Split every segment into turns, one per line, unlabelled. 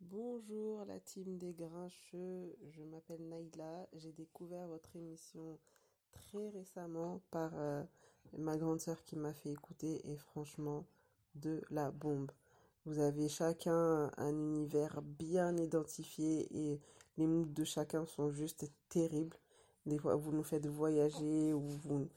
Bonjour la team des grincheux, je m'appelle Naïla, j'ai découvert votre émission très récemment par euh, ma grande sœur qui m'a fait écouter et franchement de la bombe. Vous avez chacun un univers bien identifié et les moods de chacun sont juste terribles. Des fois vous nous faites voyager ou vous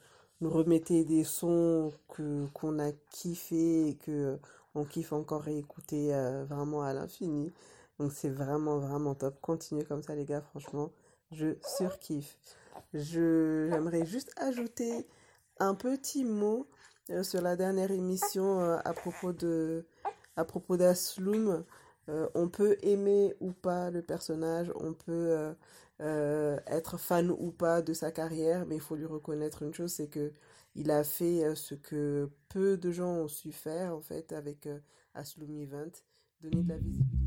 nous remettez des sons que qu'on a kiffé et que on kiffe encore et écouter euh, vraiment à l'infini. Donc c'est vraiment vraiment top. Continuez comme ça les gars, franchement, je surkiffe. Je j'aimerais juste ajouter un petit mot euh, sur la dernière émission euh, à propos de à propos d'Asloum. Euh, on peut aimer ou pas le personnage, on peut euh, euh, être fan ou pas de sa carrière, mais il faut lui reconnaître une chose, c'est que il a fait euh, ce que peu de gens ont su faire en fait avec euh, Asloum Event, donner de la visibilité.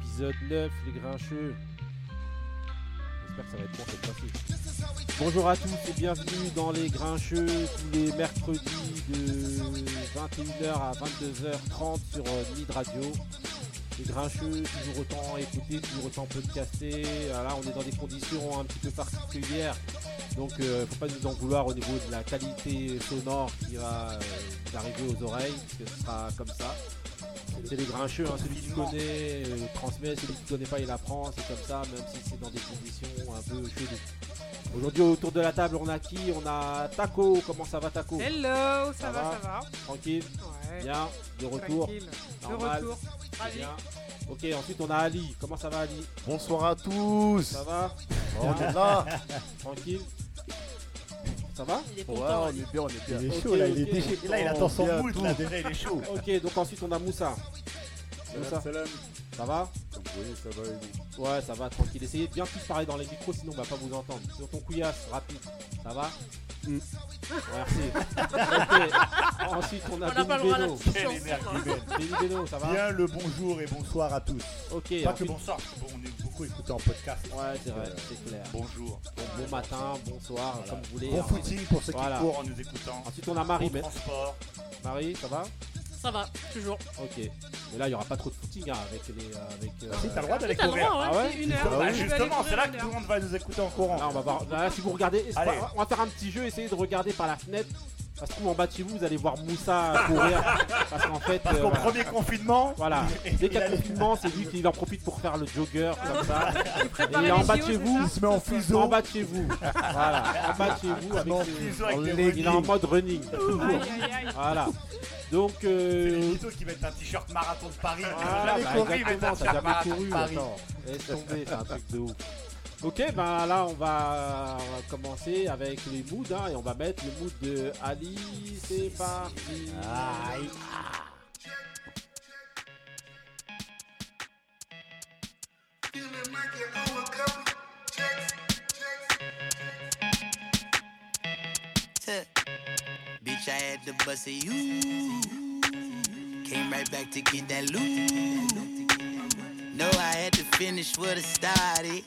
Épisode 9, les grincheux. J'espère que ça va être bon cette fois-ci. Bonjour à tous et bienvenue dans les grincheux tous les mercredis de 21h à 22h30 sur euh, Nid Radio. Les grincheux, toujours autant écouter, toujours autant podcaster. Euh, Là, on est dans des conditions un petit peu particulières. Donc, euh, faut pas nous en vouloir au niveau de la qualité sonore qui va euh, nous arriver aux oreilles, parce que ce sera comme ça. C'est les grincheux, hein, celui qui connaît euh, transmet, celui qui connaît pas il apprend, c'est comme ça, même si c'est dans des conditions un peu cheloues. Aujourd'hui autour de la table on a qui On a Taco, comment ça va Taco
Hello, ça,
Ça
va,
va
ça va.
Tranquille,
Ouais,
bien, de retour,
tranquille.
normal,
De retour.
c'est
Ravi.
bien. Ok, ensuite on a Ali, comment ça va Ali
Bonsoir à tous
Ça va
On est là
Tranquille Ça va
Il est
Ouais,
content.
on est bien, on est bien.
Il est
Ok,
chaud là, il
ok.
est déchiré. Là, il attend son
Bien,
mood
tout.
là, déjà il est chaud.
Ok, donc ensuite on a Moussa. Moussa,
Salam, salam.
ça va
Comme vous voyez, ça va. et vous
Ouais, ça va, tranquille. Essayez de bien tous parler dans les micros, sinon on va pas vous entendre. Sur ton couillasse, rapide. Ça va
Mm.
Merci. Ok. Ensuite, on
On n'a
a
pas le
Benny
droit à la
Beno.
petite
Quelle
chanson. hein.
énergie, Ben.
Benny Beno, ça va
Bien le bonjour et bonsoir à tous.
Ok.
Pas que
ensuite-
bonsoir, parce que bon, on est beaucoup écouté en podcast. Euh,
Ouais, c'est vrai, c'est clair.
Euh,
Bonjour.
Bon, bon matin, bonsoir,
Voilà.
comme vous voulez.
Bon
hein.
footing pour ceux qui
Voilà.
courent en nous écoutant.
Ensuite, on a Marie.
Bon transport.
Marie, ça va
Ça va, toujours.
Ok. Mais là, il y aura pas trop de footing hein, avec les. euh, avec, euh,
Ah, Si, t'as le droit d'aller
T'as le
courir.
droit, ouais,
Ah ouais
c'est une
Ah
heure.
bah
Je vais aller
justement,
courir
c'est là
une
que
heure.
tout le monde va nous écouter en courant.
Là, on va voir. Bah, Là, si vous regardez,
Allez.
on va faire un petit jeu. Essayez de regarder par la fenêtre. Ça se trouve en bas de chez vous, vous allez voir Moussa courir. parce qu'en fait,
Parce
euh,
qu'au
voilà.
premier confinement,
Voilà. Dès qu'il y a
Il allait-
confinement, c'est lui qui en profite pour faire le jogger comme ça.
Il prépare
Et
les
en bas de
JO,
chez
c'est
vous,
il
ça
se met en
En
fuseau.
bas de chez vous. Voilà. En bas de chez vous.
Il se met en
Avec ses-
fuseau avec des
Il est en
leggings.
mode running.
Aïe, aïe, aïe.
Voilà. Donc,
C'est les
euh,
mythos qui mettent un t-shirt marathon de Paris.
Voilà,
Jamais
bah,
couru, ils mettent
exactement,
un
t'as
t-shirt
jamais
marathon
couru,
de Paris.
attends. Laisse tomber, c'est un truc de ouf. Ok, bah là on va on va commencer avec les moods hein, et on va mettre le mood de Ali. C'est parti.
Aïe.
Bitch, I had to bust a you. Came right back to get that loot. No, I had to finish what I started.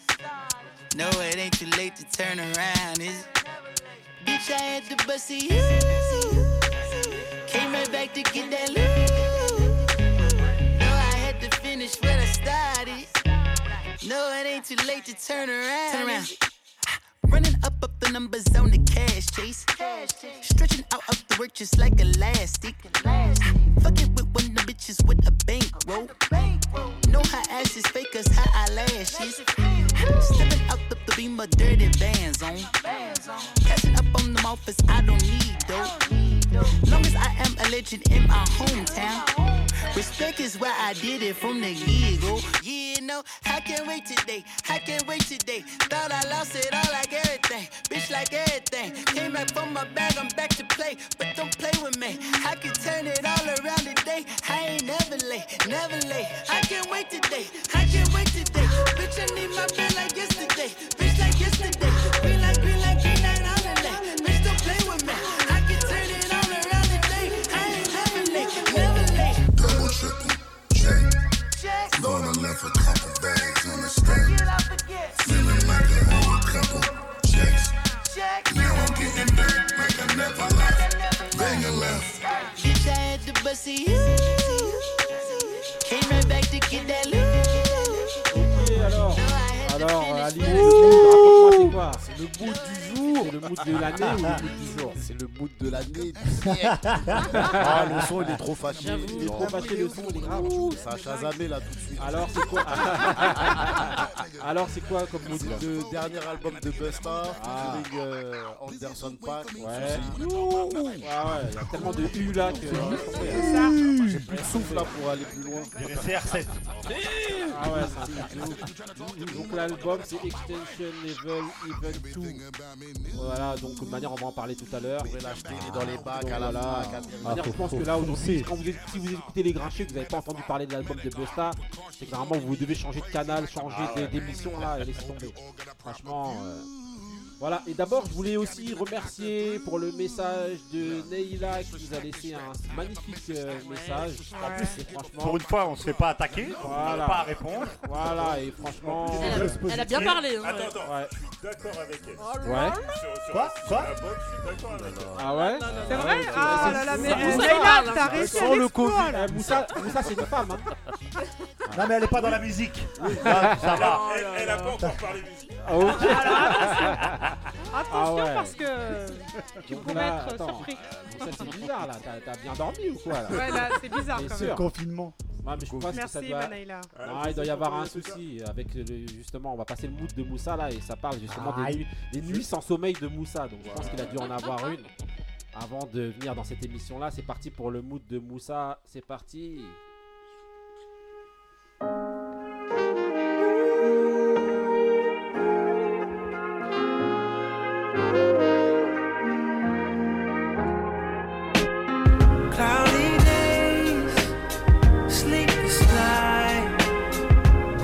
No, it ain't too late to turn around. Is it? Bitch, I had to bust a you. Came right back to get that loot. No, I had to finish what I started. No, it ain't too late to turn around. Turn around. Running up up the numbers on the cash chase. Stretching out up the work just like elastic. Fucking with one of the bitches with a bankroll. Know how asses fake us, how eyelashes. Slipping out the, the beam of dirty bands on. Catching up on them offers I don't need though. Long as I am a legend in my hometown. Respect is why I did it from the giggle. Yeah, no, I can't wait today. I can't wait today. Thought I lost it all like everything. Bitch, like everything. Came back from my bag, I'm back to play. But don't play with me. I can turn it all around today. I ain't never late, never late. I can't wait today. I can't wait today. Bitch, I need my bed like yesterday. Bitch, like yesterday. Green like green like green night on the lake. Bitch, don't play with me. I can turn it all around today. I ain't never late, never late.
Double triple check.
Check.
Gonna left a couple bags on the stack.
I forget.
Feeling like I owe a couple checks.
Check.
Now I'm getting back like I never left.
never
but see you. Came right back to get that loot.
Et alors
No, I had to
Alors,
finish
Ali,
what I
le mood, raconte-moi, c'est quoi
Le bout du jour
C'est le mood de l'année ou le mood du jour
C'est le bout de l'année.
Ah, le son, il est trop fâché.
J'avoue.
Il est trop
Trop fâché le son, il est grave.
Ça a chasamé là tout de suite.
Alors, c'est quoi Alors, c'est quoi comme mood
C'est
de...
le dernier album de Busta,
Ah.
featuring euh, Anderson Paak.
Ouais. Ah ouais, il y a tellement de U là que.
euh, J'ai plus de souffle là pour aller plus loin.
J'ai resté R7.
Ah ouais, c'est un truc de ouf. Donc l'album c'est Extension Level Even 2. Voilà, donc de manière on va en parler tout à l'heure.
Je vais l'acheter, il est dans les bacs, à la
Voilà.
fac. à-
De manière, je pense que là aujourd'hui, quand vous, êtes- si vous écoutez les grinchés, que vous n'avez pas entendu parler de l'album de Busta, c'est que normalement vous devez changer de canal, changer
Ah
d- d'émission là et laisser tomber. Franchement. euh, Voilà, et d'abord je voulais aussi remercier pour le message de Neila qui nous a laissé un magnifique euh, message. En plus, c'est franchement.
Pour une fois, on se fait pas attaquer. On
Voilà.
n'a pas à répondre.
Voilà, et franchement. euh,
Elle a, elle a bien parlé. Hein,
Attends, attends,
Ouais.
je suis d'accord avec elle.
Ouais.
Sur, sur,
Quoi
sur
Quoi
la bonne, je suis d'accord avec elle.
Ah ouais
C'est vrai Ah là là, mais
c'est-
euh,
c'est-
Leïla,
c'est-
t'as réussi à
Sans le
l'exploit,
Covid.
là.
Eh, Moussa, Moussa c'est une femme. Hein.
Non, mais elle est pas dans la musique.
Ah,
Ça, ça va. Ah,
Elle, elle a pas encore parlé musique.
Attention
Ah ouais.
parce que tu
Donc
Bah,
pourrais
là,
être
attends.
surpris.
Moussa, c'est bizarre là. T'as, t'as bien dormi ou quoi là
Ouais, là, c'est bizarre
T'es
quand
sûr
même.
Confinement.
Ouais, mais je pense que ça
Merci,
doit.
Manaïla.
Non, il doit y avoir un souci avec le- justement. On va passer le mood de Moussa là et ça parle justement des
Aïe.
nuits, des nuits sans sommeil de Moussa. Donc je pense qu'il a dû en avoir une avant de venir dans cette émission là. C'est parti pour le mood de Moussa. C'est parti.
Cloudy days, sleepless nights.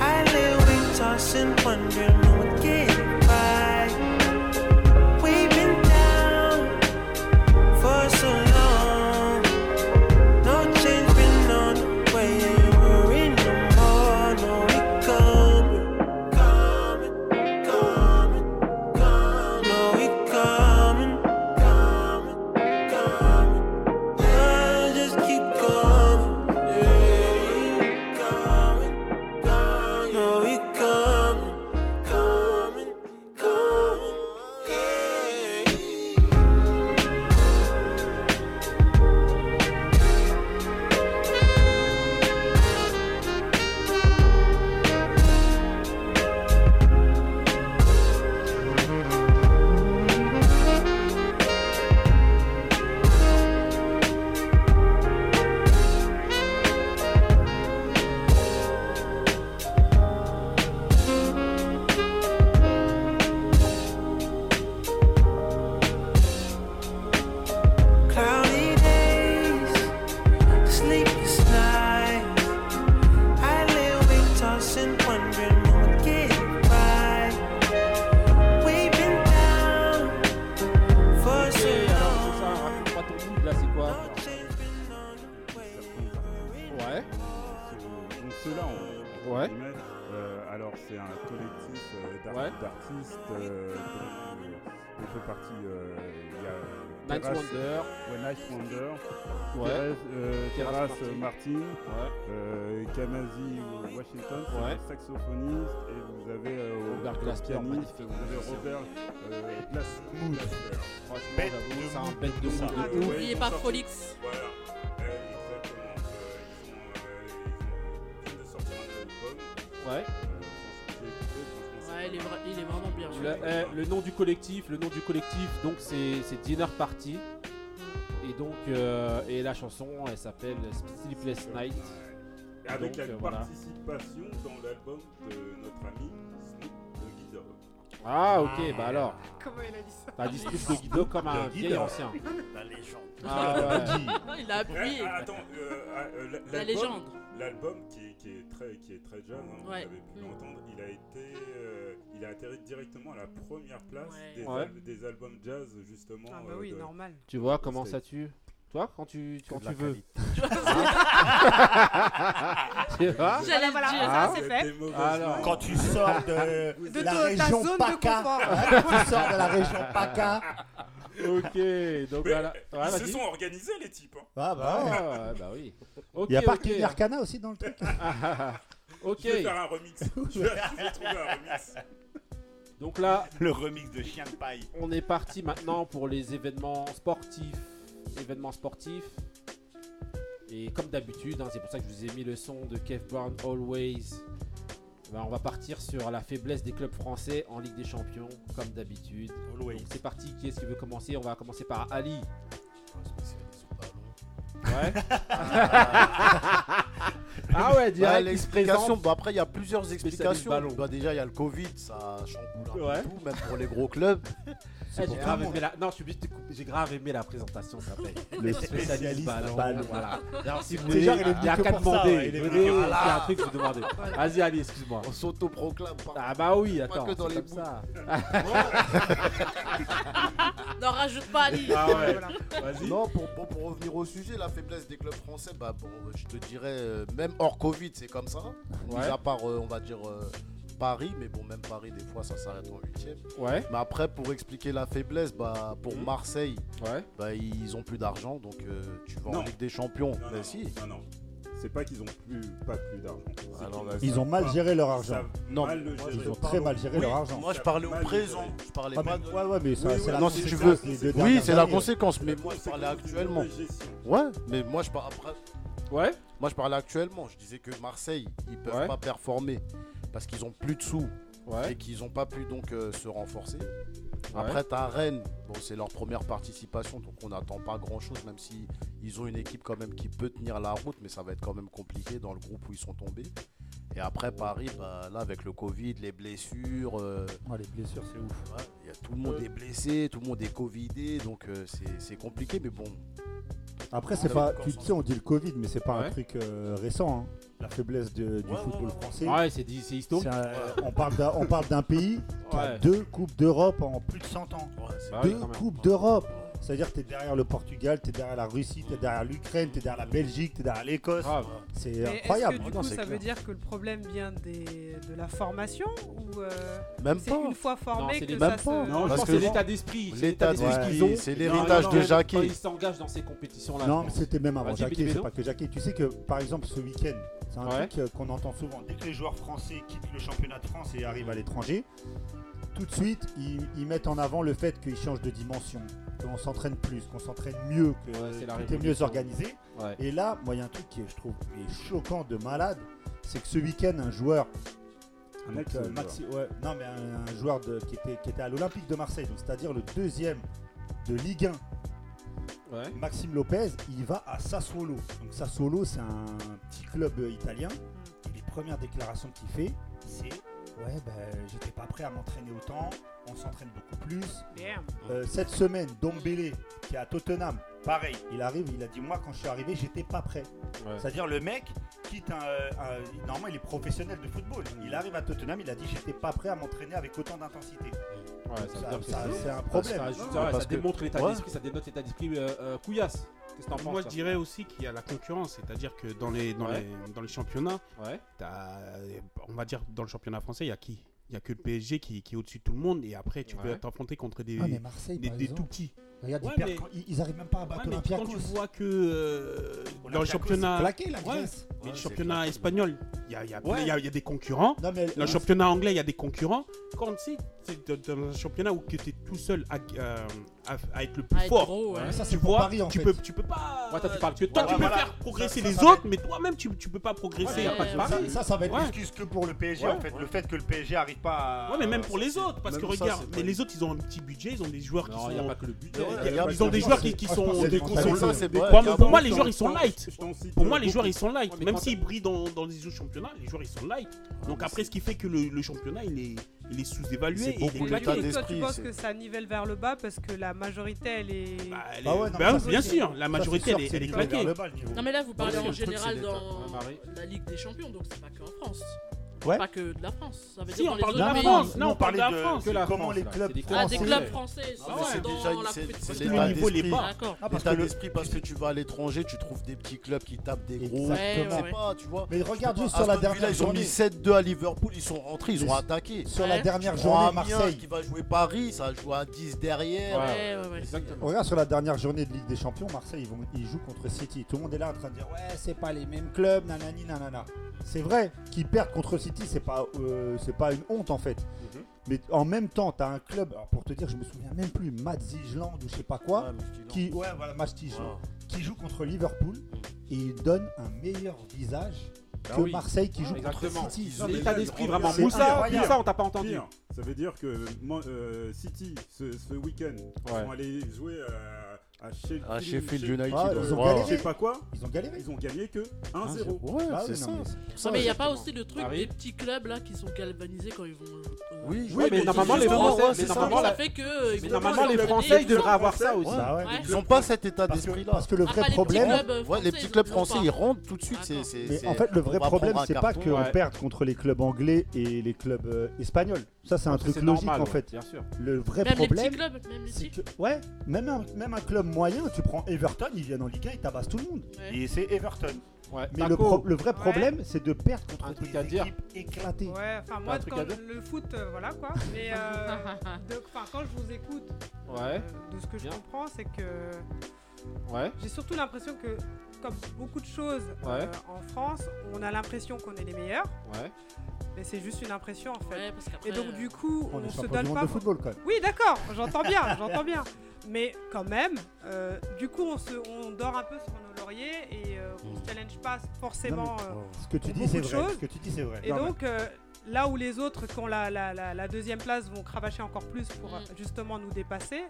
I lay awake tossing, wondering when we'll get by. We've been down for so long. No change been on the way, and we're in no more. No, we coming, coming, coming, coming. No, we coming, coming, coming. I just keep coming, yeah, coming, coming, no, we coming, coming, coming, yeah. Cloudy days, sleepless nights. I lay awake tossing, wondering when we'll get by. We've been down for
Ok,
so
alors
long.
Moussa, raconte-moi ton mood là. C'est quoi
No change been on the way.
Ouais.
Ce- Euh, Donc ceux-là, on,
Ouais.
guillemets, euh, alors c'est un collectif euh, d'ar-
Ouais.
d'artistes. euh, dont, euh, on fait partie. euh, Il y a
Night
Terrace-
Wonder.
ouais, Night Wonder,
Ouais.
Terrace, euh,
Terrace
Terrace
Martin.
Martin,
Ouais.
euh, Kamazi Washington, c'est
Ouais.
un saxophoniste, et vous avez euh,
Robert
au- au
Glasper,
pianiste,
magnifique
vous avez
musicien.
Robert euh, Glasper.
Franchement,
Bête
j'avoue,
de
c'est un
mood.
bête de Ah mood de ouf.
N'oubliez pas Frolix.
Voilà. Euh, exactement. Euh, ils ont, euh, ils ont- ils viennent de sortir un album.
Ouais.
Ouais, il est, vra- il est vraiment bien.
Le, euh, le nom du collectif, le nom du collectif, donc c'est c'est Dinner Party. Et donc, euh, et la chanson, elle s'appelle Sleepless Night.
Avec
Donc,
la
euh, voilà.
participation dans l'album de notre ami Snoop Doggy Dogg.
Ah ok, bah alors,
Comment il a dit ça
t'as dit Snoop de Guido comme un
De Guido.
vieil ancien.
Bah,
La légende.
Ah, ouais.
Il a appuyé.
Ah, attends, euh, ah, euh, l'album-
La légende.
L'album qui, est- qui est très qui est très jeune, hein, vous
Ouais.
avez
Mm.
pu l'entendre, il a été euh, il a atterri directement à la première place
Ouais.
des,
Ouais.
al- des albums jazz justement.
Ah bah
euh,
oui,
de-
normal.
Tu vois comment ça tue Toi, quand tu, quand tu veux. Hein? Tu vois Ah.
J'allais
Voilà, voilà,
le dire.
ça
des-
c'est fait.
des mauvais
Alors.
noms.
Quand tu sors de,
De ta-
la
ta
région
zone de
PACA,
confort.
hein, quand tu sors de la région PACA,
Ok, donc
Mais
voilà. Ouais,
Ils se
vas-y.
sont organisés, les types. hein.
Ah, bah ouais.
Ah, bah oui. Ok,
Il y a pas
ok.
Kenny Arcana aussi dans le truc
Ah, ah, ah. Ok.
Je vais faire un remix. Je vais, je vais trouver un remix.
Donc là,
Le remix de Chien de Paille.
on est parti maintenant pour les événements sportifs. Événements sportifs. Et comme d'habitude, hein, c'est pour ça que je vous ai mis le son de Kev Brown Always. Ben, on va partir sur la faiblesse des clubs français en Ligue des Champions, comme d'habitude.
Always.
Donc c'est parti, qui est-ce qui veut commencer On va commencer par Ali.
Ah,
Ouais. ah ouais,
Bah,
direct, il se
l'explication,
présente.
bah, après il y a plusieurs explications.
ballon.
Bah, déjà il y a le Covid, ça chamboule un peu
Ouais.
tout, même pour les gros clubs.
Eh,
pour
j'ai
tout
grave
le
aimé la... Non, je suis obligé de te couper. J'ai grave aimé la présentation, ça s'appelle.
Le spécialiste
ballon.
ballon.
Voilà. Alors, si vous
Déjà,
voulez,
il est venu
il n'y a
que
qu'à
pour ça,
demander.
ouais, il est venu
Venez,
que-
il y a
Voilà.
un truc que vous demandez. Vas-y, allez, excuse-moi.
On s'autoproclame. par-
Ah bah oui, attends.
que dans
c'est
les
comme ça.
N'en rajoute pas, Ali.
Ah ouais.
Voilà.
Vas-y.
Non, pour, pour, pour revenir au sujet, la faiblesse des clubs français, bah, bon, je te dirais, euh, même hors Covid, c'est comme ça. Mis
Ouais.
à part, euh, on va dire, euh, Paris, mais bon, même Paris, des fois, ça s'arrête en huitième.
Ouais,
Mais après, pour expliquer la faiblesse, bah, pour
Mhm.
Marseille,
ouais.
bah, ils ont plus d'argent, donc euh, tu vas en
Non.
Ligue des Champions.
Non,
Mais
non,
si.
non, non. C'est pas qu'ils ont plus, pas plus d'argent. C'est
Alors,
qu'ils
bah,
Ils ont mal
savent
géré leur
pas-
argent.
savent
Non,
mal le
moi,
gérer.
Ils ont très mal géré
Oui.
leur argent.
Moi, je parlais au
Mal
présent,
géré.
je parlais
Ah,
pas
mais-
de...
Ouais, ouais, mais ça,
Oui,
c'est
oui,
la
non, si tu
conséquence
veux.
des deux
Oui,
dernières
c'est la
années.
conséquence, mais moi,
La
je parlais
conséquence, c'est une
actuellement.
mauvaise gestion.
Ouais, mais moi, je par- après,
Ouais.
Moi, je parlais actuellement. Je disais que Marseille, ils peuvent
Ouais.
pas performer parce qu'ils ont plus de sous et
Ouais.
qu'ils ont pas pu donc euh, se renforcer. Après, t'as Rennes. Bon, c'est leur première participation, donc on n'attend pas grand-chose, même si ils ont une équipe quand même qui peut tenir la route, mais ça va être quand même compliqué dans le groupe où ils sont tombés. Et après Paris, bah, là avec le Covid, les blessures, euh,
Ouais, les blessures, c'est ouf.
ouais, y a- tout le monde est blessé, tout le monde est covidé, donc euh, c'est- c'est compliqué. Mais bon,
Après, c'est
Ouais.
pas. Tu sais, Ah, on dit le Covid, mais c'est pas
Ouais.
un truc euh, récent. hein. La faiblesse de- du
Ouais, ouais,
football
ouais,
français.
Ouais, c'est dit- c'est historique.
C'est un- on parle d'un- on parle d'un pays qui a
Ouais.
deux Coupes d'Europe en plus de 100 ans.
ouais, c'est-
Bah oui,
deux
quand même.
Coupes d'Europe. C'est-à-dire que t'es derrière le Portugal, t'es derrière la Russie, t'es derrière l'Ukraine, t'es derrière la Belgique, t'es derrière l'Écosse.
Grave.
C'est
Mais
incroyable.
Est-ce que du
Non,
coup,
c'est
ça
clair.
veut dire que le problème vient des, de la formation ou euh,
même
c'est
pas.
une fois
Non,
formé
c'est
que
les-
ça
même
se...
pas.
Non, je
Parce
pense que
que
c'est l'état d'esprit. c'est
L'état
d'esprit
d'esprit,
qu'ils ont.
c'est
Non,
l'héritage
non,
de
non, Quand
Jacquet.
ils s'engagent dans ces compétitions-là.
Non,
je
mais
pense.
c'était même avant
Vas-y,
Jacquet, c'est
Bédédo.
pas que Jacquet. Tu sais que par exemple ce week-end, c'est un
Ouais.
truc euh, qu'on entend souvent. Dès que les joueurs français quittent le championnat de France et arrivent à l'étranger, tout de suite ils, ils mettent en avant le fait qu'ils changent de dimension, qu'on s'entraîne plus, qu'on s'entraîne mieux, que
Ouais, c'est la
tout est mieux
révolution.
organisé.
Ouais.
Et là, moi, il y a un truc qui est, je trouve qui est choquant de malade, c'est que ce week-end, un joueur,
Un
donc,
ex-
euh, Maxi- ouais, non mais un, un joueur de- qui, était, qui était à l'Olympique de Marseille, donc c'est-à-dire le deuxième de Ligue 1,
Ouais.
Maxime Lopez, il va à Sassuolo. Donc Sassuolo, c'est un petit club euh, italien. Et les premières déclarations qu'il fait, c'est ouais, ben j'étais pas prêt à m'entraîner autant. On s'entraîne beaucoup plus.
Damn.
Euh, cette semaine, Dombele, qui est à Tottenham, pareil, il arrive, il a dit moi quand je suis arrivé, j'étais pas prêt.
Ouais.
C'est-à-dire le mec quitte un, euh, un- normalement il est professionnel de football. Il arrive à Tottenham, il a dit j'étais pas prêt à m'entraîner avec autant d'intensité.
Ouais, ça veut
Ça-
dire que
ça-
c'est-
C'est un
Enfin,
problème.
juste,
Non,
ouais, ça
parce que-
démontre l'état
Ouais.
d'esprit, ça dénote l'état d'esprit euh, euh, couillasse. Qu'est-ce que t'en penses
Moi, je
toi
dirais aussi qu'il y a la concurrence, c'est-à-dire que dans les, dans
Ouais.
les, dans les championnats,
Ouais.
t'as- on va dire dans le championnat français, il y a qui Il y a que le PSG qui, qui est au-dessus de tout le monde, et après, tu peux
Ouais.
t'affronter contre des,
Ah mais Marseille,
des,
par
des
exemple,
tout petits.
regarde,
Ouais,
ils, perdent
mais-
quand- ils- ils arrivent même pas à
Ouais,
Bah,
battre
mais quand tu
l'Olympiakos.
vois que euh, dans le
Olympiakos, c'est
championnat,
claqué la
Ouais.
Grèce.
mais le
Ouais, c'est
championnat
clair.
espagnol, il y a, il y a-
Ouais.
il y a- il y a des concurrents.
Non mais
Dans le championnat anglais, il y a des concurrents. Quand tu sais, dans un championnat où tu es tout seul à, euh, à- à être le plus
Ah, être
fort,
gros, ouais.
ça
tu
c'est pour
vois,
Paris en
tu,
fait.
peux, tu peux pas.
Ouais, toi, tu parles que de
Toi,
toi.
tu
Ouais,
peux
voilà.
faire progresser
Ça, ça,
les
ça va
autres, mais toi-même, tu, tu peux pas progresser.
Ouais,
y a pas de
ouais,
Paris.
Ça, ça va être
Ouais.
une excuse que pour le PSG
Ouais.
en fait. Le fait que le PSG arrive pas. à-
Ouais, mais même pour les autres, parce
même
que
ça,
regarde,
c'est pas
mais
une-
les autres, ils ont un petit budget, ils ont des joueurs qui
Non, il n'y a
sont.
pas que le but.
Ouais,
il y a-
regarde,
Ils ont des joueurs qui, qui sont.
Franchement,
des-
c'est
qui
une
sont-
mentalité.
Ça, c'est vrai.
Pour
Avant,
moi, pour moi, les
je
joueurs,
t'en-
ils sont light.
je t'en cite
Pour moi, les
beaucoup.
joueurs, ils sont light.
Ouais, mais
Même
quand
s'ils brillent dans, dans les autres championnats, les joueurs, ils sont light. Donc après, ce qui fait que le, le championnat, il est, il est
C'est
sous-évalué. et il est
beaucoup
claqué.
l'état
Et toi,
d'esprit,
tu penses
c'est-
que ça nivelle vers le bas parce que la majorité, elle est...
Bah, elle est-
Ah ouais, non, mais
bah,
ça, c'est-
bien sûr, la
ça,
majorité,
c'est sûr
elle, est-
que c'est
elle est
nivelé vers
claquée.
le bas, le niveau.
Non mais là vous parlez
Ouais,
en
le truc,
général
c'est
dans
l'état. Ouais, Marie.
la Ligue des Champions donc c'est pas que en France.
Ouais.
Pas que de la France. Ça veut
Si,
dire
on
dans les
parle de
autres
la
pays.
France. Non, on parle de la France.
que la comment les clubs
Ah, des
français-
clubs français.
Ah ouais,
c'est
c'est
dans
déjà-
la
c'est-
petite-
c'est
dans
l'état
le niveau, les
d'esprit.
bas. D'accord.
Ah, parce L'état que le- d'esprit, parce que tu vas à l'étranger, tu trouves des petits clubs qui tapent des gros.
Exactement.
Je sais pas, tu vois.
Mais regarde
Je sais
juste
pas,
sur la
Ah, Aston Villa,
dernière
Ils ont
journée.
mis 7-2 à Liverpool, ils sont rentrés, ils
Mais
ont attaqué.
sur la Ouais. dernière
Tu prends
journée,
Amiens
Marseille.
qui va jouer Paris, ça joue à 10 derrière.
Ouais, ouais, ouais.
On Regarde sur la dernière journée de Ligue des Champions, Marseille, ils, vont- ils jouent contre City. Tout le monde est là en train de dire ouais, c'est pas les mêmes clubs, nanani, nanana. C'est vrai qu'ils perdent contre City, c'est pas, euh, c'est pas une honte en fait.
Mhm.
Mais en même temps, t'as un club, alors pour te dire, je me souviens même plus, Matzigland ou je sais pas quoi, qui, ouais, voilà, Matzigland, qui joue contre Liverpool et il donne un meilleur visage
Ah
que
oui.
Marseille qui
Ah,
joue contre
exactement.
City.
Ils ont l'état d'esprit vraiment.
C'est
Moussa,
incroyable.
Moussa, on t'a pas entendu. hein.
Pire, Ça veut dire que Man- euh, City, ce, ce week-end, ils
Ouais.
vont aller jouer euh, à Sheffield,
À Sheffield
Sheffield-
United,
Ah,
euh,
ils ont galéré.
Je sais pas quoi.
Ils ont galéré.
Ils ont gagné que 1-0.
1-0. Ouais,
Ah
c'est
oui, non,
ça.
mais-
Non, mais il n'y a pas
Exactement.
aussi le truc
Paris.
des petits clubs là qui sont galvanisés quand ils vont. euh,
Oui,
jouer.
Oui, mais normalement, les
Justement,
Français-
c'est
mais
ça.
normalement,
ça
la-
fait que. euh,
mais
ils vont
normalement,
dans
les
clubs
Français, ils
et tout.
devraient avoir ça aussi.
Bah Ouais.
Ouais.
Ils n'ont pas cet état d'esprit-là.
Parce que le
Ah,
vrai
pas les petits
problème,
clubs, euh,
Ouais, les
français,
petits
ils
clubs
l'ont
français,
pas.
ils rentrent tout de suite. c'est- c'est-
Mais
c'est-
en fait, le
on
vrai
va
problème,
prendre un
c'est pas
carton.
qu'on perde contre les clubs anglais et les clubs euh, espagnols. Ça, c'est un
Ça,
truc
c'est
logique
normal,
en
ouais,
fait.
bien sûr.
Le vrai
Même les petits
problème,
clubs. Même les
c'est
petits.
que ouais, même un, même un club moyen, tu prends Everton, ils viennent en Ligue 1, ils tabassent tout le monde.
Ouais.
Et c'est Everton.
Ouais.
Mais le,
Marco,
pro- le vrai problème, c'est de perdre contre
un
des
truc à dire.
équipes éclatées.
Ouais, enfin
T'as
moi,
un truc
quand
à dire
le foot, euh, voilà quoi. Mais euh, de- enfin, quand je vous écoute, euh,
Ouais.
de ce que je
Bien.
comprends, c'est que
Ouais.
j'ai surtout l'impression que, comme beaucoup de choses euh,
Ouais.
en France, on a l'impression qu'on est les meilleurs.
Ouais.
Mais c'est juste une impression en fait.
Ouais, parce qu'après,
Et donc
euh,
du coup,
On
on,
est
se
champion
donne
du monde
pas.
de football quand même.
Oui, d'accord, j'entends bien, j'entends bien. Mais quand même, euh, du coup, on, se, on dort un peu sur nos lauriers et euh, on se challenge pas forcément. euh,
Ce que tu
pour
dis, c'est
beaucoup de
vrai.
choses.
Ce que tu dis, c'est vrai.
Et
Non, mais-
donc, euh, là où les autres qui ont la, la- la- la deuxième place vont cravacher encore plus pour euh, justement nous dépasser,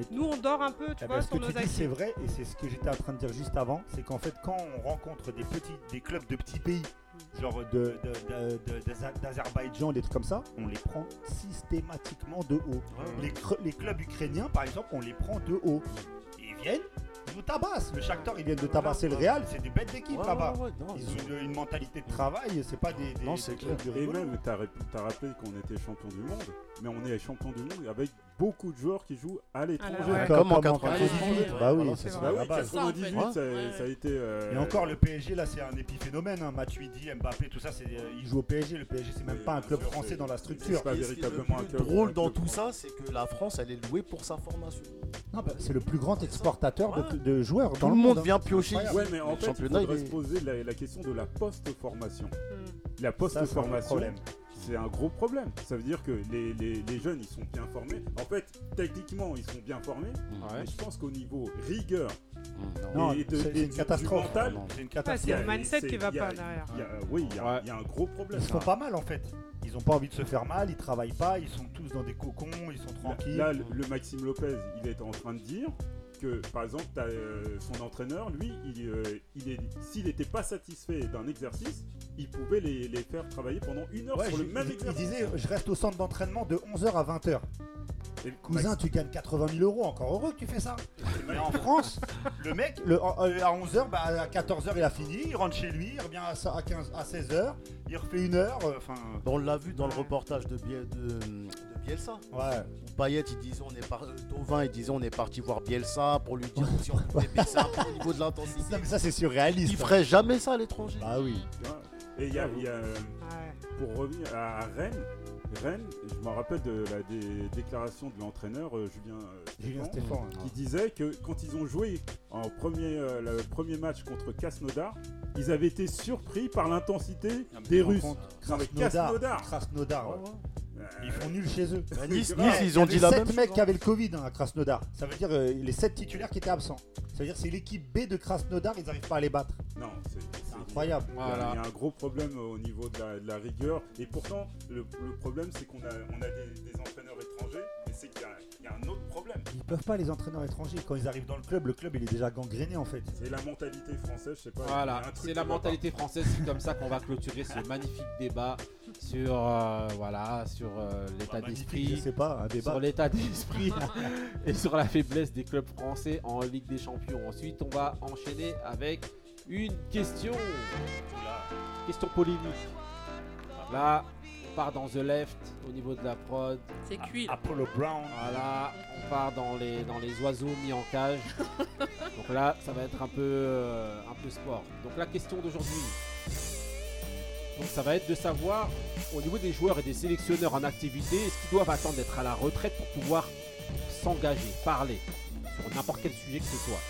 Et-
nous on dort un peu, tu
Eh
vois,
ben, ce
sur
que
nos
tu dis,
acquis.
c'est vrai, et c'est ce que j'étais en train de dire juste avant, c'est qu'en fait, quand on rencontre des petits, des clubs de petits pays,
Mm.
genre de- de- de- de- d'Azer- d'Azerbaïdjan, des trucs comme ça, on les prend systématiquement de haut. Les, cre- les clubs ukrainiens, par exemple, on les prend de haut. Ils viennent, ils nous tabassent. Le Shakhtar, ils viennent de tabasser le Real, c'est des bêtes d'équipe
Ouais,
là-bas.
ouais, ouais, non,
ils
ils
ont une, une mentalité de travail, c'est pas des, des,
Non, c'est
des
clair.
trucs de
Et
rigolo.
même, t'as rép- t'as rappelé qu'on était champion du monde, mais on est champion du monde avec beaucoup de joueurs qui jouent à l'étranger.
Ah Ouais,
Comme en
comme en
98.
Bah oui,
Voilà,
c'est
Bah
ça, la
oui,
base.
98,
Ouais.
ça, ça a été. euh,
Et encore, le PSG, là, c'est un épiphénomène. Hein. Matuidi, Mbappé, tout ça, c'est, euh, ils jouent au PSG. Le PSG, c'est même
Oui,
pas un
bien
club
sûr,
français
c'est-
dans la
c'est
structure.
pas
Et ce qui est le
véritablement un
plus
club-
drôle
un
dans
club
tout
français.
ça, c'est que la France, elle est louée pour sa formation.
Non, bah, c'est le plus grand exportateur de, de joueurs dans
Tout
le
le monde
hein.
vient piocher.
Incroyable.
Ouais, mais en
Le
fait, il
championnat, il
faudrait
est-
se poser la, la question de la post-formation.
Mm.
La
Ça, c'est un
post-formation,
problème.
c'est un gros problème. Ça veut dire que les, les- les jeunes, ils sont bien formés. En fait, techniquement, ils sont bien formés. Mais je pense qu'au niveau rigueur
Non,
et
c'est-
de, et
c'est une
du- du
catastrophe.
mental,
C'est une
Ouais,
catastrophe.
c'est le mindset
c'est-
qui va
il y a-
pas derrière.
il y a- oui, il y, a-
Ouais.
il y a un gros problème.
Ils se font pas mal en fait. Ils ont pas envie de se faire mal, ils travaillent pas, ils sont tous dans des cocons, ils sont
Là-
tranquilles.
Là, le, le Maxime Lopez, il est en train de dire que, par exemple, t'as, euh, son entraîneur, lui, il, euh, il est, s'il n'était pas satisfait d'un exercice, il pouvait les, les faire travailler pendant une heure
Ouais,
sur
je-
le même
il- il
exercice.
disait euh, je reste au centre d'entraînement de 11h à 20h.
Et
Cousin,
Max-
tu gagnes 80 000 euros, encore heureux que tu fais ça. Mais
Max-
en France, le mec, le- euh, à 11h, bah, à 14h, il a fini, il rentre chez lui, il revient à, sa- à 15 à 16h, il refait une heure, euh, enfin.
On l'a vu dans le
Ouais.
reportage de, Biel- de- de Bielsa.
ouais.
Où Payet, il disait on est par... euh, Thauvin, il disait on est parti voir Bielsa pour lui dire si on pouvait baisser un peu le niveau de l'intensité.
Non, mais ça, c'est
Il
surréaliste.
ferait jamais ça à l'étranger.
Bah oui.
tu vois. Et il y a, il y a, euh,
Ouais.
pour revenir à, à Rennes, Rennes, je me rappelle de la dé- déclaration de l'entraîneur euh, Julien, euh,
Julien
Stéphan,
Stéphane.
qui disait que quand ils ont joué en premier, euh, le premier match contre Krasnodar, ils avaient été surpris par l'intensité
Ah,
des Russes. Non, mais
Krasnodar.
Krasnodar.
Krasnodar, ouais. Ils font nul chez eux.
Bah, Nice,
Ouais,
Nice, ils ont dit la
7
même chose.
mecs
hein.
qui avaient le Covid hein, à Krasnodar. Ça veut dire euh, les 7 titulaires qui étaient absents. Ça veut dire c'est l'équipe B de Krasnodar, ils n'arrivent pas à les battre.
Non, c'est- c'est
C'est incroyable.
Il y a-
Voilà.
Il y a un gros problème au niveau de la, de la rigueur. Et pourtant, le, le problème, c'est qu'on a, on a des, des entraîneurs étrangers, mais c'est qu'il y a- il y, a un autre problème.
Ils peuvent pas les entraîneurs étrangers. Quand ils arrivent dans le club, le club il est déjà gangréné en fait.
C'est la mentalité française, je sais pas.
Voilà,
il y a un truc
c'est la
qui va pas.
mentalité française, c'est comme ça qu'on va clôturer ce magnifique débat sur euh, voilà, sur euh, l'état
Magnifique, Je
d'esprit,
sais pas, un débat.
sur l'état d'esprit et sur la faiblesse des clubs français en Ligue des Champions. Ensuite, on va enchaîner avec une question, question polémique.
Là, on part dans The Left au niveau de la prod.
C'est cuit, là.
Apollo Brown.
Voilà, on part dans les, dans les oiseaux mis en cage. Donc là, ça va être un peu, euh, un peu sport. Donc la question d'aujourd'hui, donc ça va être de savoir, au niveau des joueurs et des sélectionneurs en activité, est-ce qu'ils doivent attendre d'être à la retraite pour pouvoir s'engager, parler sur n'importe quel sujet que ce soit.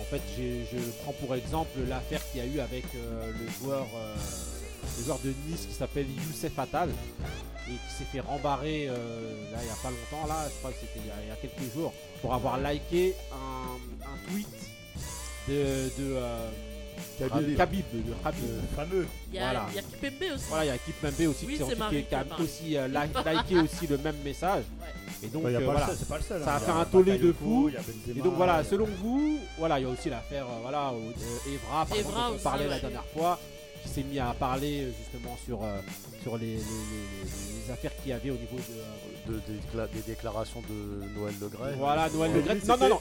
En fait, j'ai- je prends pour exemple l'affaire qu'il y a eu avec euh, le, joueur, euh, le joueur de Nice qui s'appelle Youssef Attal et qui s'est fait rembarrer euh, là il n'y a pas longtemps, là, je crois que c'était il y a- il y, a quelques jours, pour avoir liké un, un tweet de, de, euh,
Khabib.
de Khabib, de- de Khabib.
fameux.
Il y a- il y a Kipembe aussi.
Voilà, il y a Kipembe aussi
Oui,
qui, s'est-
c'est
qui-
Marie hein.
qui a
qui en parle.
aussi euh, li- liké aussi le même message. Et donc
Bah, il y a
euh,
pas le
voilà,
seul, c'est pas le seul, hein.
ça a
Il y
fait
a
un tollé de
Bakayoko,
fou.
il y a Benzema,
Et donc voilà,
il y a-
selon vous, voilà, il y a aussi l'affaire euh, voilà au- de Evra, par exemple,
Evra
dont on
aussi,
parlait la
ouais.
dernière fois, qui s'est mis à parler euh, justement sur euh, sur les, les- les- les affaires qu'il y avait au niveau de euh,
de- des décla- des déclarations de Noël Le Gret.
voilà, Noël Le Gret. Non, non, non.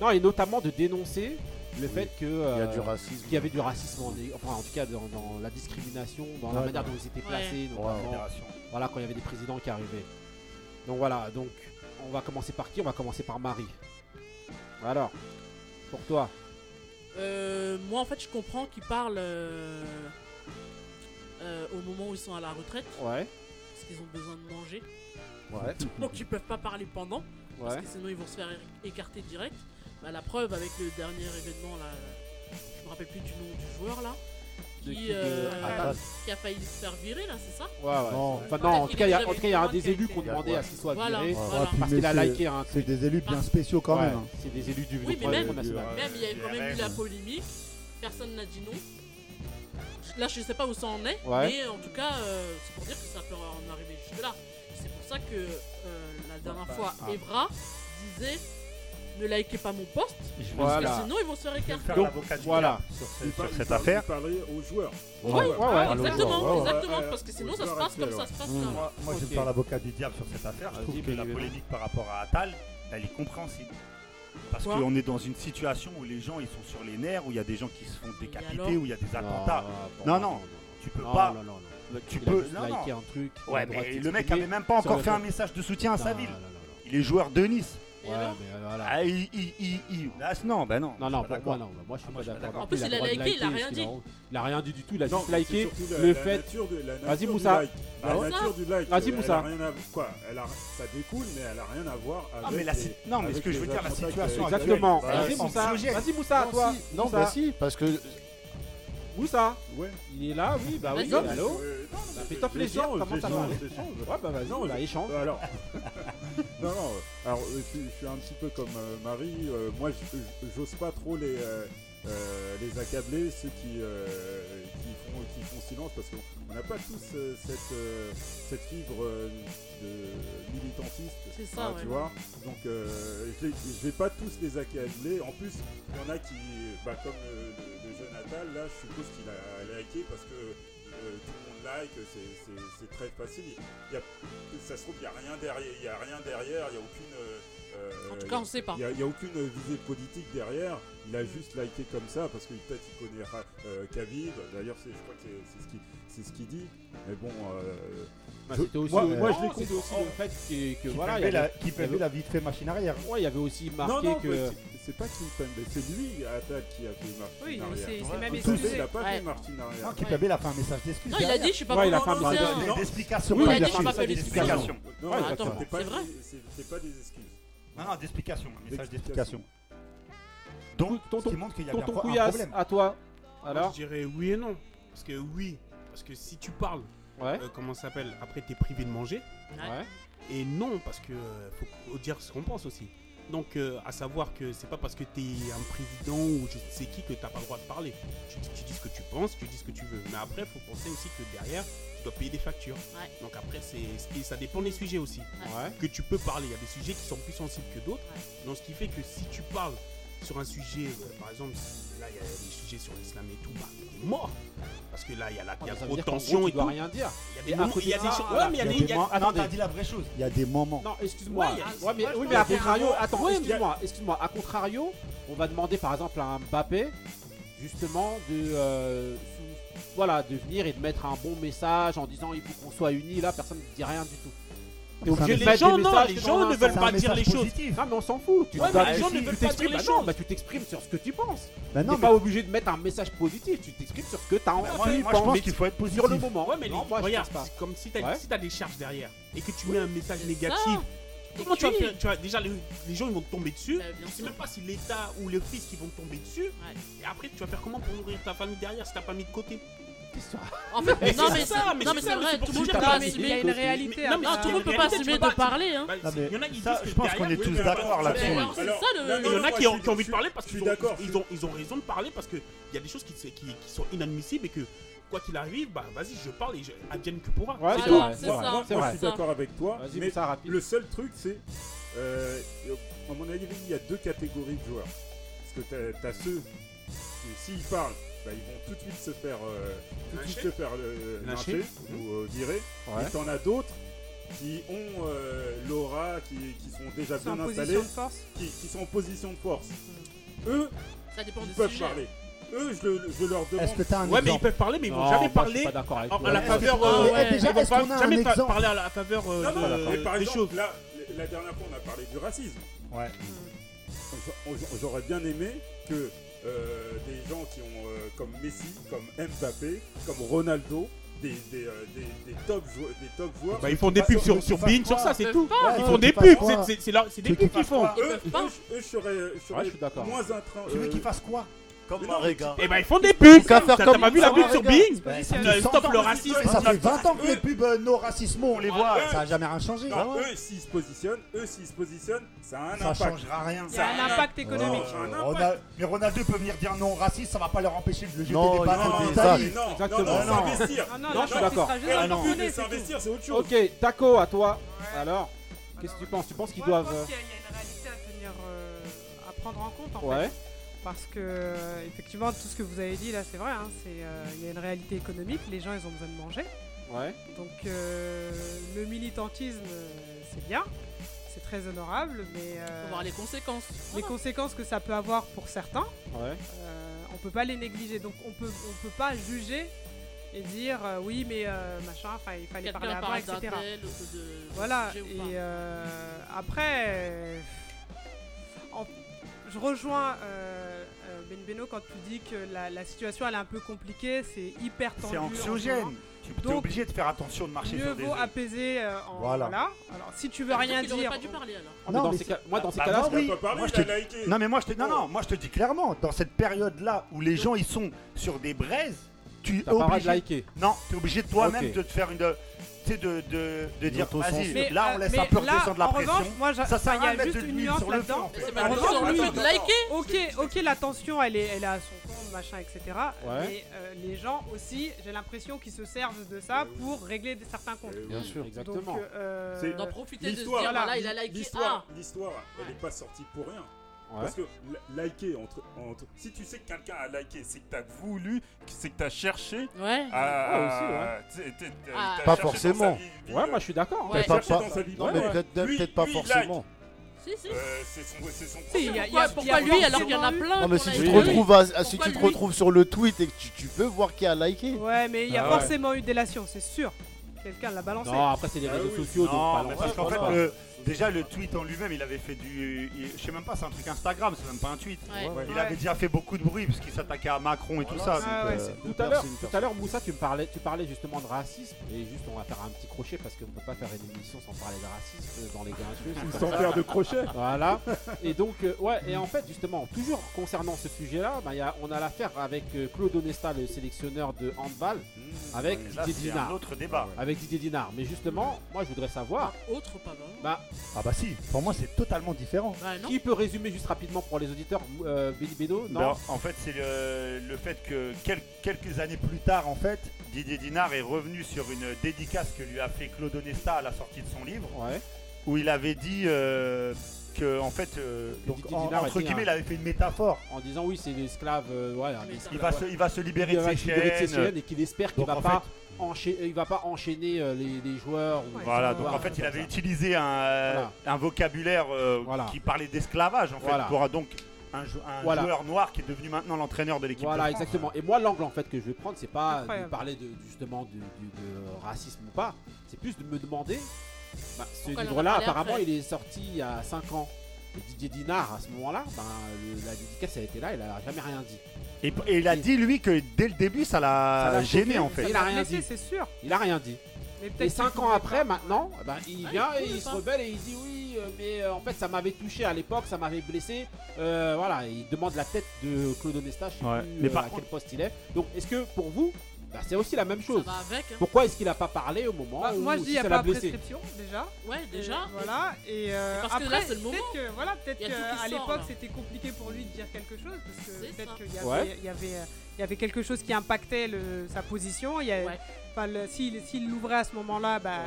Non, et notamment de dénoncer le fait que
Il y a
euh,
du racisme.
qu'il y avait du racisme, en, enfin en tout cas dans, dans la discrimination, dans la
Ouais,
manière
dans-
dont ils étaient
Ouais.
placés,
Ouais,
notamment.
génération.
Voilà, quand il y avait des présidents qui arrivaient. Donc voilà, donc on va commencer par qui On va commencer par Marie. Alors, pour toi,
Euh, moi, en fait, je comprends qu'ils parlent euh, euh, au moment où ils sont à la retraite.
Ouais.
Parce qu'ils ont besoin de manger.
Ouais.
Donc, ils peuvent pas parler pendant. Parce
Ouais.
que sinon, ils vont se faire é- écarter direct. Bah, la preuve avec le dernier événement, là, je me rappelle plus du nom du joueur, là.
De qui,
Qui,
de-
euh,
Attal.
qui a failli se faire virer, là, c'est ça
Ouais, ouais. Non.
c'est-
Enfin, non, en
il
tout cas, il y a-
avait
en tout cas, il y a un
une plainte
des élus
qui a
qu'on
été-
demandait à ce qu'il soit
Voilà,
viré.
voilà.
Ouais,
puis,
parce
mais
qu'il a
c'est-
liké un
C'est des élus bien spéciaux quand
Ouais,
même. hein.
C'est des élus du
Oui, mais
Front
même,
National.
même, il y avait quand même eu la polémique. Personne n'a dit non. Là, je sais pas où ça en est,
Ouais.
mais en tout cas, euh, c'est pour dire que ça peut en arriver jusque-là. C'est pour ça que euh, la dernière
bah,
fois,
ah.
Evra disait ne likez pas mon poste, parce
Voilà.
que sinon ils vont se faire écarter.
Donc, voilà.
Il parler aux joueurs.
Ouais,
Aux
ouais,
joueurs.
ouais,
Parler aux
exactement,
joueurs, ouais, ouais.
exactement,
Ouais,
parce que
ouais,
sinon
aux
ça se
joueurs
passe comme
actuels,
ça
ouais.
se passe
Mmh.
là.
Moi, moi, je vais
Ok.
faire l'avocat du diable sur cette affaire. Je trouve que la polémique par rapport à Attal, elle est compréhensible. Parce
Quoi
qu'on est dans une situation où les gens ils sont sur les nerfs, où il y a des gens qui se font décapiter,
alors
où il y a des attentats.
Ah, bon,
Non,
non,
non,
non,
tu peux
Non,
pas.
non, non, non.
Tu
Il a
peux.
juste
Non, non.
liké un truc, il a
Ouais,
le droit de
mais le
s'exprimer.
mec avait même pas
Ça
encore
aurait
fait un
fait-
message de soutien à sa
Non,
ville.
non, non,
Il est joueur de Nice.
Ouais, mais voilà.
Ah, il, il, il, il- Là, non, bah non.
Ah, Non, non,
je suis
pour
pas d'accord.
moi, non. Moi, je suis
Ah,
pas
je suis
d'accord.
d'accord.
En plus, il a
le droit de
liké, il a
liker,
rien
ce
dit.
qu'il Il a rien dit du tout. Il a
Non,
juste
c'est
liké
surtout la-
le
la
fait.
nature de- la
Vas-y,
nature du
Moussa. Ah
like. La nature du like.
Vas-y,
euh,
Moussa.
Elle a rien à quoi Elle a ça découle, mais elle a rien à voir avec.
Ah, mais la si-
les-
non, mais
avec
ce que je
les euh,
veux dire, la
attentats
situation
qui-
Exactement.
Voilà.
Vas-y,
Sans
Moussa.
sujet.
Vas-y, Moussa,
Non,
toi.
si.
Non,
Moussa.
bah si, parce que.
Moussa.
Ouais.
Il est là, oui, bah oui.
Vas-y.
Allô
Euh,
Bah,
non, mais
Fais top les gens,
j'échange,
commence à
j'échange,
parler.
j'échange.
Ouais, bah vas-y,
Non,
bah
je-
échange.
Alors. non, non, euh, alors euh, je, suis- je suis un petit peu comme euh, Marie. euh, moi, je- je- j'ose pas trop les, euh, euh, les accabler, ceux qui, euh, qui, font, qui font silence, parce qu'on n'a pas tous euh, cette, euh, cette fibre euh, de militantiste.
C'est ça,
hein,
ouais.
Tu vois Donc, euh, je les- je vais pas tous les accabler. En plus, il y en a qui, bah, comme le, le- le jeune Attal, là, je suppose qu'il a liké parce que euh, tout le monde like, c'est- c'est c'est très facile. Il y a- ça se trouve, il n'y a rien derrière, il y a rien derrière, il n'y a aucune. euh,
En tout cas, on
il-
sait pas.
Il n'y a, il y a aucune visée politique derrière. Il a juste liké comme ça parce que peut-être il connaît Ra- euh, Khabib. D'ailleurs, c'est- je crois que c'est- c'est ce qu'il c'est ce qu'il dit. Mais bon. euh,
Bah,
je-
c'était aussi-
moi,
euh,
moi, je
non,
l'ai
c'était
compris. hein.
aussi le fait que- que
Qui
voilà, il y
payait
avait-
la-
il y
Qui fait
avait-
la vie de fait machine arrière.
Ouais, il y avait aussi
Non,
marqué
non, mais
que.
c'est- c'est pas Kim Pembe, c'est lui, Attal, qui a fait Martin
Oui, il
arrière.
s'est- il s'est même
Tout
excusé.
seul, Il a pas
Ouais.
fait Martin arrière.
Non,
Kim
Kipabé, il a fait un message d'excuse.
Non, il a
derrière.
dit, je suis pas Ouais, il a fait un comment message- lancer un-
Des explications.
Oui,
quoi,
il a
il a
dit,
fait
je
un
m'appelle
message
explication.
d'explication.
Non,
Ouais,
attends,
exactement.
c'était pas,
C'est vrai.
c'est- c'était pas des excuses.
Non, non, d'explication. Un message d'explication.
D'explication.
Donc, ce qui montre qu'il y a bien
Tonton
pro- un
Couillasse,
problème.
à toi.
Alors
Alors
Ah, Je dirais oui et non. Parce que oui, parce que si tu parles, euh, comment ça s'appelle Après, t'es privé de manger.
Ouais.
Et non, parce que euh, faut dire ce qu'on pense aussi. Donc, euh, à savoir que c'est pas parce que t'es un président ou je ne sais qui que t'as pas le droit de parler. Tu, dis- tu dis ce que tu penses, tu dis ce que tu veux. Mais après, faut penser aussi que derrière, tu dois payer des factures. Donc après, c'est et ça dépend des sujets aussi. Que tu peux parler. Il y a des sujets qui sont plus sensibles que d'autres. Donc, ce qui fait que si tu parles sur un sujet, euh, par exemple, si- là, il y a des sujets sur l'islam et tout, bah, t'es mort. Parce que là, il y a, la, il y a
Ah, ça
trop de
veut dire qu'en
tension
gros, tu
et
dois
tout.
rien dire.
Il y a
Et
des
à
moments-
côté
il y a
de
des
ça,
choses- ouais, mais il y a
des
des- il y a-
Ah
moments-
attendez.
Attends, t'as dit la vraie chose. Il y a des moments.
Non, excuse-moi.
Ouais, il y a-
Ouais, mais,
moi, je
oui,
pense
mais à
qu'il y a un
contrario,
moment-
attends,
Oui, mais-
excuse-moi, excuse-moi. À contrario, on va demander par exemple à un Mbappé, justement, de euh, sous- voilà, de venir et de mettre un bon message en disant il faut qu'on soit unis. Là, personne ne dit rien du tout. T'es
C'est
obligé
un
de
message-
mettre
Les gens,
des
non,
messages
les
dans
gens
un
ne veulent
sens.
pas
C'est un
dire les
message
choses.
positif. Non, mais on s'en fout. Tu
Ouais,
te-
mais les gens
tu
ne veulent pas
t'exprimes-
dire les
bah non,
choses.
bah, tu t'exprimes sur ce que tu penses.
Bah non,
T'es
mais-
pas obligé de mettre un message positif. Tu t'exprimes sur ce que t'as envie. penser sur le moment.
Ouais, mais
Non,
les-
moi, je
regarde,
pense pas.
c'est comme si t'as
Ouais.
si t'as des charges derrière et que tu mets un message
ça.
négatif. Comment
Et
tu vas
puis-
faire tu vas- Déjà, les, les gens ils vont te tomber dessus.
Ben, bien
Je sais
sûr.
même pas si l'État ou le fisc ils vont te tomber dessus. Et après, tu vas faire comment pour nourrir ta famille derrière si t'as pas mis de côté
En fait,
Mais
non,
c'est
mais
ça,
c'est- non, mais
c'est
c'est
ça,
vrai,
c'est pour
tout
ça
le monde peut
que t'as
pas
mis de
assumer- il
côté.
y a une réalité hein.
Non, mais
à
tout le
ça.
monde peut
Il y a
pas
une
assumer
réalité,
de
tu peux pas
parler. hein.
parler,
Non, mais
Il y en a qui
ça,
disent
je
que
pense
derrière,
qu'on est
oui,
tous
mais
d'accord
alors,
là-dessus.
mais alors, c'est
Alors,
ça, le-
non,
Il y en
non,
a
moi,
qui
je
ont
suis-
qui ont envie de
je
parler
suis-
parce
je suis
qu'ils ont-
d'accord,
ils ont- ils ont raison de parler parce qu'il y a des choses qui se- qui qui sont inadmissibles et que quoi qu'il arrive, bah vas-y, je parle et je- advienne que pourra.
Ouais,
C'est
c'est
tout.
vrai, c'est vrai. Moi, moi, je suis d'accord avec toi.
Vas-y,
Mais
ça,
le seul truc, c'est. euh, à mon avis, il y a deux catégories de joueurs. Parce que t'as- t'as ceux qui, s'ils parlent, bah, ils vont tout de suite se faire. euh, tout de
Lyncher.
suite se faire euh,
Lyncher.
lyncher ou euh, virer.
Ouais.
Et t'en as d'autres qui ont euh, l'aura, qui, qui sont déjà
Qui sont
bien
en position
installés,
de force. Mm.
Qui, qui sont en position de force. Eux,
Ça dépend
ils
du
peuvent
sujet.
parler. Eux, je, le- je leur demande.
Est-ce que t'as un
Ouais, mais ils peuvent parler, mais ils vont jamais parler en- à la faveur. euh, ouais, ils vont pas- jamais fa- parler à la faveur euh,
Non, non,
de-
mais par
des
exemple,
choses.
là, la dernière fois, on a parlé du racisme.
Ouais.
J'a- J'aurais bien aimé que euh, des gens qui ont euh, comme Messi, comme Mbappé, comme Ronaldo, des, des, euh, des- des top, jou- des top joueurs.
Bah, ils font des pubs sur, sur Bean, sur ça, c'est tout. Ils font des pubs, c'est- c'est- c'est leur- c'est des pubs qu'ils hein. font.
Eux, eux, je- eux, je serais, je serais
Ouais, je suis d'accord.
moins intrain.
Tu veux qu'ils
fassent quoi
Comme
Maréga. Eh ben, ils font des pubs.
Qu'à faire
T'as
comme
t'as pas vu la pub
Maréga.
sur Bean
Bah,
Ouais, ça fait
Euh,
100
Stop
ans
le
que-
racisme.
Ça fait 20 ans que les pubs euh, No Racismo, on les voit, ça a jamais rien changé.
Ah
Non, Eux, s'ils se positionnent, eux, s'ils se positionnent, ça a un
Ça
impact.
changera rien.
Ça a
Euh,
un impact.
Ronald- Mais Ronaldo peut venir dire non raciste, ça va pas leur empêcher de le jeter
Non,
des
non,
bananes en
non,
Italie.
non, non, Exactement. non, non, s'investir.
Ah
Ah
non,
non,
Non, je suis d'accord. Ah non.
S'investir, c'est autre chose.
Ok, Taco, à toi. Alors, qu'est-ce que tu penses Tu penses qu'ils
Moi, je
doivent.
pense qu'il
euh,
y, a- il y a une réalité à tenir, euh, à prendre en compte en
Ouais.
fait. Parce que euh, effectivement tout ce que vous avez dit là c'est vrai, hein, c'est euh, il y a une réalité économique, les gens ils ont besoin de manger.
Ouais.
Donc euh, le militantisme euh, c'est bien, c'est très honorable, mais euh,
Faut voir les conséquences.
les
Voilà.
conséquences que ça peut avoir pour certains,
Ouais.
euh, on peut pas les négliger. Donc on peut on peut pas juger et dire euh, oui mais euh, machin, enfin, il fallait
Quelqu'un
parler avant,
parle
etc.
d'un tel, de- de-
voilà.
de sujet ou
et
pas.
euh, après, euh, en- je rejoins euh, euh, Benbeno quand tu dis que la, la situation elle est un peu compliquée, c'est hyper tendu.
C'est
en ce moment.
anxiogène. Tu es
Donc,
obligé de faire attention de marcher
Mieux
sur des
vaut
œufs.
apaiser euh, en
Voilà.
voilà. Alors si tu veux
Ça veut
rien
dire qu'il aurait
dire,
pas dû parler, alors.
Ah, mais dans ces
c'est-
cas- moi, dans ces
bah,
cas-là,
moi,
c'est-
oui.
Il a pas parlé,
Moi, je
il
te-
a liké.
Non, mais moi, je te... non, non, moi, je te dis clairement, dans cette période-là où les gens ils sont sur des braises, tu es
T'as pas le droit de
obligé.
liker.
Non, tu es obligé toi-même
Ok.
de te faire une. de- Tu sais, de, de, de dire,
L'autocensure.
vas-y,
Mais,
là,
euh,
on laisse
mais
un peu
là,
redescendre la
en
pression.
revanche, moi, j'a-
ça sert à
enfin, il y a
rien de mettre de
juste une
l'huile
nuance
sur le feu.
là-dedans.
en fait.
En revanche, Ok, ok, la tension, elle est, elle est à son compte, machin, etc.
Ouais.
Mais euh, les gens aussi, j'ai l'impression qu'ils se servent de ça pour régler des- certains comptes.
oui. Bien sûr.
Donc,
Exactement.
euh,
C'est- L'histoire-
voilà.
L'histoire, l'histoire, elle n'est pas sortie pour rien.
Ouais.
Parce que li- liker, entre, entre, si tu sais que quelqu'un a liké, c'est que t'as voulu, que- c'est que t'as cherché.
Ouais.
À,
Ouais,
t'sais, Ah, t'es- t'as-
Ah.
Pas
t'as cherché dans
forcément.
sa vie- vie,
Ouais,
euh,
moi, je suis d'accord.
t'as
Peut-être
cherché
pas-
dans sa vie
non, mais
privée.
peut-être- peut-être-
Ah Lui-
peut-être pas
lui, il like.
forcément.
Si, si.
Euh, c'est son, c'est son
Si,
problème.
il y a- il y a- Pourquoi- il y a pourquoi lui, alors qu'il y en a forcément plein
eu
Non,
Non,
mais
mais
si
si qu'on
tu te
a
retrouves.
eu.
retrouves à- à- si
Pourquoi
tu te
lui
retrouves sur le tweet et que tu, tu peux voir qui a liké.
Ouais, mais il y a
Ah ouais.
forcément eu délation, c'est sûr. Quelqu'un l'a balancé.
Non, après, c'est les
Bah
réseaux sociaux, donc
Ah Non,
pas
mais
l'enfer,
parce qu'en
je
fait,
pense
euh,
pas.
le- déjà le tweet en lui-même, il avait fait du. il- Je sais même pas, c'est un truc Instagram, c'est même pas un tweet.
Ouais. Ouais.
Il
Ouais.
avait déjà fait beaucoup de bruit parce qu'il s'attaquait à Macron et tout ça.
Ah
donc, euh,
tout à l'heure, tout à l'heure, Moussa, tu me parlais, tu parlais justement de racisme et juste on va faire un petit crochet parce qu'on peut pas faire une émission sans parler de racisme euh, dans les grincheux. c'est
Sans
comme ça.
faire de crochet.
Voilà. Et donc euh, ouais, et en fait justement, toujours concernant ce sujet-là, bah, il y a- on a l'affaire avec euh, Claude Onesta, le sélectionneur de handball, avec
Hmm, ouais, là,
Didier
c'est un
Dinard.
autre débat.
Avec Didier Dinard. Mais justement, moi je voudrais savoir.
Autre hein. pas mal.
Bah,
Ah bah si, pour moi, c'est totalement différent.
qui peut résumer juste rapidement pour les auditeurs euh, Benny Beno Non.
Ben, en fait, c'est le, Euh, le fait que quel- quelques années plus tard, en fait, Didier Dinard est revenu sur une dédicace que lui a fait Claude Onesta à la sortie de son livre, où il avait dit euh, que, en fait, euh,
Donc,
Didier
en-
Dinard, entre guillemets, il avait fait une métaphore.
En disant oui, c'est l'esclave. euh, ouais, un
Il
esclave,
va,
ouais.
se, il va se libérer
Il
de
va
ses
se libérer de ses
chaînes.
chaînes et qu'il espère qu'il
Donc,
va
en
pas enchaîner, il va pas enchaîner euh, les, les joueurs. ou-
Voilà, donc
Voilà,
en fait, il
comme
avait
ça.
utilisé un, un vocabulaire euh, qui parlait d'esclavage, en fait,
Voilà.
pour euh, donc
un, jou- un
Voilà.
joueur noir qui est devenu maintenant l'entraîneur de l'équipe.
Voilà,
de France.
exactement. Et moi, l'angle en fait que je vais prendre, c'est pas Ah, de
Incroyable.
parler de, justement de, de- de racisme ou pas, c'est plus de me demander. bah, ce
Pourquoi
livre-là,
l'en parler
apparemment,
après
il est sorti il y a 5 ans. Et Didier Dinard, à ce moment-là, ben, le- la dédicace, elle était là, il a jamais rien dit.
Et, et il a dit lui que dès le début ça
Ça
l'a
l'a
gêné
choqué,
en fait.
Il a rien
Mais si,
dit.
c'est sûr.
Il a rien dit.
Mais peut-être
Et 5
qu'il
ans après, maintenant, ben, il
Ah,
vient
il
et
pouvait
il se
pas.
rebelle et il dit oui, euh, mais euh, en fait, ça m'avait touché à l'époque, ça m'avait blessé. Euh, voilà, il demande la tête de Claude Onesta, je sais
Ouais.
plus
Mais
euh,
par
à quel
contre-
poste il est. Donc, est-ce que pour vous, ben, c'est aussi la même chose
va avec, hein.
Pourquoi est-ce qu'il a pas parlé au moment
Bah,
où
moi je dis il
si
n'y a
ça
pas
l'a
de
blessé
prescription déjà.
Ouais, déjà.
Et voilà. Et euh,
Parce que
après,
là, c'est le moment.
Peut-être que, voilà, peut-être
Il y a tout qui
qu'à
sort,
l'époque
là.
c'était compliqué pour lui de dire quelque chose parce que peut-être qu'il y, avait-
Ouais.
il y avait euh, il y avait quelque chose qui impactait le- sa position. Il y a- enfin, le- s'il s'il l'ouvrait à ce moment-là, bah,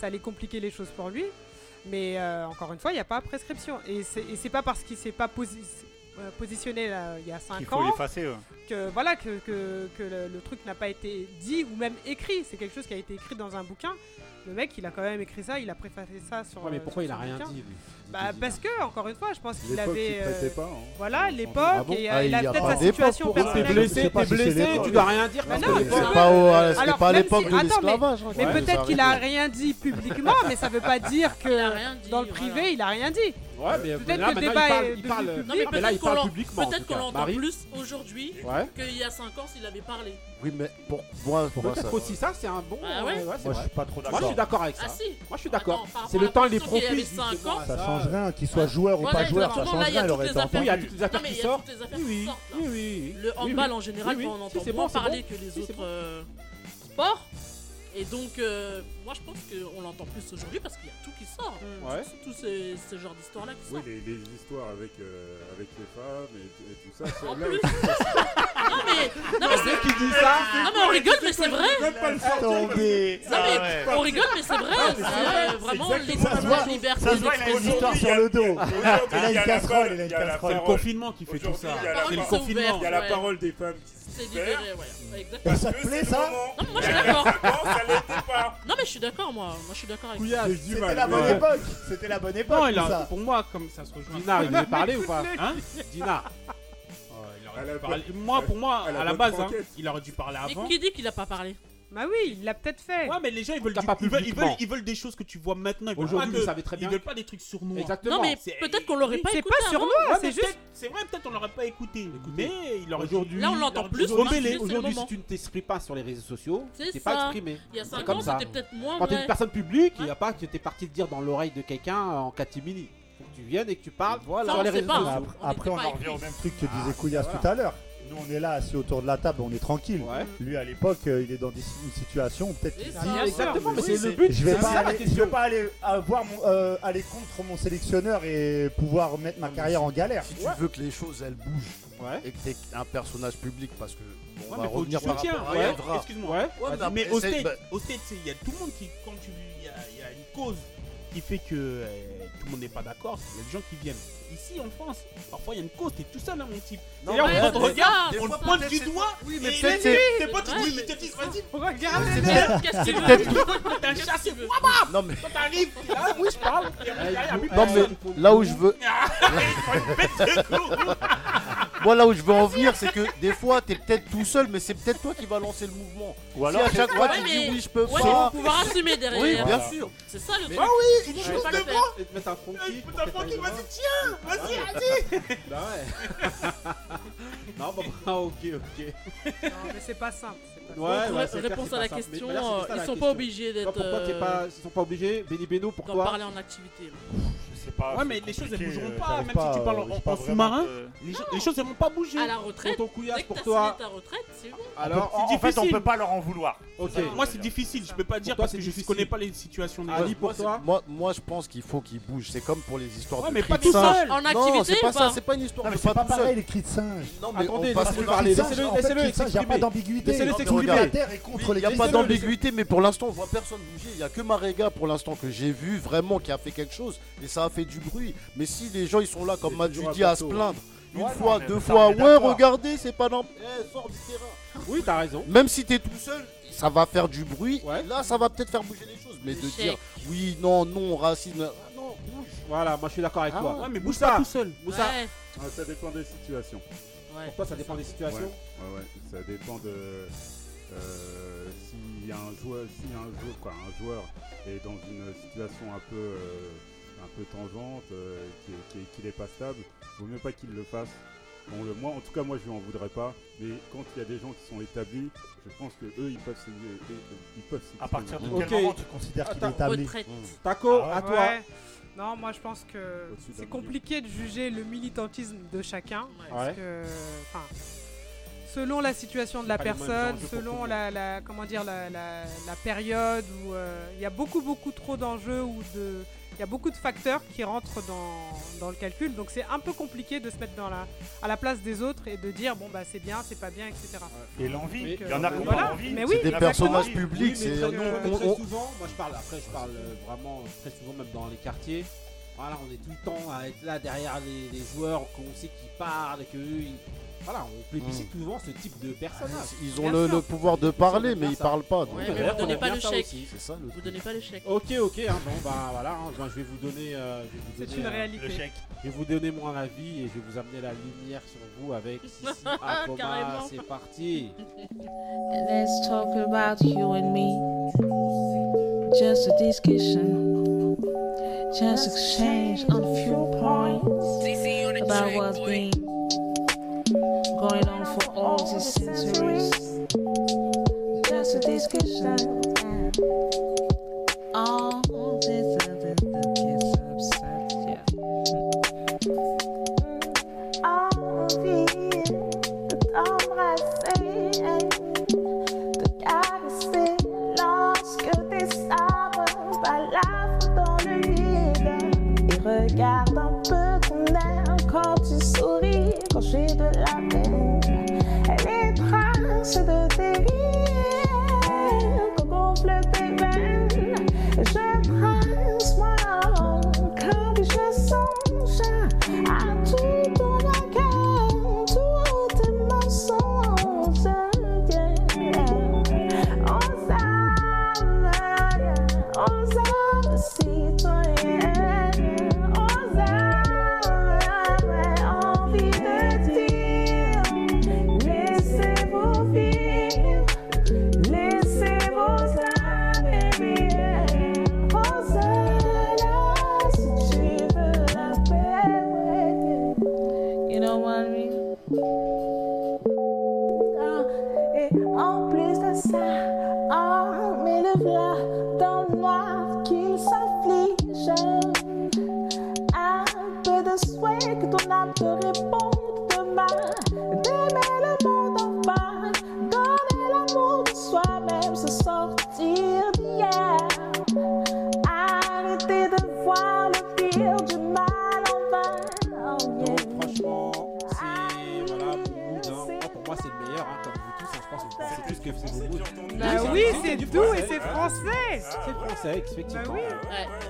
ça allait compliquer les choses pour lui. Mais euh, encore une fois, il n'y a pas de prescription. Et c'est et c'est pas parce qu'il s'est pas posi- euh, positionné là, il y a 5 ans
Qu'il faut l'effacer, ouais.
que voilà que, que- que le, le truc n'a pas été dit ou même écrit. C'est quelque chose qui a été écrit dans un bouquin. Le mec, il a quand même écrit ça, il a préfacé ça sur.
Ouais, mais
euh,
pourquoi
sur
il a
son
rien
bouquin.
dit, lui
Bah parce que encore une fois, je pense qu'il
L'époque,
avait.
il prêtait
euh,
pas, hein.
Voilà l'époque
Ah bon
et
Ah,
euh, il a
il y a
peut-être
pas
sa
d'époque
situation
pour ça.
personnelle.
T'es blessé, Je sais pas t'es si c'est blessé, l'époque. tu dois rien dire
Bah
parce
non,
que
mais
c'est
ça-
pas au-
Alors,
c'était pas à
même
l'époque
si- attends,
de
mais-
l'esclavage, hein,
Mais
quand même, ça
peut-être qu'il a
arrive.
rien dit publiquement, mais ça veut pas dire que dans le privé il a rien dit.
Ouais, mais
peut-être
là,
que le
maintenant, il
débat
parle-
est
il
devenu
parle-
public.
Non, mais
peut-être
là, il
qu'on
parle
l'en-
publiquement, en
peut-être
tout
qu'on
cas.
l'entend
Marie
plus aujourd'hui
Ouais.
qu'il y a 5 ans s'il avait parlé.
Oui, mais pour moi, pour moi,
Peut-être
ça-
aussi ça, c'est un bon.
Bah
euh,
Ah ouais
c'est
Moi, je
vrai.
suis pas trop
Moi, je suis
d'accord.
d'accord avec ça.
Ah si.
Moi, je suis d'accord.
Attends, par
C'est
rapport
le
à
temps, il est
la personne qui
propice.
avait cinq
justement,
ans,
à
ça
change rien, qu'il soit joueur ou
Voilà,
pas joueur, ça
exactement,
change
là, il y a
rien, il
toutes
aurait
les
été entendu.
affaires. Oui, il y a toutes les affaires
Non, mais
qui
il y a
sortent.
toutes
les affaires
oui,
qui
oui,
sortent, là.
oui, oui,
Le
oui,
handball
oui.
en général,
Oui,
quand
oui.
on
Si,
entend
c'est
moins
bon, c'est
parler
bon.
que les
Si, c'est
autres
bon.
euh, sports. Et donc, euh, moi je pense qu'on l'entend plus aujourd'hui parce qu'il y a tout qui sort.
Mm.
Ouais.
Tout, tout ce, ce genre d'histoire là qui
Oui,
sort.
les, les histoires avec, euh, avec les femmes et, et tout ça. c'est-
En
là
plus.
aussi, ça-
Non, mais- non, mais c'est-
qui dit ça
Non, mais on rigole, mais c'est vrai.
Je peux pas le sortir.
Attendez.
Non, mais on rigole, mais c'est vrai.
Ah, mais
C'est,
c'est vrai,
euh,
c'est
vraiment
exactement ça.
l'expression
Ça se voit,
de liberté
ça se voit, il a une
d'expression.
histoire sur
hein.
le dos.
Aujourd'hui,
Il a
il y
une
a la
casserole, il a une
il y a la
casserole.
parole. confinement qui fait tout ça.
il y a la
C'est le
parole.
confinement.
Il y a la parole des femmes qui se
C'est
libèrent.
libéré, ouais. Exactement.
Bah,
Et ça te plaît ça
Non, mais moi je suis d'accord. Non, mais je suis d'accord, moi. Moi je suis d'accord avec toi.
C'était la bonne époque. C'était la bonne époque.
Non, il
tout
a-
ça.
pour moi, comme ça se rejoint.
Dinard, il
devait parler ou pas
Hein
Dinard.
Oh, il aurait dû parler. Moi, pour moi, à
elle
la
a bonne
base, hein,
franquette.
il aurait dû parler
Mais
avant.
qui dit qu'il a pas parlé
Bah oui, il l'a peut-être fait.
Ouais, mais les gens ils veulent, du- ils, veulent, ils, veulent, ils veulent des choses que tu vois maintenant. Ils veulent
Aujourd'hui,
pas
vous
que-
savez très bien.
Ils veulent pas des trucs sournois.
Exactement. Non, mais
C'est-
peut-être qu'on l'aurait
oui.
pas C'est écouté pas avant. sournois,
Ouais,
c'est
mais
juste-
peut-être- C'est vrai, peut-être on l'aurait pas écouté. Mais il aurait dû-
aujourd'hui.
Là, on l'entend
il aurait
plus,
dû
on
se
l'entend
rebeller.
plus, c'est le
Aujourd'hui, si
moment.
tu ne t'exprimes pas sur les réseaux sociaux,
C'est
t'es
ça.
pas exprimé.
Il y a
C'est
cinq ans,
comme ça.
c'était peut-être moins
Quand t'es
vrai.
une personne publique, il n'y a pas que t'es parti dire dans l'oreille de quelqu'un en catimini. Faut que tu viennes et que tu parles Ah, sur les réseaux
Après-
sociaux.
Après, on en revient au même truc que disait Couillasse tout à l'heure. Nous, on est là, assis autour de la table, on est tranquille. Lui, à l'époque, euh, il est dans des si- une situation où peut-être. qu'il
ça,
se dit,
bien Exactement,
oui,
mais c'est le but,
Je vais
c'est
pas
ça la
aller, je vais pas aller, euh, voir mon- euh, aller contre mon sélectionneur et pouvoir mettre ma carrière en galère.
Si tu veux que les choses elles bougent et que t'es un personnage public parce que bon, on
Ouais,
va
mais faut
revenir
du
par
soutien,
rapport à
ouais.
Evra.
Excuse-moi. Ouais,
Vas-y.
mais
Essaye-
au States,
bah,
au States, il y a tout le monde qui, quand tu, il y, a- il y a une cause qui fait que euh, tout le monde n'est pas d'accord. Il y a des gens qui viennent. Ici en France, parfois il y a une cause, t'es tout seul là mon type.
Non,
Et là,
mais
on te
des fois,
regarde,
des
on
fois,
le pointe du
peut-être
doigt,
c'est- Oui, mais
et
peut-être
tes-
c'est-
tes potes ils
Ouais,
disent,
mais
mais t'es fils, vas-y,
regardez
bien.
qu'est-ce
C'est
qu'il
peut-être-
veut T'as un chassé,
Non, mais-
Quand t'arrives, t'es là, oui je parle, et derrière, plus
Non,
personne. Ah,
mais là où je veux. Moi, là où je veux en venir, c'est que des fois, t'es peut-être tout seul, mais c'est peut-être toi qui va lancer le mouvement. Ou alors, à chaque fois, tu dis oui, je peux
ouais,
pas.
mais faut pouvoir assumer derrière.
Oui, bien sûr.
C'est ça le
Mais-
truc.
Ah
oui,
il
il
est
est
juste
devant.
Et te mettre un front kick.
T'as Francky, vas-y, tiens, vas-y,
Ah
vas-y.
Bah ouais. non, bon, ah, ok, ok.
Non, mais c'est pas simple. c'est pas
Ouais,
simple.
ouais, c'est clair,
réponse
c'est
à la
pas simple.
question,
Mais- mais là, c'est
euh,
ça, la
ils sont pas
question.
obligés d'être,
Toi, Pour toi, t'es
euh,
pas, ils sont pas obligés. Benny Beno, pour
D'en
toi.
parler en activité.
Je sais pas.
Ouais, mais les choses elles
compliqué,
bougeront
euh,
pas,
j'arrive
même
pas,
si tu
euh,
parles en-
j'arrive
en
pas vraiment
sous-marin,
de-
les gens- les choses elles vont pas bouger.
À la retraite,
Tonton
dès
Couillasse,
que
pour
t'as
toi.
signé ta retraite, c'est bon.
Alors,
en- en fait, on peut pas leur en
vouloir.
Ok.
Moi, c'est difficile. Je peux pas dire parce que je connais pas les situations des gens.
Moi, c'est- moi, moi, je pense qu'il faut qu'il bouge. C'est comme pour les histoires
Ouais,
de
mais pas
cris de
tout
singe.
seul. En
Non,
activité
c'est
ou
pas
pas
ça. C'est pas une histoire.
Non,
de
mais c'est
pas
pas
tout
pareil,
seul.
les cris de singe. Ah,
Non, mais
Attendez,
on passe
laissez-le
au large.
parler, Cris de laissez-le- singe, en fait, laissez-le cris de singe, y a pas
exprimer.
d'ambiguïté.
Laissez-le
Non, mais
s'exprimer.
regarde. La terre est contre
Oui,
les
Il n'y a pas
laissez-le,
d'ambiguïté, mais pour l'instant, on voit personne bouger. Il n'y a que Maréga pour l'instant que j'ai vu vraiment qui a fait quelque chose et ça a fait du bruit. Mais si les gens ils sont là, comme Mathieu
toujours
dit,
à
à se
plateau.
plaindre une
Ouais, non,
fois,
mais
deux
ça,
fois,
on est
ouais,
d'accord.
regardez, c'est pas normal. Eh, sors du terrain.
Oui, t'as raison.
Même si t'es tout seul, ça va faire du bruit. Là, ça va peut-être faire bouger les choses. Mais de
chèque.
dire oui, non, non, racisme. ah, non.
Bouge. Voilà, moi je suis d'accord avec
Ah
toi.
ouais. Ouais, mais bouge
Moussa,
pas tout seul.
Moussa.
Ouais. Ah, ça dépend des situations.
Pourquoi ça dépend des situations
Ouais, ouais, ouais. Ça dépend de euh, si un joueur, si un joueur, quoi, un joueur est dans une situation un peu, euh, un peu tangente, euh, qui est- qui est- qu'il n'est pas stable, vaut mieux pas qu'il le fasse. Bon, le- moi, en tout cas, moi, je lui en voudrais pas. Mais quand il y a des gens qui sont établis, je pense que eux, ils peuvent. s'y- euh, Ils peuvent s'y-
À partir de
Ok.
quel moment tu considères qu'il est établi
Taco,
Ah ouais.
à toi.
Ouais. Non, moi je pense que
Au-dessus d'un
c'est
milieu.
compliqué de juger le militantisme de chacun. Parce
Ouais.
que, enfin, selon la situation de la
pas les mêmes
personne,
enjeux pour tout le
selon
monde.
la, la- comment dire, la, la- la période où euh, il y a beaucoup, beaucoup trop d'enjeux ou de. Il y a beaucoup de facteurs qui rentrent dans, dans le calcul, donc c'est un peu compliqué de se mettre dans la, à la place des autres et de dire bon bah c'est bien, c'est pas bien, etc.
Et l'envie.
Donc,
Il y en a
euh,
qui ont
voilà.
l'envie.
Mais
C'est
oui,
des
exactement.
personnages
Oui,
publics,
mais
c'est-
très,
nous,
très
on- on-
souvent, moi je parle, après je parle euh, vraiment très souvent même dans les quartiers. Voilà, on est tout le temps à être là derrière les, les joueurs qu'on sait qu'ils parlent et que eux, ils- voilà, on plébiscite souvent ce type de personnage.
Hmm. Ils ont le, le pouvoir de parler, mais ils parlent pas. donc,
Ouais,
euh,
mais vous donnez
pas le chèque.
C'est ça le
Vous donnez pas le chèque.
Ok, ok, hein, bon, bah voilà, hein, ben, je vais vous donner. euh, je vais vous
C'est
donner,
une
euh,
réalité. Le chèque.
Je vais vous donner mon avis et je vais vous amener la lumière sur vous avec Sissi Akoma.
Carrément.
C'est parti.
Let's talk about you and me. Just a discussion. Just exchange on a few points about what's been going on for all these centuries. Just a discussion. All this other kids upset, yeah. Envie de t'embrasser. caresser lorsque tes sabres balafrent dans le vide. Et regarde un peu ton air quand tu souris, quand j'ai de la peine. Les traces de tes rires qu'on gonfle tes veines. Je brasse moi comme je songe à tout ton accueil, tous tes mensonges. Yeah. On s'aime, on s'aime, citoyenne. On s'aime, envie de dire, laissez-vous vivre. Laissez vos âmes et Rose là si tu veux la paix. ouais. You know what I mean? Ah, Et en plus de ça, oh, mais le voilà dans le noir qu'il s'afflige. Un peu de souhait que ton âme te réponde demain. D'aimer le monde enfin, donner l'amour de soi-même, se sortir d'hier. Arrêter de voir le pire du mal en vain. Oh, yeah.
Franchement, c'est. Voilà, Moumoud, hein. Moi, pour moi, c'est le meilleur, hein, comme vous tous. hein, je pense que vous pensez tous que c'est Moumoud.
Bah
Oui,
oui,
c'est-
c'est
du
doux et c'est Bah
français. hein. C'est français, effectivement.
oui.
Ouais,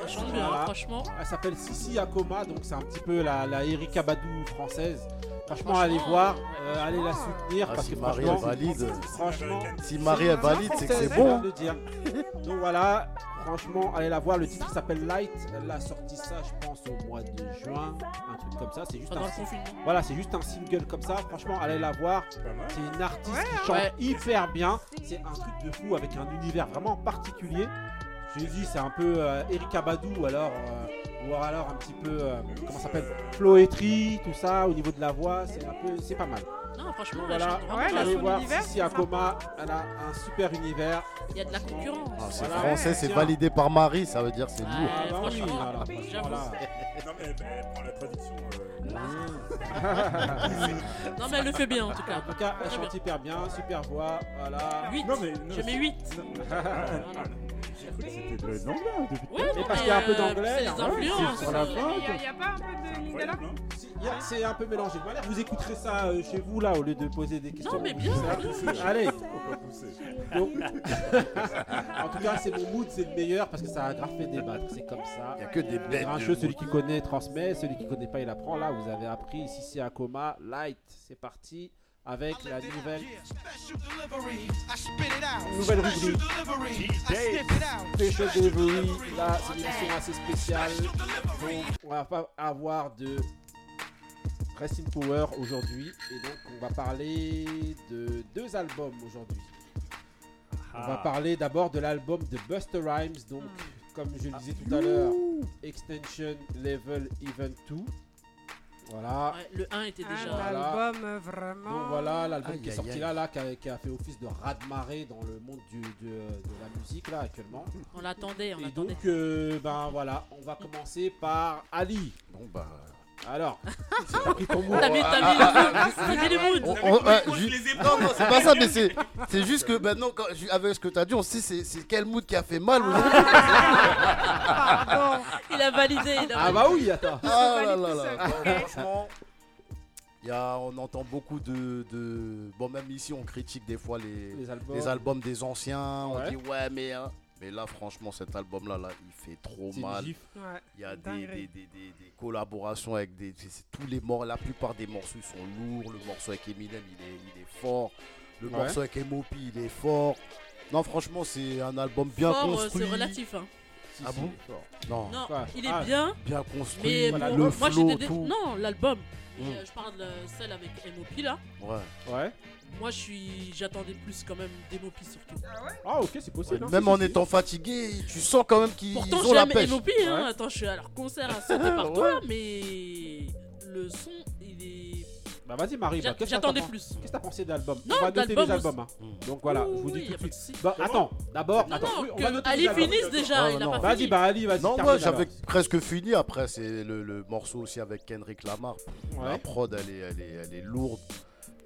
elle chante bien,
hein,
Voilà.
franchement.
Elle s'appelle Sissi Akoma, donc c'est un petit peu la, la Erika Badou française. Franchement,
Franchement,
allez voir,
ouais,
euh, allez la soutenir
Ah,
parce
si
que
Marie,
franchement,
elle valide.
franchement,
Si Marie, elle valide, c'est que c'est
française,
bon.
je viens de le dire. Donc voilà, franchement, allez la voir. Le titre il s'appelle Light. Elle a sorti ça, je pense, au mois de juin, un truc comme ça. C'est juste
Pendant
un
le
sing-
confinement.
voilà, c'est juste un single comme ça. Franchement, allez la voir. C'est une artiste qui chante hyper bien. C'est un truc de fou avec un univers vraiment particulier. Je l'ai dit, c'est un peu euh, Erika Badou ou alors, euh, ou alors un petit peu euh, comment ça s'appelle Floétrie, tout ça au niveau de la voix, c'est un peu, c'est pas mal.
Non, franchement,
Donc
elle
voilà,
chante vraiment bien.
allez
Son
voir
univers,
Sissi
c'est
Akoma, elle a un super univers.
Il y a de la concurrence.
Ah, c'est
Voilà.
français, c'est
Tiens. bah
validé par Marie, ça veut dire c'est
Ah,
lourd.
ouais, franchement,
voilà,
j'avoue.
Non, mais elle- elle prend la traduction. euh.
Non, mais elle le fait bien, en tout cas.
En tout cas, elle
Très
chante
bien.
hyper bien, super voix, voilà.
Huit.
Non,
mais- non, Je mets c'est- huit. non, non, non, non.
J'ai cru que c'était de l'anglais depuis tout à
Ouais,
l'heure.
mais parce qu'il y a un peu d'anglais,
c'est
il y a
les
un peu de-
influences.
sur la
Il
fin,
y a- il y a-
donc-
il y a
pas un peu de
Si, il y a- C'est un peu mélangé de manière. Vous écouterez ça euh, chez vous là au lieu de poser des questions.
mais
Vous
bien,
pousserez.
bien.
Allez.
Faut pas pousser.
Donc- en tout cas, c'est mon mood, c'est le meilleur parce que ça a grave fait débattre. C'est comme ça.
Il y a que des
Le
bêtes de
Grincheux, celui
mood.
qui connaît transmet, celui qui connaît pas il apprend. Là, vous avez appris. Ici, c'est Akoma Light. C'est parti. avec la nouvelle
Nouvelle
Nouvelle
rubrique.
rubrique. Special Delivery. Là, c'est une émission assez spéciale. Donc, on va pas avoir de Rest in Power aujourd'hui. Et donc, on va parler de deux albums aujourd'hui. On
Ah.
va parler d'abord de l'album de Buster Rhymes. Donc, comme je le disais tout à l'heure, Extension Level Event 2. Voilà.
le 1 était
Un
déjà.
album euh, vraiment.
Donc voilà l'album
Aïe,
qui est
aïe,
sorti
aïe.
là, là qui, a, qui a fait office de raz-de-marée dans le monde du- de, de la musique là actuellement.
On l'attendait, on
Et
l'attendait.
donc euh, ben voilà, on va commencer par Ali. Bon bah alors. T'as mis,
T'as mis- t'as
Ah,
mis le mood, t'as mis le mood.
On-
T'as
on-
mis le
ouais,
mood,
ju-
les épaules.
Non, non, c'est pas ça, mais c'est, c'est juste que maintenant, quand, ju- avec ce que t'as dit, on sait c'est, c'est quel mood qui a fait mal aujourd'hui.
Il a validé. il a validé.
Ah bah oui, attends.
Il se
Ah
valide
là
tout
là
seul.
là. Ouais, franchement. Il y a- on entend beaucoup de, de- Bon, même ici, on critique des fois les,
Les albums.
des anciens.
Ouais.
On dit, ouais, mais. hein. Mais là, franchement, cet album-là, là, il fait trop
C'est une
mal.
gifle.
Il
Ouais,
y a des,
dinguerie.
des- des- des- des collaborations avec des, c'est- c'est tous les morts. La plupart des morceaux ils sont lourds. Le morceau avec Eminem, il est, il est fort. Le
Ouais.
morceau avec M.O.P., il est fort. Non, franchement, c'est un album bien
Fort, euh,
construit.
C'est relatif. Hein.
Ah bon Non.
Non,
Quoi
il est
Ah,
bien.
Bien construit.
Mais
voilà,
bon,
le
moi,
flow,
j'étais dé-
tout.
Non, l'album.
Mm.
Et, euh, Je parle de celle avec M.O.P. là.
Ouais.
Ouais.
Moi, je suis, j'attendais plus quand même d'M.O.P. surtout.
Ah ok, c'est possible. hein,
Même
si,
en
si, si.
étant fatigué, tu sens quand même qu'ils
Pourtant,
ont la
j'aime
pêche.
M.O.P. Hein.
Ouais.
Attends, je suis à leur concert hein, à sauter partout,
Ouais.
là, mais le son, il est.
Bah vas-y Marie, bah,
J'a-
qu'est-ce que
j'attendais
t'as-
plus.
Qu'est-ce que t'as pensé de l'album
Non,
On va noter
d'album
les albums.
aussi.
hein. Donc voilà, je vous
oui,
dis
y a
tout de
pas
suite. Bah, attends, d'abord, attends.
non,
Oui, on
que
va noter
Ali
les albums.
finisse déjà, il a pas
Vas-y,
fini.
bah Ali, vas-y.
Oh, Non, moi
termine
j'avais
alors.
presque fini. Après, c'est le, le morceau aussi avec Kendrick Lamar.
Ouais.
La prod, elle est, elle, est, elle est lourde.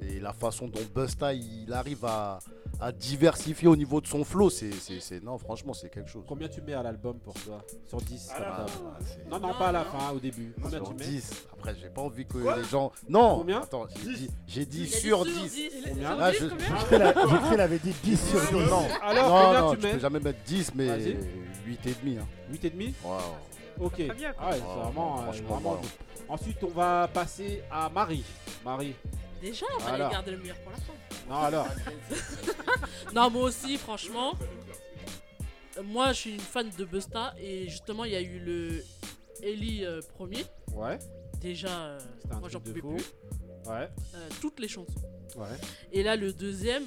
Et la façon dont Busta il arrive à, à diversifier au niveau de son flow, c'est, c'est, c'est- non, franchement, c'est quelque chose.
Combien tu mets à l'album pour toi Sur 10
À la
comme
fin.
d'hab.
Ah, c'est- Ah,
Non, non, pas à la fin, au début. Combien
Sur
tu mets
10. Après, j'ai pas envie que
Quoi
les gens. Non
Combien
Attends, j'ai dit, j'ai dit
Il a dit
sur
sur
10.
10. Il a- Combien sur
Ah,
10,
je-
combien
J'ai cru la- j'ai cru qu'il avait dit 10 sur 10.
Non,
Alors,
non,
combien
non,
tu
je
mets
peux jamais mettre 10, mais
Vas-y.
8,5. Hein.
8,5
Waouh.
Ok.
Très bien, quoi.
Ah ouais, c'est
Ah,
vraiment,
non,
euh,
franchement,
vraiment
voilà.
bon. Ensuite, on va passer à Marie. Marie.
Déjà, on va
Voilà.
aller garder le meilleur pour la fin.
Non, alors.
non, moi aussi, franchement. Moi, je suis une fan de Busta et justement, il y a eu le Ellie euh, premier.
Ouais.
Déjà, euh,
C'était un
moi j'en
truc de
pouvais
fou.
plus.
Ouais.
Euh, toutes les chansons.
Ouais.
Et là, le deuxième,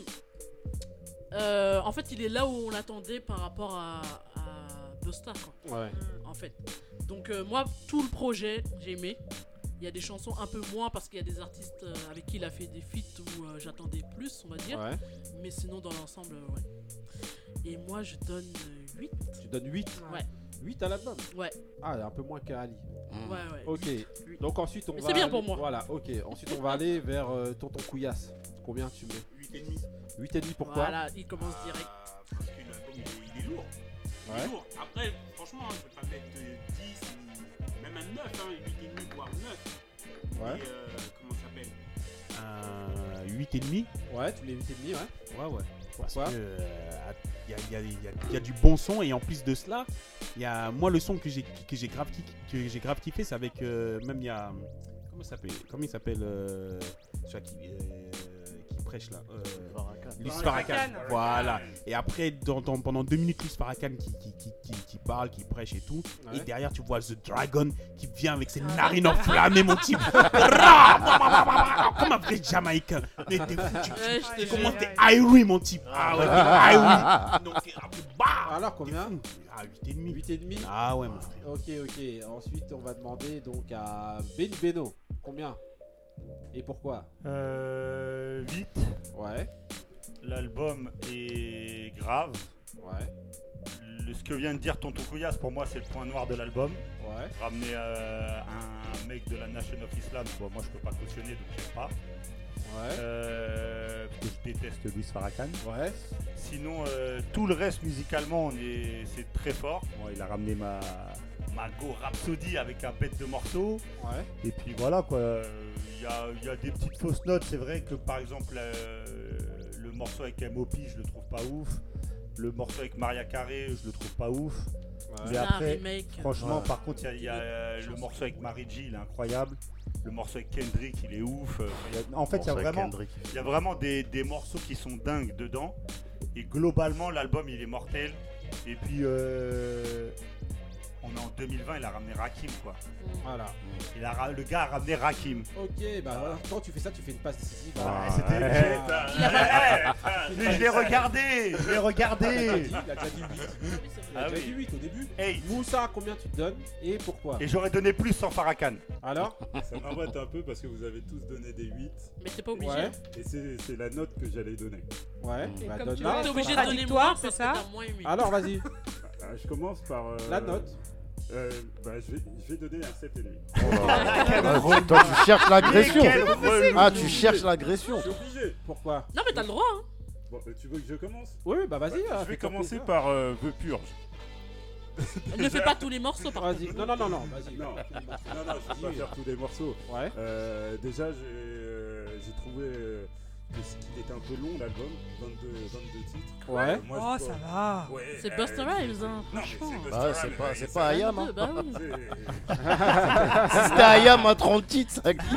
euh, en fait, il est là où on l'attendait par rapport à, à Busta, quoi.
Ouais.
Mm, En fait. Donc, euh, moi, tout le projet, j'ai aimé. Il y a des chansons un peu moins parce qu'il y a des artistes euh, avec qui il a fait des feats où euh, j'attendais plus, on va dire.
Ouais.
Mais sinon, dans l'ensemble, euh, ouais. Et moi, je donne euh, 8.
Tu donnes 8
Ouais.
8 à l'album
Ouais.
Ah, un peu moins qu'à Ali.
Mmh.
Ouais, ouais.
Ok.
Huit.
Donc ensuite, on
Mais
va.
c'est bien
aller-
pour moi.
Voilà, ok. Ensuite, on va aller vers euh, Tonton Couillasse. Combien tu mets
8,5.
8,5 pourquoi
Voilà, il commence direct.
Parce que l'album, il, est- il est lourd. Il
Ouais.
est lourd. Après, franchement, je vais pas mettre euh, 10, ou même un 9, hein, 8,5 voire 9.
Ouais.
Mais, euh, comment ça s'appelle Euh, 8,5
Ouais, tu mets 8,5, ouais.
Ah Ouais, ouais. Parce
Pourquoi
que, euh, il y, a- il y a- il y a- il y a du bon son et en plus de cela, il y a moi le son que j'ai que j'ai grave kiff- que j'ai grave kiffé, c'est avec euh, même il y a comment il s'appelle comment il s'appelle euh, celui qui, euh, qui prêche là euh, Luis
Farrakhan.
Farrakhan. Voilà. Et après dans- dans- pendant deux minutes Luis Farrakhan qui, qui, qui, qui- qui parle, qui prêche et tout.
Ouais.
Et derrière tu vois The Dragon qui vient avec
Ah.
ses narines enflammées mon type. Comme un vrai Jamaïcain. Mais t'es foutu.
Ouais, je te
Comment
jure.
t'es Irie mon type. Ah ouais, ah oui. Donc,
Alors combien
Ah, 8,5.
8,5
Ah ouais, mon frère.
Ok, ok. Ensuite, on va demander donc à Benny Beno. Combien Et pourquoi
Euh, 8.
Ouais.
L'album est grave.
Ouais.
Le, ce que vient de dire Tonton Couillasse, pour moi, c'est le point noir de l'album.
Ouais.
Ramener euh, un mec de la Nation of Islam, bon, moi, je peux pas cautionner, donc j'aime pas.
Ouais.
que je déteste Louis Farrakhan.
Ouais.
Euh, Sinon, euh, tout le reste musicalement, on est, c'est très fort.
Bon, il a ramené ma.
Ma Go Rhapsody avec un bête de morceaux.
Ouais.
Et puis voilà quoi.
Euh, Il y a- il y, a des petites fausses notes. C'est vrai que par exemple, euh, le morceau avec M.O.P., je le trouve pas ouf. Le morceau avec Maria Carré, je le trouve pas ouf.
Mais
Mais
après,
remake.
franchement,
Ouais.
par contre,
il y a, il y a, euh, le morceau avec Marie G, il est incroyable. Le morceau avec Kendrick, il est ouf. euh,
En fait, il y a
Morceau avec
vraiment-
Kendrick. il y a vraiment des, des morceaux qui sont dingues dedans. Et globalement, l'album, il est mortel. Et puis, euh, on est en 2020, il a ramené Rakim, quoi.
Voilà.
Il a, ra- le gars a ramené Rakim.
Ok, bah alors, quand tu fais ça, tu fais une passe décisive.
Ah, c'était- Il a pas- Eh, mais je l'ai regardé, je l'ai regardé.
Il a déjà dit- il a déjà dit 8. Il a
Ah
déjà
oui.
dit 8 au début. Moussa, combien tu te donnes et pourquoi
Et j'aurais donné plus sans Farrakhan.
Alors
Ça m'embête un peu parce que vous avez tous donné des 8.
Mais t'es pas obligé.
Ouais. Et c'est c'est la note que j'allais donner.
Ouais,
Et
bah,
comme
donne
tu
la.
vois, Mmh. t'es obligé de donner moins parce que t'as moins aimé.
Alors, vas-y.
Ah, Je commence par. euh,
La note. Oh
euh, bah, je, vais, je vais donner un 7,5.
là. Quel Ah, relou. toi, tu cherches l'agression.
Mais quel
relou. Ah, tu
relou.
cherches l'agression.
Je suis obligé.
Pourquoi
Non, mais t'as le droit. Hein.
Tu veux que je commence
Oui, bah vas-y. hein,
je vais
fais-toi
commencer
plaisir.
par euh, The Purge.
Ne fais pas tous les morceaux, par
Vas-y.
contre.
Non, non, non, non, vas-y.
Non, non, non, je vais pas faire tous les morceaux. Euh, déjà, j'ai euh, j'ai trouvé euh, que ce qu'il était un peu long l'album, 22, 22 titres.
Ouais.
Moi,
Oh,
je-
ça va.
Ouais,
C'est
euh,
Busta Rhymes, hein,
non, mais
franchement.
Busta
Bah, c'est
Rhymes,
pas-
mais
c'est pas Ayam, hein.
Bah oui.
Si c'était Ayam à 30 titres, ça glisse.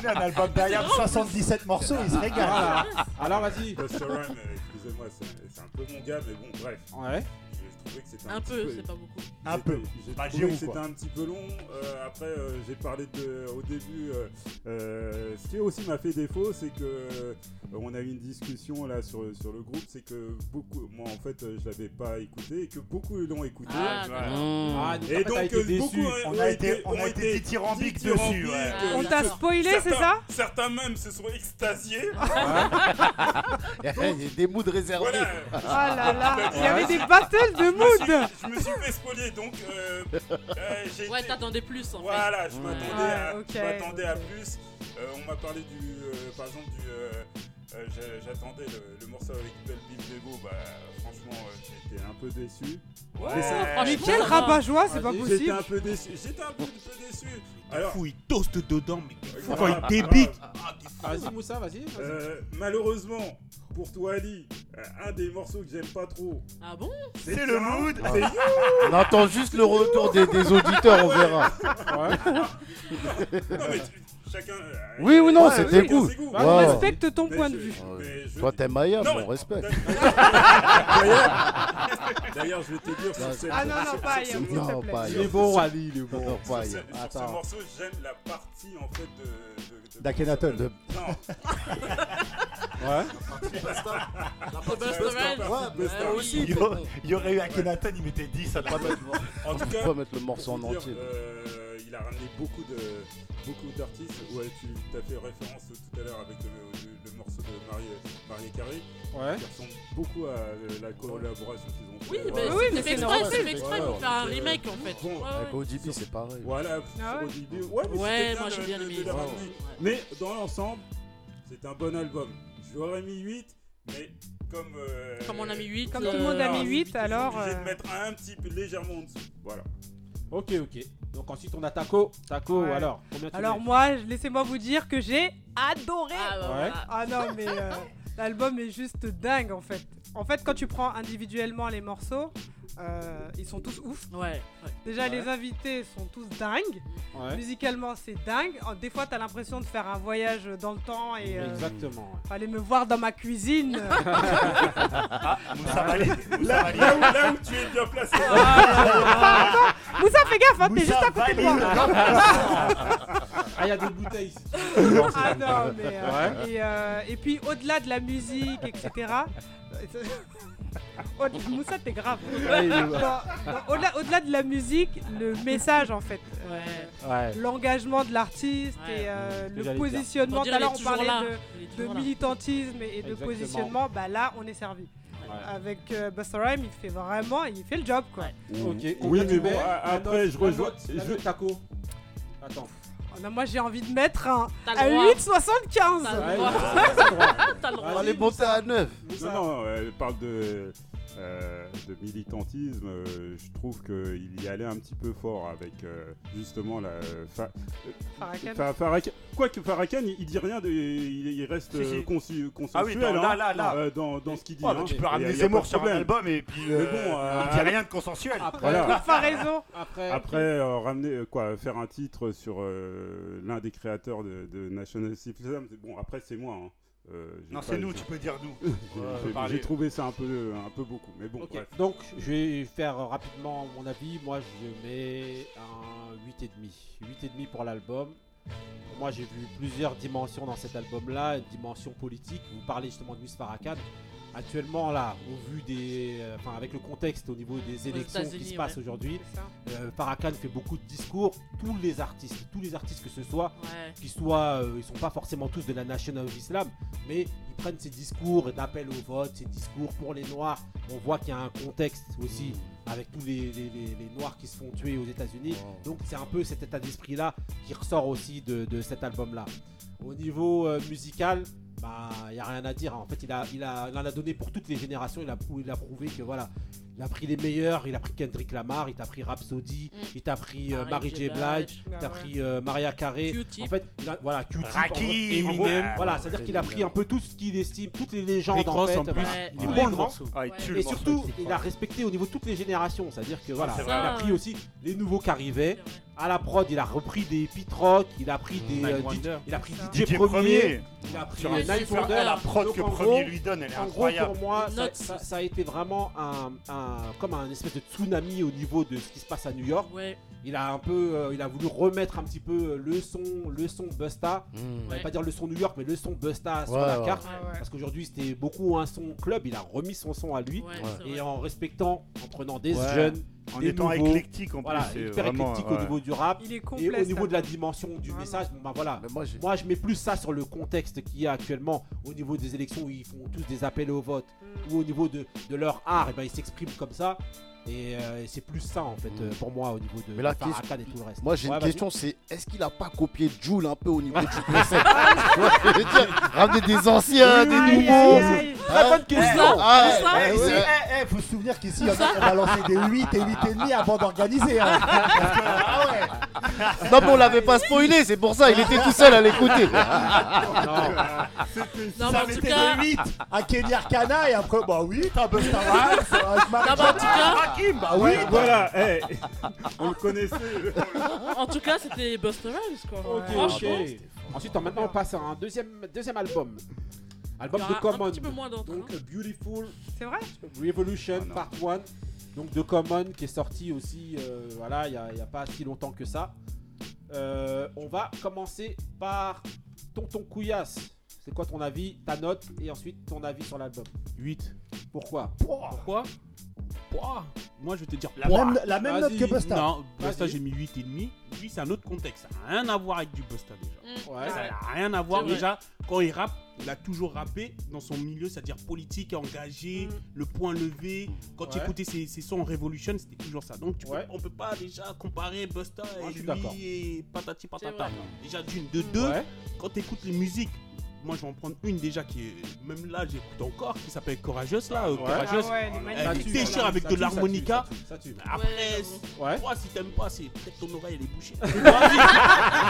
Il a un album d'Ayam, 77 morceaux, il se régale.
Alors vas-y.
Busta Rhymes, euh, excusez-moi, c'est c'est un peu mon gars, mais bon, bref.
Ouais.
J'ai trouvé que c'était un,
Un
petit
peu, c'est pas beaucoup.
Un
J'ai-
peu.
J'ai
Pas
trouvé
Giroud,
que c'était
quoi.
un petit peu long. Euh, après, euh, j'ai parlé de, au début. euh, euh, ce qui aussi m'a fait défaut, c'est que euh, on a eu une discussion là sur, sur le groupe, c'est que beaucoup, moi en fait, euh, je l'avais pas écouté et que beaucoup l'ont écouté.
Ah,
Voilà.
d'accord. Mmh. Ah, donc, en
Et
fait, t'as
donc
été
euh,
déçu.
beaucoup
On
ont
a été- on a été dithyrambique dessus,
dithyrambiques,
ouais.
euh,
On t'a
ils se-
spoilé, c'est
certains-
ça
Certains même se sont extasiés.
Il y a des moods réservés.
Ah là là, il y avait des battles de mood.
Je me suis fait spolier, donc euh, euh, j'ai
Ouais,
été-
t'attendais plus en fait.
Voilà, je m'attendais à,
Ouais, ok,
je m'attendais à plus. Euh, on m'a parlé du, euh, par exemple du, euh, euh, j'a- j'attendais le, le morceau avec Belle Bill Bego. Bah franchement, euh, j'étais un peu déçu.
Ouais,
Mais ça-
franchement, Mais quel ça va. rabat-joie, c'est pas
J'étais
possible.
un peu déçu. J'étais un peu, peu déçu.
Alors...
Alors,
Fou, il toast dedans, mais t'es fou
Grave,
quand il
grave.
débite.
ah,
Vas-y, Moussa, vas-y. vas-y.
euh, malheureusement, pour toi Ali, euh, un des morceaux que j'aime pas trop.
Ah bon
C'est le mood. C'est
On attend juste le retour des, des auditeurs, on
Ouais.
verra.
Non, mais tu- chacun. euh,
Oui ou non,
ouais,
c'est
oui,
tes goûts.
c'est goût.
Wow.
Mais je- mais je-
Toi, t'aimes Ayam,
Non,
on
mais-
respecte.
D'ailleurs- D'ailleurs, je vais te dire sur
Non,
cette.
Ah non, non,
sur-
pas
sur ce
Ayam,
morceau-
s'il te plaît.
sur-
Il est bon,
sur-
Ali, il est bon.
sur
Non, pas
ce-
Ayam.
Sur ce
Attends.
morceau, j'aime la partie en fait de- de. de-
D'Akhenaton.
de- Non.
Ouais.
La
Ouais,
partie Busta Rhymes. Busta Rhymes.
Il y aurait- il y aurait eu Akhenaton, il mettait 10
Ah,
à la fin.
En tout cas,
pas mettre le morceau en
pour te
entier.
dire, euh, il a ramené beaucoup de beaucoup d'artistes. Ouais, tu as fait référence tout à l'heure avec le, le- le morceau de Marie Marie Carré.
Ouais.
Qui ressemble beaucoup à euh, la collaboration qu'ils ont
Oui,
fait.
mais
Voilà.
Oui, c'est mais fait c'est exprès, normal. c'est fait exprès pour faire un
Donc, euh,
remake, en fait.
bon,
Ouais,
Avec ODB, c'est pareil.
Voilà,
Ah
sur ODB. Ouais, mais
Ouais,
c'était
moi, j'ai
de-
bien
de-
aimé.
de la
Ouais.
ramener. Mais dans l'ensemble, c'est un bon album. Je lui aurais mis 8, mais comme. euh,
Comme on a mis euh, 8,
Comme tout le monde a mis 8,
ils sont
alors,
obligés
euh,
de mettre un petit peu légèrement en dessous. Voilà.
Ok, ok. Donc ensuite, on a Taco. Taco,
Ouais.
alors, combien tu
Alors
mets
moi, je- laissez-moi vous dire que j'ai adoré. Ah,
bah Ouais. voilà.
non mais euh, l'album est juste dingue en fait. En fait, quand tu prends individuellement les morceaux, euh, ils sont tous ouf.
Ouais.
Déjà
Ouais.
les invités sont tous dingues.
Ouais.
Musicalement, c'est dingue. Oh, Des fois, t'as l'impression de faire un voyage dans le temps et euh,
Exactement, ouais.
fallait me voir dans ma cuisine.
Moussa valide, Moussa valide. Là où- là où tu es bien placé.
Ah, là, là. Moussa, fais gaffe, hein, t'es
Moussa
juste à côté de moi.
valide.
Ah, il y a des bouteilles ici.
ah non, mais. euh,
Ouais.
et, euh, et puis au-delà de la musique, etc. Au- Moussa, t'es grave.
Ouais, il est-
Non, non, Au-delà au-delà de la musique, le message en fait. Euh,
Ouais.
L'engagement de l'artiste et euh,
ce que
le
j'allais dire.
positionnement.
On dirait
Tout à l'heure,
il est
on parlait
toujours là. Il est
de, de
toujours là.
militantisme et de
Exactement.
positionnement. Bah là, on est servi. Avec euh, Busta Rhymes, il fait vraiment, il fait le job quoi.
Ok,
Oui,
combien tu
mais bon,
mets
a-
La
après,
note,
je
la
rejoins.
note, la
Je...
note, Taco. Attends.
Oh non, moi j'ai envie de mettre un,
T'as le
un
droit.
8,75.
T'as le
droit.
Ouais.
T'as le droit.
T'as le droit.
Allez, monter à 9.
Non, non, elle euh, parle de euh, de militantisme, euh, je trouve qu'il y allait un petit peu fort avec euh, justement la. fa- euh,
Farrakhan.
Fa- Farrakhan- Quoique Farrakhan, il il dit rien, de- il, il reste
Si, si.
euh, consu-
Ah oui,
consensuel
dans- là,
hein,
là, là.
euh, dans, dans ce qu'il dit.
Ouais, bah,
hein.
tu peux
Et
ramener
y a
Zemmour
pas de
sur un
problème.
album et puis,
Mais
euh,
bon,
il dit rien de consensuel.
Après,
Voilà.
Comparaison.
Après,
Après, euh, ramener euh, quoi, faire un titre sur euh, l'un des créateurs de, de National System. Bon, après c'est moi. hein. Euh, j'ai
Non,
pas-
c'est nous,
j'ai-
tu peux dire nous. On
J'ai-
va
j'ai-
parler.
J'ai trouvé ça un peu, un peu beaucoup, mais bon.
Ok,
bref.
Donc, je vais faire euh, rapidement mon avis. Moi, je mets un 8,5. 8,5 pour l'album. Pour Moi, j'ai vu plusieurs dimensions dans cet album-là. Une dimension politique. Vous parlez justement de Miss Farrakhan. Actuellement, là, au vu des. euh, Enfin, avec le contexte au niveau des élections qui
États-Unis,
se passent
ouais.
aujourd'hui,
C'est ça.
euh, Farrakhan fait beaucoup de discours. Tous les artistes, tous les artistes que ce soit,
Ouais.
qui soient, euh, ils sont pas forcément tous de la National of Islam, mais ils prennent ces discours d'appel au vote, ces discours pour les Noirs. On voit qu'il y a un contexte aussi avec tous les, les- les- les Noirs qui se font tuer aux États-Unis. Donc c'est un peu cet état d'esprit-là qui ressort aussi de, de cet album-là. Au niveau euh, musical, bah il y a rien à dire. hein. En fait, il a, il a, il en a donné pour toutes les générations. Il a, prou- il a prouvé que voilà. Il a pris les meilleurs, il a pris Kendrick Lamar, il t'a pris Rhapsody, il t'a pris euh, Mary
Mary
Mm. J.
J.
Blige,
Blige,
il
ouais.
t'a pris euh, Maria Carey. En fait, il a- voilà, Q-Tip,
Rakim,
en fait, Eminem,
ouais,
voilà,
ouais,
c'est-à-dire
ouais,
qu'il a pris un peu tout ce qu'il estime, toutes les légendes
Rick
en
Ross,
fait.
en plus,
voilà.
il est
Ouais.
bon,
le
le
grand.
morceau.
hein.
Ah, il tue
Et
le morceau,
surtout,
Rick
il a respecté au niveau de toutes les générations, c'est-à-dire
Ah,
que voilà,
c'est
il a
vrai.
pris aussi les nouveaux qui arrivaient. À la prod, il a repris des pit rock, il a pris des
Night
euh,
Wonder.
il a pris
DJ
DJ,
Premier.
Premier, il a pris
Sur un
euh, Night
super-
Wonder.
la prod
Donc,
que
en
Premier
gros-
lui donne, elle est
en gros,
incroyable.
pour moi,
Les
ça,
notes.
ça- ça a été vraiment un, un- comme un espèce de tsunami au niveau de ce qui se passe à New York. Il a un peu, euh, il a voulu remettre un petit peu euh, le son, le son Busta. On va
Mmh. Ouais.
pas dire le son New York, mais le son Busta sur
Ouais,
la
ouais.
carte.
Ouais, ouais.
Parce qu'aujourd'hui, c'était beaucoup un son club. Il a remis son son à lui
Ouais, c'est
et en respectant, en prenant des
Ouais.
jeunes,
En
des
étant
nouveaux.
éclectique, en
Voilà,
plus, c'est
hyper
vraiment,
éclectique
ouais.
au niveau du rap
Il est complet,
et au
cet
niveau de la dimension du message. Bon, bah voilà.
moi,
je mets plus ça sur le contexte qu'il y a actuellement au niveau des élections où ils font tous des appels au vote
Mm.
ou au niveau de, de leur art, et ben ils s'expriment comme ça. Et euh, c'est plus ça en fait
Mm.
euh, pour moi au niveau de
Mais la
de Farrakhan
question-
et tout le reste.
Moi j'ai
Ouais,
une
vas-y.
question, c'est est-ce qu'il a pas copié Joule un peu au niveau du concept Tu vois ce que je veux dire Ramener des anciens,
Oui,
des
oui,
nouveaux.
oui, oui, oui. Très bonne question.
Ah,
Tout ça,
ouais,
tout
ouais.
ça. Eh, faut se souvenir qu'ici, on a, on a lancé des 8 et 8,5 avant d'organiser. hein.
Non mais on l'avait pas spoilé, c'est pour ça, il était tout seul à l'écouter.
Non, mais en
ça
tout
mettait
cas-
de 8 à Kenny Arcana et après, bah oui, t'as Busta Rhymes, euh, je m'arrête.
Non, mais en tout cas-
Rakim, bah oui.
Ouais, voilà,
Ah.
eh, on le connaissait.
En tout cas, c'était Buster Rhymes,
Ah
quoi.
Ok, ok.
Franchement,
Ensuite, on- maintenant on passe à un deuxième, deuxième album. Album
Il y
de
aura un
Common.
petit peu moins hein. d'entre,
Donc Beautiful.
C'est vrai Ah
Revolution Part 1. Donc de Common qui est sorti aussi, euh, voilà, il n'y a, il y a pas si longtemps que ça. Euh, on va commencer par Tonton Couillasse. C'est quoi ton avis, ta note et ensuite ton avis sur l'album
8.
Pourquoi
Pourquoi Pouah. Moi je vais te dire
La
pouah.
même- la même note
Vas-y.
que Busta.
Non, Busta
Vas-y.
j'ai mis 8 et demi. Lui c'est un autre contexte, ça n'a rien à voir avec du Busta déjà.
Mm. Ouais.
Ça n'a rien à voir
C'est vrai.
déjà quand il rappe, il a toujours rappé dans son milieu, c'est-à-dire politique, engagé,
Mm.
le point levé. Quand tu
Ouais.
écoutais ses, ses sons en Revolution, c'était toujours ça. Donc tu peux- on peut pas déjà comparer Busta et
Ah, suis
lui
d'accord.
et patati
C'est
patata.
vrai.
Déjà d'une, de deux, quand tu écoutes les musiques, moi je vais en prendre une déjà qui est même là j'écoute encore qui s'appelle Courageuse là, euh,
Ouais.
Courageuse.
Ah ouais, elle est magnifique.
elle
Ça tue,
déchire
ça
avec
tue,
de
ça tue,
l'harmonica.
ça tue, ça tue.
Après, toi si t'aimes pas, c'est peut-être ton oreille elle est bouchée.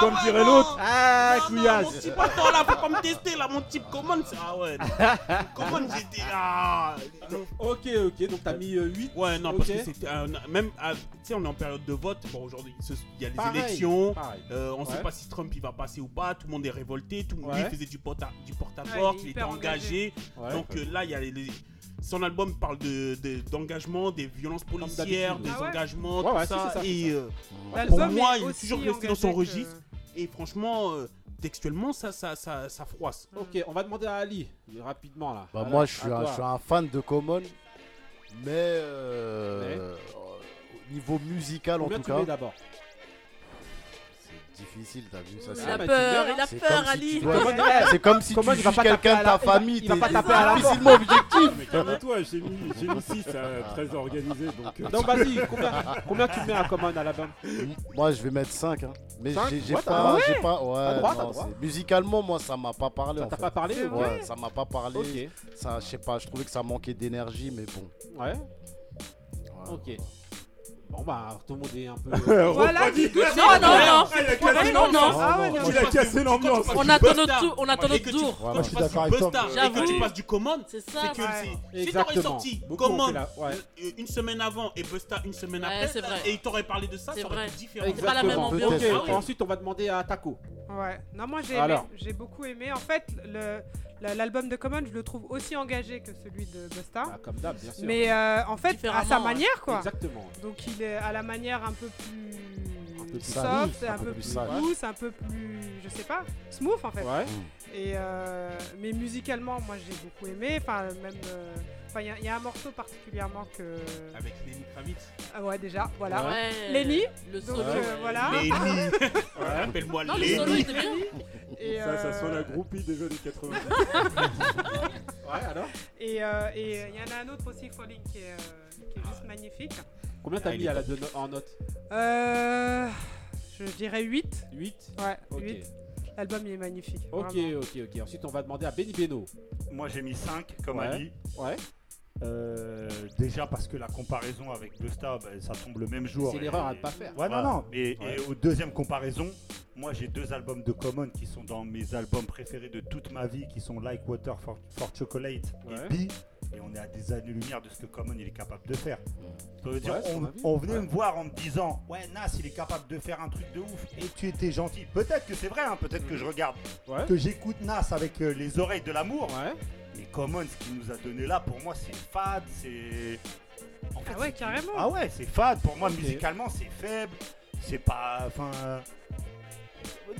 Comme dirait l'autre, ah,
couillasse. Mon
couillasse.
petit patron là, faut pas me tester là, mon type commande. c'est- Ah ouais, commande j'étais là.
Ok, ok, donc t'as mis 8.
Ah. Ouais, non,
ok.
parce que c'était un- même, ah, tu sais, on est en période de vote. Bon, aujourd'hui, ce- il y a les
Pareil,
élections.
pareil.
euh, on
Ouais.
sait pas si Trump il va passer ou pas. Tout le monde est révolté. Tout le monde
Ouais.
lui, faisait du porte à du porte,
Ouais, il est
il était
hyper
engagé.
engagé. Ouais.
Donc euh, là, il y a les- les- Son album parle de- de- d'engagement, des violences policières,
d'habitude.
des
Ah ouais.
engagements,
Ouais,
tout
ouais,
ça.
si, c'est ça,
Et
c'est ça. Bah,
euh,
L'album
pour moi,
est
il est
aussi euh.
toujours resté dans son
engagé que-
registre. Et franchement, euh, textuellement, ça, ça, ça, ça froisse.
Ok, on va demander à Ali rapidement là.
Bah
Alors,
moi je suis,
à
un,
toi.
je suis un fan de Common, mais euh, au niveau musical en
Combien
tout
tu
cas.
mets d'abord
difficile, t'as vu ça
Il
c'est-
a peur, il a
C'est
peur,
comme si
Ali.
tu dois-
Comment-
C'est comme si
comment
tu
il va
juges
pas taper
quelqu'un
à
de
la
ta
porte
famille.
Il va
t'es-
pas
t'es
taper à la porte.
difficilement objectif.
Mais calme-toi, j'ai mis, j'ai mis 6 à 13 organisé. Donc... euh,
Donc vas-y, combien, combien tu mets à Common Alabama
Moi, je vais mettre 5. Hein. Mais
Cinq
j'ai j'ai
Ouais, t'as
pas.
droit.
j'ai pas ouais,
T'as droit, t'as
non,
droit.
c'est- Musicalement, moi, ça m'a pas parlé.
Ça
en
t'a
fait.
pas parlé, ok.
Ouais, ça m'a pas parlé.
Ok.
Ça, je sais pas, je trouvais que ça manquait d'énergie, mais bon.
Ouais. Ok. Bon bah tout le monde est un peu.
Voilà, dis tout. Non, non, non.
Ah,
Ouais,
il a cassé
non, non.
l'ambiance.
Ah ouais, non.
Il a cassé l'ambiance.
On attend notre tour. On attend
Dès
notre
que tu-
tour.
quand tu passes du Busta et que tu passes du commande,
C'est
c'est
ça,
que
ouais.
c'est- si t'aurais
Exactement.
sorti
Beaucoup ont fait
commande
la- ouais.
euh, une semaine avant et Busta une semaine
Ouais,
après,
c'est vrai.
et il t'aurait parlé de ça,
C'est
ça aurait
vrai.
été différent. Ah
Exactement. Ok,
Ah
Ensuite on va demander à Taco.
Ouais. Non, moi j'ai aimé.
Alors.
j'ai beaucoup aimé. En fait, le- la- l'album de Common, je le trouve aussi engagé que celui de Busta.
Ah, comme d'hab, bien sûr.
Mais euh, en fait, à sa
hein.
Différemment,
manière, quoi.
Exactement.
Donc il est à la manière un peu plus,
peu plus sale.
soft, un, peu, plus
sale.
douce, un peu plus, je sais pas, smooth en fait.
Ouais.
Et euh, mais musicalement, moi j'ai beaucoup aimé. Enfin, même, euh, enfin, il y a- il y, a un morceau particulièrement que.
Avec Lenny Kravitz.
Ah ouais, déjà, voilà.
Ouais.
Lenny.
Le
donc
solo.
euh, voilà.
Lenny. Ouais. Appelle-moi Non, le solo Lenny. était bien.
Et,
Ça, ça
euh,
sent la groupie des jeunes 90.
Et euh, et il y en a un autre aussi, Falling, qui est, euh, qui est juste magnifique.
Combien t'as
Ah, il
mis
est
à la
top.
de- en note
Euh, je dirais 8.
8
Ouais,
Ok.
8. L'album il est magnifique.
Ok,
vraiment.
ok, ok. Ensuite on va demander à Benny Beno.
Moi j'ai mis 5 comme
Ouais.
Ali.
Ouais.
déjà parce que la comparaison avec Busta, bah, ça tombe le même jour.
C'est
Et-
l'erreur à ne pas faire.
Ouais, non,
Voilà.
non. Et,
Ouais.
et aux deuxième comparaison, moi j'ai deux albums de Common qui sont dans mes albums préférés de toute ma vie, qui sont Like Water for, for Chocolate
Ouais.
et Bee. Et on est à des années-lumière de ce que Common il est capable de faire. Ça veut dire,
Ouais, c'est
on-
mon avis.
on, venait me voir en me disant, ouais, Nas il est capable de faire un truc de ouf. Et tu étais gentil. Peut-être que c'est vrai, hein, peut-être que je regarde,
Ouais.
que j'écoute Nas avec euh, les oreilles de l'amour. Mais Common, ce qu'il nous a donné là, pour moi c'est fade, c'est. En fait,
Ah ouais,
c'est-
carrément.
Ah ouais, c'est fade. Pour moi,
Ok.
musicalement, c'est faible. C'est pas. Enfin. euh,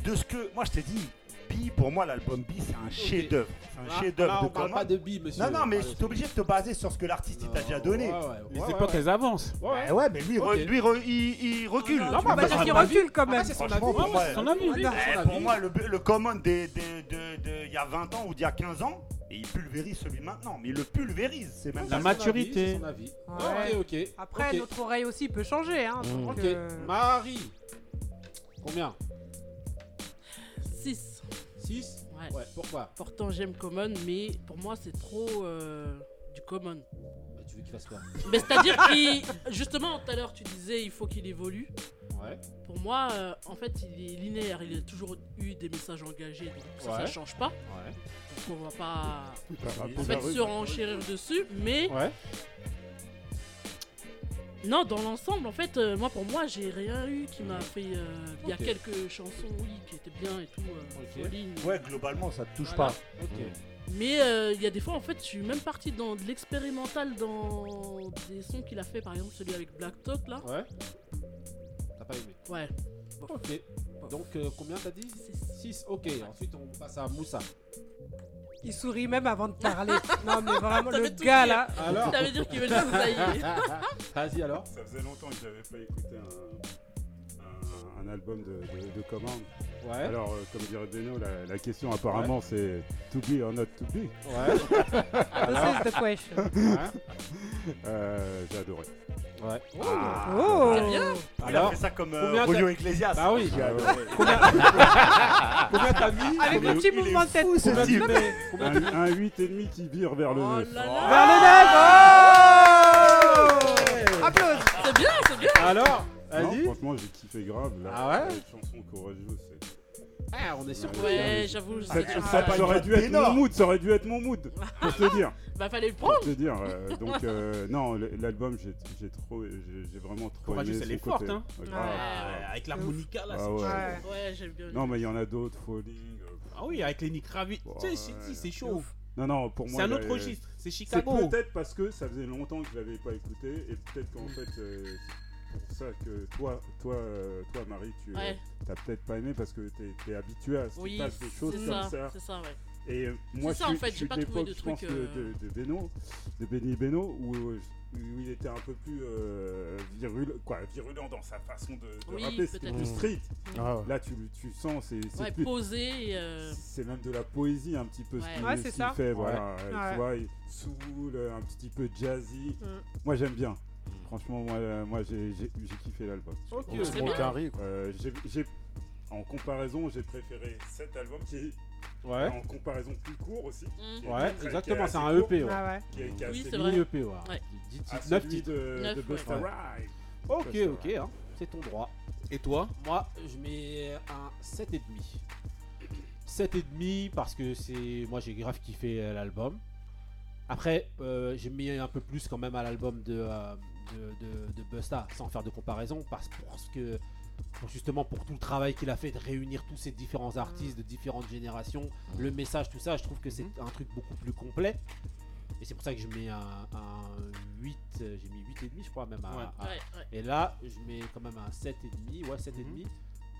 De ce que. Moi, je t'ai dit, Bi, pour moi, l'album Bi, c'est un chef-d'œuvre. C'est un
Ah, là,
chef-d'œuvre
on
de
parle
Common.
pas de Bi, monsieur.
Non, non, mais
Ah,
t'es obligé de te baser sur ce que l'artiste il t'a déjà donné.
Les époques elles avancent.
Ben
Ouais, ouais, mais lui,
Ok.
re- lui, re- il, il recule.
Non, bah, parce qu'il recule quand même. Ah, c'est son
Franchement,
avis.
pour
Ouais,
moi,
c'est son avis.
Eh,
C'est son
Pour
avis.
moi, le, le common des- des- de- de- il y a 20 ans ou d'il y a 15 ans, et il pulvérise celui de maintenant. Mais il le pulvérise, c'est même
La
ça.
maturité. C'est son avis, c'est son avis.
Ouais.
Ok, ok.
Après,
Ok. Mm.
notre oreille aussi peut changer. Hein, donc,
Ok.
euh,
Marie. Combien
6.
6 Ouais, pourquoi
Pourtant, j'aime Common, mais pour moi, c'est trop euh, du Common.
Bah, Tu veux qu'il fasse quoi
Mais c'est-à-dire qu'il. Justement, tout à l'heure, tu disais il faut qu'il évolue.
Ouais.
Pour moi, euh, en fait, il est linéaire. Il a toujours eu des messages engagés, donc ça, ça
Ouais.
change pas.
Ouais.
Donc on va pas.
T'as raconté
En
la
fait,
rue.
se renchérir dessus, mais.
Ouais.
Non, dans l'ensemble, en fait, euh, moi, pour moi, j'ai rien eu qui m'a fait. euh, Il y a
Ok.
quelques chansons, oui, qui étaient bien et tout. euh, Folie,
Ouais, globalement, ça te touche
Voilà.
pas.
Mais euh, il y a des fois, en fait, je suis même parti dans de l'expérimental dans des sons qu'il a fait, par exemple celui avec Black Talk là.
Ouais. T'as pas aimé
Ouais.
Ok. Donc euh, combien t'as dit 6. Ok, ensuite on passe à Moussa.
Il sourit même avant de parler. non, mais vraiment,
Ça
le
fait tout
gars
dire.
là.
Alors
Vas-y
alors.
Ça faisait longtemps que j'avais pas écouté un, un- un album de, de, de commande.
Ouais.
Alors, euh, comme dirait Beno, la, la question apparemment c'est to be or not to be.
Ouais.
Alors-
This is the question.
Ouais. Euh, J'ai adoré. Ah.
Ouais.
Oh.
C'est bien. Il a fait ça comme euh,
combien
Julio
t'as-
Iglesias.
Bah oui.
J'ai adoré.
Combien- Combien t'as mis
Avec le petit mouvement de tête.
Combien
Combien
tu
tu
mets
mets
un, un 8,5 qui vire vers le
Oh
9.
Ah.
Vers le neuf, oh Applause.
C'est bien, c'est bien.
Alors,
Non,
vas-y.
franchement, j'ai kiffé grave. Là.
Ah ouais
Cette chanson courageuse, c'est.
Ah, on est sur
Ouais, j'avoue,
Ça,
c'est-
ça,
ça
ça
aurait
aurait
dû
dû
être
être mon
énorme.
mood, ça aurait dû être mon mood. Pour te dire.
Bah, fallait le
Pour
prendre.
te dire. euh, donc, euh, non, l- l'album, j'ai j'ai trop, j'ai j'ai vraiment trop
Courageuse, elle
aimé son
est forte,
côté.
hein.
Ouais,
Ouais,
grave.
avec l'harmonica, là,
Ah
c'est-
ouais.
Ouais, j'aime bien.
Non, mais il y en a d'autres, Falling. euh,
Ah oui, avec Lenny Kravitz. Tu sais, c'est- c'est- c'est chaud.
Non, non, pour moi.
C'est un
là,
autre
euh,
registre. C'est Chicago.
C'est peut-être parce que ça faisait longtemps que je l'avais pas écouté et peut-être qu'en fait, euh, c'est pour ça que toi, toi, euh, toi Marie, tu euh,
Ouais.
t'as peut-être pas aimé parce que t'es es habitué à ce
Oui,
qui passe des
c'est
choses comme
ça,
ça.
c'est ça, ouais.
Et euh, moi,
C'est
je
ça, en
suis,
fait,
je
j'ai
suis
pas
de
trouvé
l'époque,
de
je pense,
truc,
de, de, de Beno, de Benny Beno, où euh, je- où il était un peu plus euh, virul- quoi, virulent dans sa façon de, de
Oui,
rapper, c'était
peut-être.
plus
Mm.
street.
Ah
Là, tu, tu sens, c'est c'est
Ouais,
plus-
posé et, euh,
c'est même de la poésie un petit peu
Ouais.
ce qu'il
Ouais,
ce
c'est
qu'il
ça.
fait,
Ouais.
voilà.
Ouais.
Tu vois, il- soul, euh, un petit peu jazzy.
Mm.
Moi, j'aime bien. Franchement, moi, euh, moi j'ai j'ai- j'ai kiffé l'album.
Ok,
On se
c'est
moque
bien.
un riz, quoi. Euh, j'ai- j'ai- en comparaison, j'ai préféré cet album qui est
Ouais.
en comparaison plus court aussi. qui est
Ouais,
très- qui
exactement,
est
c'est
assez
un EP.
court,
Mm. Ah ouais.
Qui est, qui E est
Oui,
assez
c'est
mini-
vrai. EP, ouais.
Ouais.
10
à
titres, 9
Ah, celui
titres.
de,
Neuf,
de
ouais.
Busta
Ouais.
Rhymes.
Ok,
Busta
ok, hein, c'est ton droit. Et toi Moi, je mets un 7,5. 7,5 parce que c'est. Moi, j'ai grave kiffé euh, l'album. Après, euh, j'ai mis un peu plus quand même à l'album de, euh, de, de- de Busta, sans faire de comparaison, parce, parce que. pour- justement pour tout le travail qu'il a fait de réunir tous ces différents artistes de différentes générations, le message, tout ça, je trouve que c'est un truc beaucoup plus complet. Et c'est pour ça que je mets un, un 8, euh, j'ai mis 8,5 je crois même à-
Ouais.
à-
Ouais, ouais.
et là, je mets quand même un 7,5. Ouais,
Mhm.
7,5.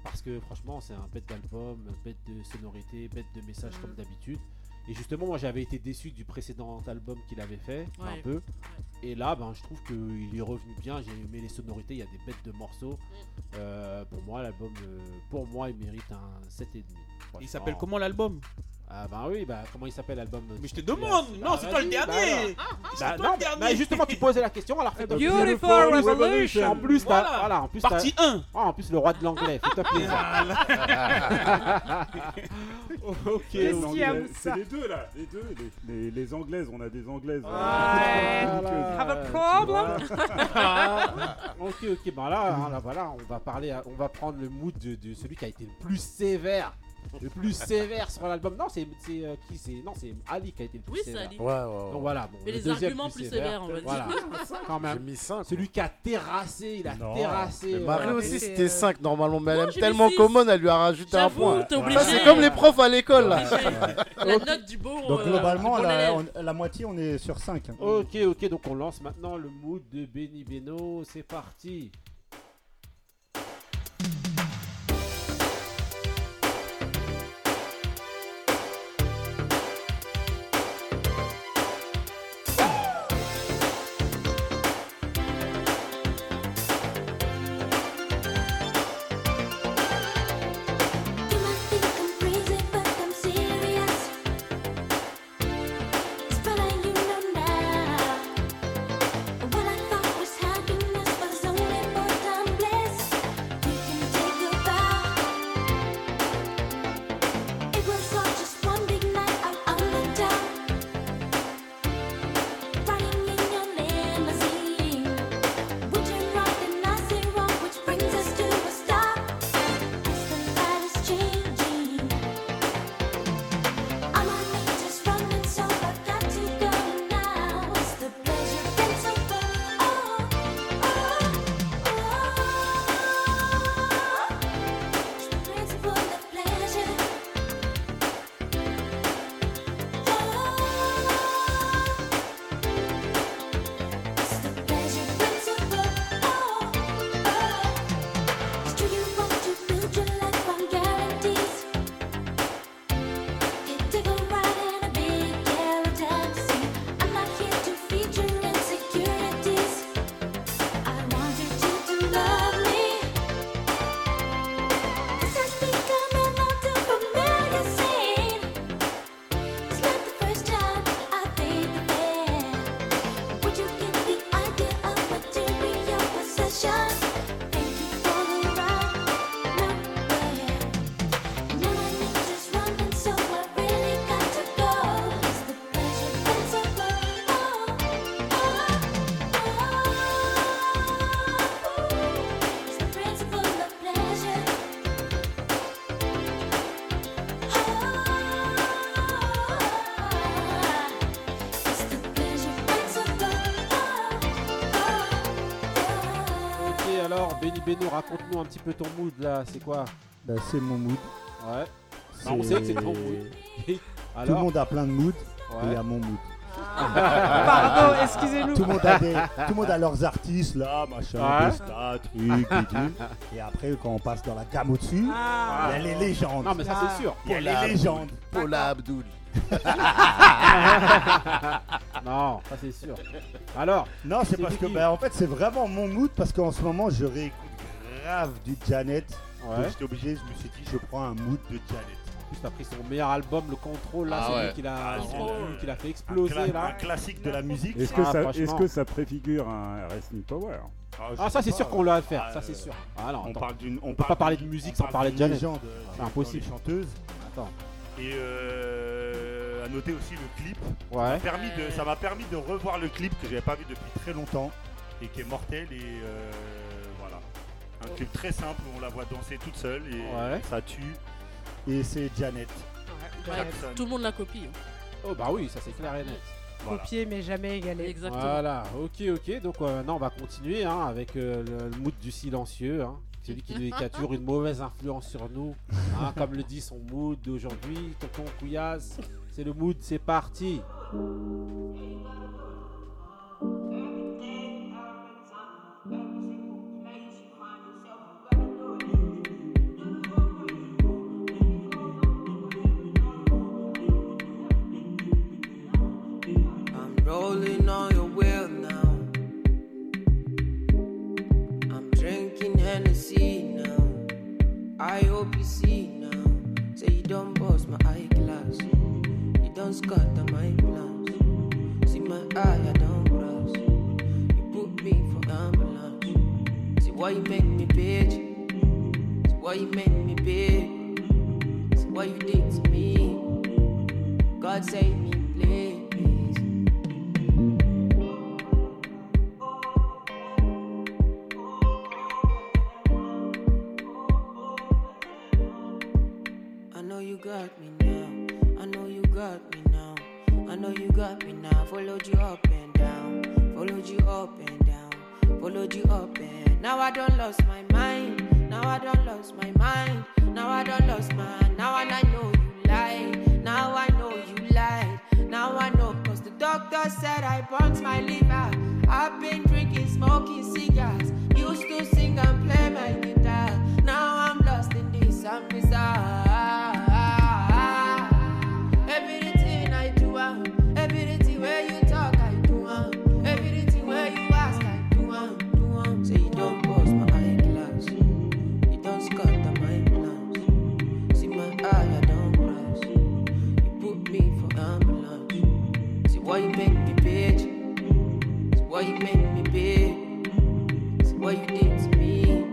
Parce que franchement, c'est un bête d'album, bête de sonorité, bête de message comme
Mhm.
d'habitude. Et justement, moi, j'avais été déçu du précédent album qu'il avait fait,
Ouais.
un peu. Et là, ben, je trouve qu'il est revenu bien. J'ai aimé les sonorités. Il y a des bêtes de morceaux.
Mm.
Euh, pour moi, l'album, euh, pour moi, il mérite un 7,5.
Il s'appelle
Franchement.
comment l'album
Ah bah oui, bah comment il s'appelle l'album Mais je te
demande Non,
Ah,
c'est toi le
Bah,
dernier Ah, C'est toi le dernier
justement, tu posais la question, alors fais
Beautiful Revolution.
En plus, t'as-
Voilà.
ben, voilà, en plus
Partie
t'as- Ah, en plus, le roi de l'anglais, fais-toi plaisir.
ok,
Qu'est-ce qu'il y a,
Anglais,
Moussa
c'est les deux là, les deux, les, les, les anglaises, on a des anglaises.
euh,
Voilà.
Have
ok, ok, bah là, hein, là, voilà, on va parler, à- on va prendre le mood de, de celui qui a été le plus sévère. Le plus sévère sur l'album. Non, c'est c'est, euh, qui c'est Non, c'est Ali qui a été le plus
Oui, c'est
sévère.
Ali.
Donc voilà, bon,
Mais
le
les
deuxième
arguments plus sévères, on va dire.
Voilà. Quand même.
J'ai mis 5.
Celui qui a terrassé, il a terrassé.
Mais
euh,
Marie
voilà.
aussi, c'était 5 normalement, mais elle aime
j'ai mis
tellement
six.
commune, elle lui a rajouté un
J'avoue,
point.
t'es
Ça,
obligé.
c'est comme les profs à l'école là.
La note du beau.
Mm. Donc
euh,
globalement,
bon
la,
élève.
on- la moitié, on est sur 5.
Ok, ok, donc on lance maintenant le mood de Benny Beno. C'est parti.
Brings us to a stop as the light is changing. I'm on me just running, so I got to go now. It's the pleasure that's over. Oh, oh, oh. It's the principle of pleasure. Oh, it's the pleasure principle. Oh, oh. It's true you want to build your life on guarantees. Take a ride in a big yellow taxi. I'm not here to feed your insecurities. I want you to love me. This has become an old familiar scene. It's not the first time I think that. Would you get the idea of material possession? Thank you for the ride. No
Ok, alors Benny Beno, raconte-nous un petit peu ton mood là. C'est quoi
Bah, c'est mon mood.
Ouais. Bah, on sait que c'est ton mood.
Tout le
Alors
monde a plein de moods.
Ouais.
Et il y a mon mood.
Ah. Pardon, excusez-nous.
Tout le monde a, des- tout le monde a leurs artistes là, machin,
Ouais.
Desta, truc, bidule. Et après, quand on passe dans la gamme au-dessus, il
Ah.
y a les légendes.
Ah. Non, mais ça, c'est sûr.
Il y a
Paula
les
Abdul.
légendes.
Paula Abdul.
non, ça c'est sûr. Alors
Non, c'est parce que,
qui
bah, en fait, c'est vraiment mon mood parce qu'en ce moment, je réécoute grave du Janet.
Ouais.
Donc, J'étais obligé, je me suis dit, je prends un mood de Janet.
En plus, t'as pris son meilleur album, le Control, là,
Ah
celui
ouais.
qu'il a,
Ah,
celui
Control.
qu'il a fait exploser,
Un cla-
là.
un classique de la musique.
Est-ce que,
Ah,
ça-
franchement.
est-ce que ça préfigure un Wrestling Power
Ah, ça, c'est sûr qu'on l'a à faire, ça, c'est
euh,
sûr. Ah, non,
on
attends.
parle d'une-
On
on
peut pas
parle
parler de
d'une-
musique
on
sans
parle
parler de
d'une
Janet.
légende,
euh,
C'est
dans les
impossible.
chanteuses.
Attends.
Et euh, à noter aussi le clip.
Ouais.
Ça m'a permis de, ça m'a permis de revoir le clip que j'avais pas vu depuis très longtemps et qui est mortel et euh, voilà. Un
Oh.
clip très simple où on la voit danser toute seule et ça tue.
Et c'est Janet.
Ouais,
Jackson.
tout le monde la copie. hein.
Oh, bah oui, ça, c'est clair et net.
Copier mais jamais égalé.
Exactement.
Voilà, ok, ok. Donc, euh, non, on va continuer hein, avec euh, le, le mood du silencieux. hein. Celui qui, qui a toujours une mauvaise influence sur nous. hein, comme le dit son mood d'aujourd'hui, Tonton Couillasse. C'est le mood, c'est parti.
I'm rolling on your wheel now. I'm drinking Hennessy now. I hope you see now. Say you don't bust my eyeglass. You don't scatter my plans. See my eye, I don't cross. You put me for ambulance. See why you make me bitch. See why you make me bitch. See why you did to me. God save me, please. I know you got me now. I know you got me now. I know you got me now. Followed you up and down. Followed you up and down. Followed you up and now I don't lost my mind. Now I don't lost my mind. Now I don't lost my now and I know you lied. Now I know you lied. Now I know cause the doctor said I burnt my liver. I've been drinking, smoking cigars. Used to sing and play my guitar. Now I'm lost in this, I'm bizarre. Everything I do, um, everything where you talk, I do, um, everything where you ask, I do, um, do, um. Say you don't bust my eyeglass, you don't scatter my plans. See my eye, I don't cross. You put me for ambulance. See why you make me bitch. See why you make me bitch. See what you did to me.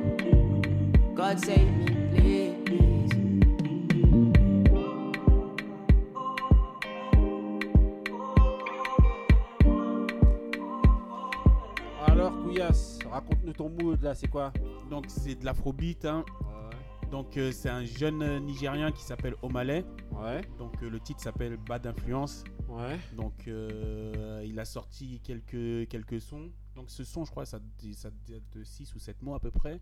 God save me, please.
Alors, Couillasse, raconte-nous ton mood là, c'est quoi
Donc c'est de l'afrobeat. hein. Donc euh, c'est un jeune euh, Nigérien qui s'appelle Omalé. Donc euh, le titre s'appelle Bad Influence. Donc euh, il a sorti quelques, quelques sons. Donc ce son, je crois, ça, ça date de 6 ou 7 mois à peu près.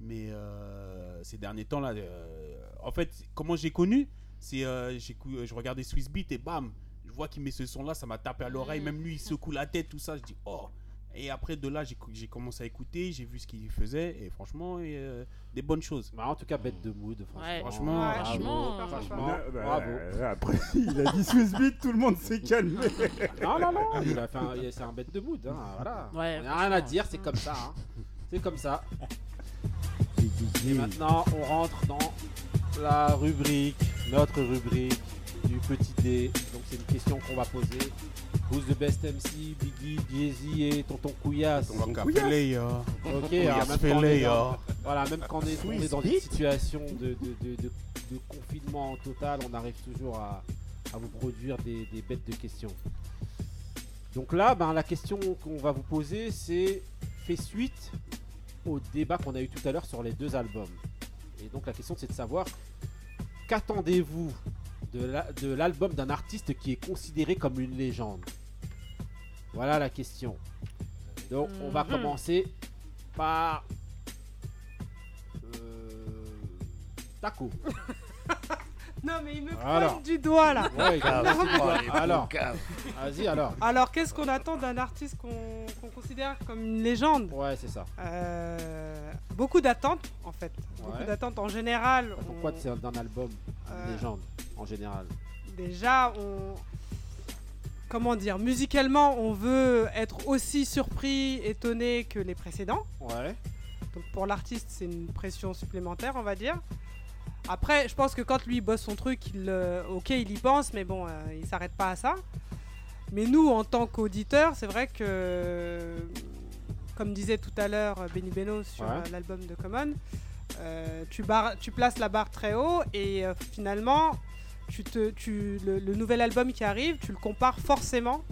Mais euh, ces derniers temps là, euh, en fait, comment j'ai connu, c'est euh, j'écou- euh, je regardais Swiss Beat et bam, je vois qu'il met ce son là, ça m'a tapé à l'oreille. Même lui, il secoue la tête, tout ça. Je dis oh. Et après de là, j'ai cou- j'ai commencé à écouter, j'ai vu ce qu'il faisait et franchement, et, euh, des bonnes choses.
Bah, en tout cas, bête de mood,
franchement.
Ouais,
Franchement,
franchement,
bravo,
euh,
franchement,
bah, bah,
bravo.
euh, après, il a dit Swiss Beat, tout le monde s'est calmé.
Non, non, non, il a fait un- il- c'est un bête de mood. Hein, voilà.
Ouais,
On n'a rien à dire, c'est comme ça. hein. C'est comme ça. Et maintenant, on rentre dans la rubrique, notre rubrique du petit dé. Donc, c'est une question qu'on va poser. Who's the best MC, Biggie, Jay-Z et Tonton Couillasse
Tonton Couillasse. Fele, yo.
Ok,
Couillasse
alors, même quand on est
Fele,
dans-
yo.
Voilà, même quand on est, on est dans
Sweet
une situation de, de- de- de- de confinement total, on arrive toujours à, à vous produire des, des bêtes de questions. Donc là, ben, la question qu'on va vous poser, c'est fait suite au débat qu'on a eu tout à l'heure sur les deux albums. Et donc la question, c'est de savoir qu'attendez-vous de la- de l'album d'un artiste qui est considéré comme une légende Voilà la question. Donc on va
Mhm.
commencer par euh, Taco.
Non, mais il me
Alors.
pointe du doigt là.
Ouais, grave.
Non, mais-
Ouais, alors. Vas-y, alors.
Alors, qu'est-ce qu'on attend d'un artiste qu'on qu'on considère comme une légende Euh,
Ouais, c'est ça.
beaucoup d'attentes en fait. Beaucoup
Ouais. Ah,
d'attentes en général. on-
Pourquoi c'est d'un album une
Euh.
légende en général
déjà on comment dire musicalement on veut être aussi surpris étonné que les précédents
ouais
donc pour l'artiste c'est une pression supplémentaire on va dire après je pense que quand lui il bosse son truc il euh, ok il y pense mais bon euh, il s'arrête pas à ça mais nous en tant qu'auditeurs c'est vrai que comme disait tout à l'heure euh, Benny Beno sur
Ouais.
euh, l'album de Common euh, tu, barres- tu places la barre très haut et euh, finalement, tu te, tu, le, le nouvel album qui arrive, tu le compares forcément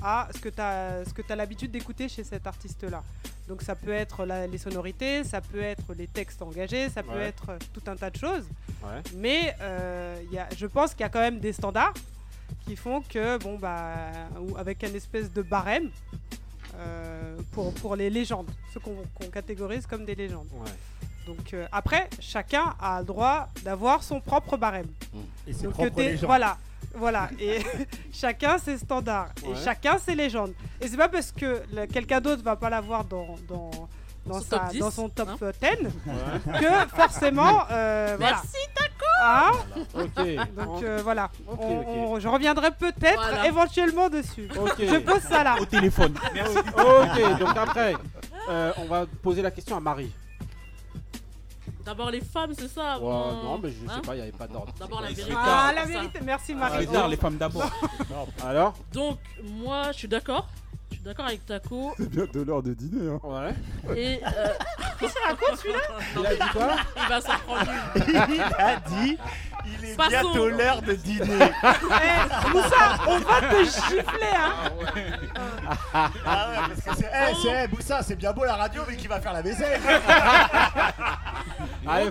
à ce que tu as, l'habitude d'écouter chez cet artiste-là. Donc ça peut être la- les sonorités, ça peut être les textes engagés, ça peut
Ouais.
être euh, tout un tas de choses.
Ouais.
Mais euh, il y a- je pense qu'il y a quand même des standards qui font que, bon, bah, ou avec un espèce de barème euh, pour, pour les légendes, ceux qu'on qu'on catégorise comme des légendes. Donc euh, après, chacun a le droit d'avoir son propre barème.
Et ses
Donc,
propres
que t'es-
légendes.
Voilà, voilà. Et chacun ses standards
Ouais.
et chacun ses légendes. Et c'est pas parce que le- quelqu'un d'autre va pas l'avoir dans, dans, dans,
Son
sa-
top 10,
dans son top
hein.
10 que forcément. euh, voilà.
Merci,
Ah
Ok.
Donc
On-
euh, voilà,
Ok,
On-
ok.
on- je reviendrai peut-être
Voilà.
éventuellement dessus.
Ok.
Je pose ça là.
Au téléphone.
ok, donc après, euh, on va poser la question à Marie.
D'abord les femmes, c'est ça
Ouais,
mon-
non, mais je
hein
sais pas, il n'y avait pas d'ordre.
D'abord la
C'est
vérité.
Ah,
c'est
la
ça.
vérité, merci Marie.
tard, les
femmes d'abord.
Alors
Donc moi, je suis d'accord. Je suis d'accord avec Taco.
C'est bien de l'heure de dîner. Hein.
Ouais.
Et euh,
Qu'est-ce qu'il raconte celui-là
Il a dit quoi
Il va s'en prendre une.
Il a dit il est
Passons.
bientôt l'heure de dîner.
Eh, Moussa, on va te gifler, hein
Ah ouais, parce que c'est eh, c'est- eh, Boussa, c'est bien beau la radio, mais qui va faire la vaisselle
ah.
Allez,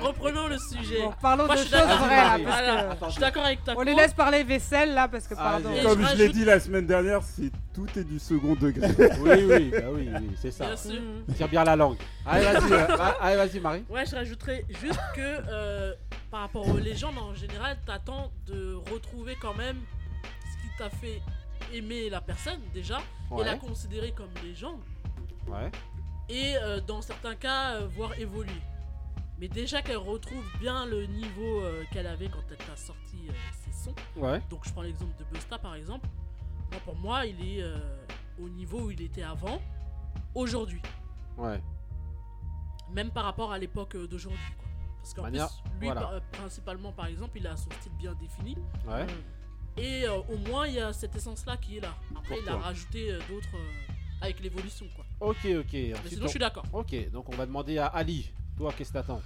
reprenons, reprenons le sujet.
Parlons
Moi,
de
je
choses
suis d'accord-
vraies là.
Voilà,
parce que-
Je suis d'accord avec Taco.
On les laisse parler vaisselle là parce que pardon.
Et
Comme
je
je l'ai
rajoute-
dit la semaine dernière, c'est tout est du second degré.
Oui, oui, bah oui, oui, c'est ça.
Bien sûr.
Tire bien la langue. Allez, vas-y, euh, ah, allez, vas-y, Marie.
Ouais, je rajouterais juste que euh, par rapport aux légendes en général, t'attends de retrouver quand même ce qui t'a fait aimer la personne déjà
Ouais.
et la considérer comme légende
Ouais.
et euh, dans certains cas euh, voir évoluer. Mais déjà qu'elle retrouve bien le niveau euh, qu'elle avait quand elle t'a sorti euh, ses sons.
Ouais.
Donc je prends l'exemple de Busta par exemple. Moi, pour moi, il est euh, au niveau où il était avant, aujourd'hui.
Ouais.
Même par rapport à l'époque euh, d'aujourd'hui. quoi. Parce qu'en
Manière-
plus, lui,
voilà.
par- euh, principalement, par exemple, il a son style bien défini.
Ouais.
Et euh, au moins, il y a cette essence-là qui est là. Après,
Pour
il a
toi.
rajouté euh, d'autres euh, avec l'évolution, quoi.
Ok, ok. Ensuite,
sinon,
on-
je suis d'accord.
Ok, donc on va demander à Ali. Toi, qu'est-ce que t'attends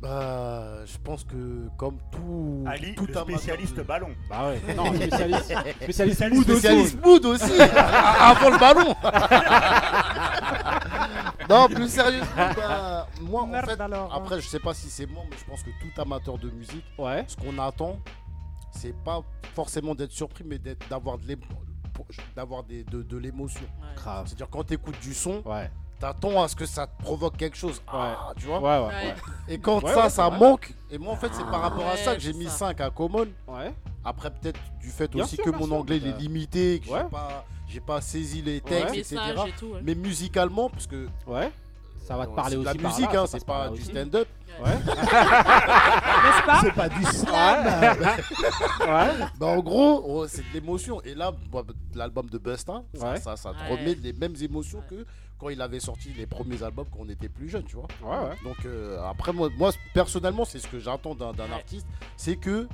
Bah, je pense que comme tout.
Ali,
tout
le
amateur
spécialiste
de-
ballon.
Bah ouais, non, spécialiste. Spécialiste
Spécialiste
mood aussi.
Spécialiste mood aussi. Avant le ballon. non, plus sérieusement, bah, moi, en fait, après, je sais pas si c'est moi, mais je pense que tout amateur de musique, ce qu'on attend, c'est pas forcément d'être surpris, mais d'être d'avoir de l'ém- pour- d'avoir des- de, de l'émotion. C'est-à-dire quand tu écoutes du son, t'attends à ce que ça te provoque quelque chose. Ah, tu vois
Ouais, ouais, ouais.
Et quand
Ouais,
ça,
ouais,
ça
c'est vrai.
manque, et moi en fait c'est par rapport à ça
Ouais,
que j'ai
c'est
mis
ça.
5 à Common. Après peut-être du fait
Bien
aussi
sûr,
que
bien
mon
sûr,
anglais il
bah.
est limité, que j'ai
Ouais.
pas- j'ai pas, saisi les textes,
Les
etc.
messages et tout, ouais.
Mais musicalement, parce que...
Ouais. Ça va te
Ouais,
parler
c'est de la
aussi par
musique,
là,
hein,
ça
c'est
passe par
pas
là
du
aussi.
stand-up.
Ouais.
N'est-ce pas
C'est pas du
slam.
Ouais.
Bah, en gros, oh, c'est de l'émotion. Et là, bah, l'album de Busta, ça-
Ouais.
ça, ça te
Ouais.
remet les mêmes émotions que quand il avait sorti les premiers albums quand on était plus jeune, tu vois.
Ouais, ouais.
Donc euh, après, moi, moi, personnellement, c'est ce que j'attends d'un d'un artiste, c'est que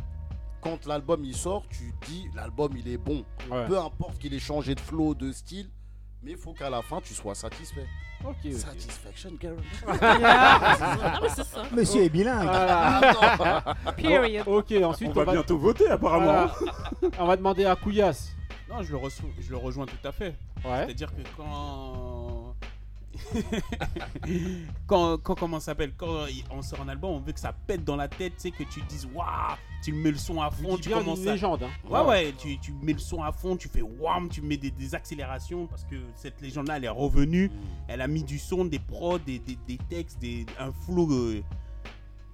quand l'album il sort, tu dis l'album il est bon.
Ouais.
Peu importe qu'il ait changé de flow, de style, mais il faut qu'à la fin tu sois satisfait.
Ok, ok.
Satisfaction guarantee.
Ah, mais c'est ça.
Monsieur est bilingue.
Ah,
Voilà.
Attends.
Period. Oh, Ok, ensuite,
On va bientôt
voter,
apparemment.
Voilà. on va demander à Couillasse.
Non, je le, reço- je le rejoins tout à fait. C'est-à-dire que quand. quand, quand comment ça s'appelle Quand il- on sort un album, on veut que ça pète dans la tête, tu sais, que tu dises waouh, tu mets le son à fond,
dis
tu
bien
commences
une
à-
légende, hein.
Ouais,
Ouais.
ouais, tu, tu mets le son à fond, tu fais waouh, tu mets des, des accélérations parce que cette légende-là, elle est revenue, elle a mis du son, des prods, des, des- des textes, des, un flow. euh,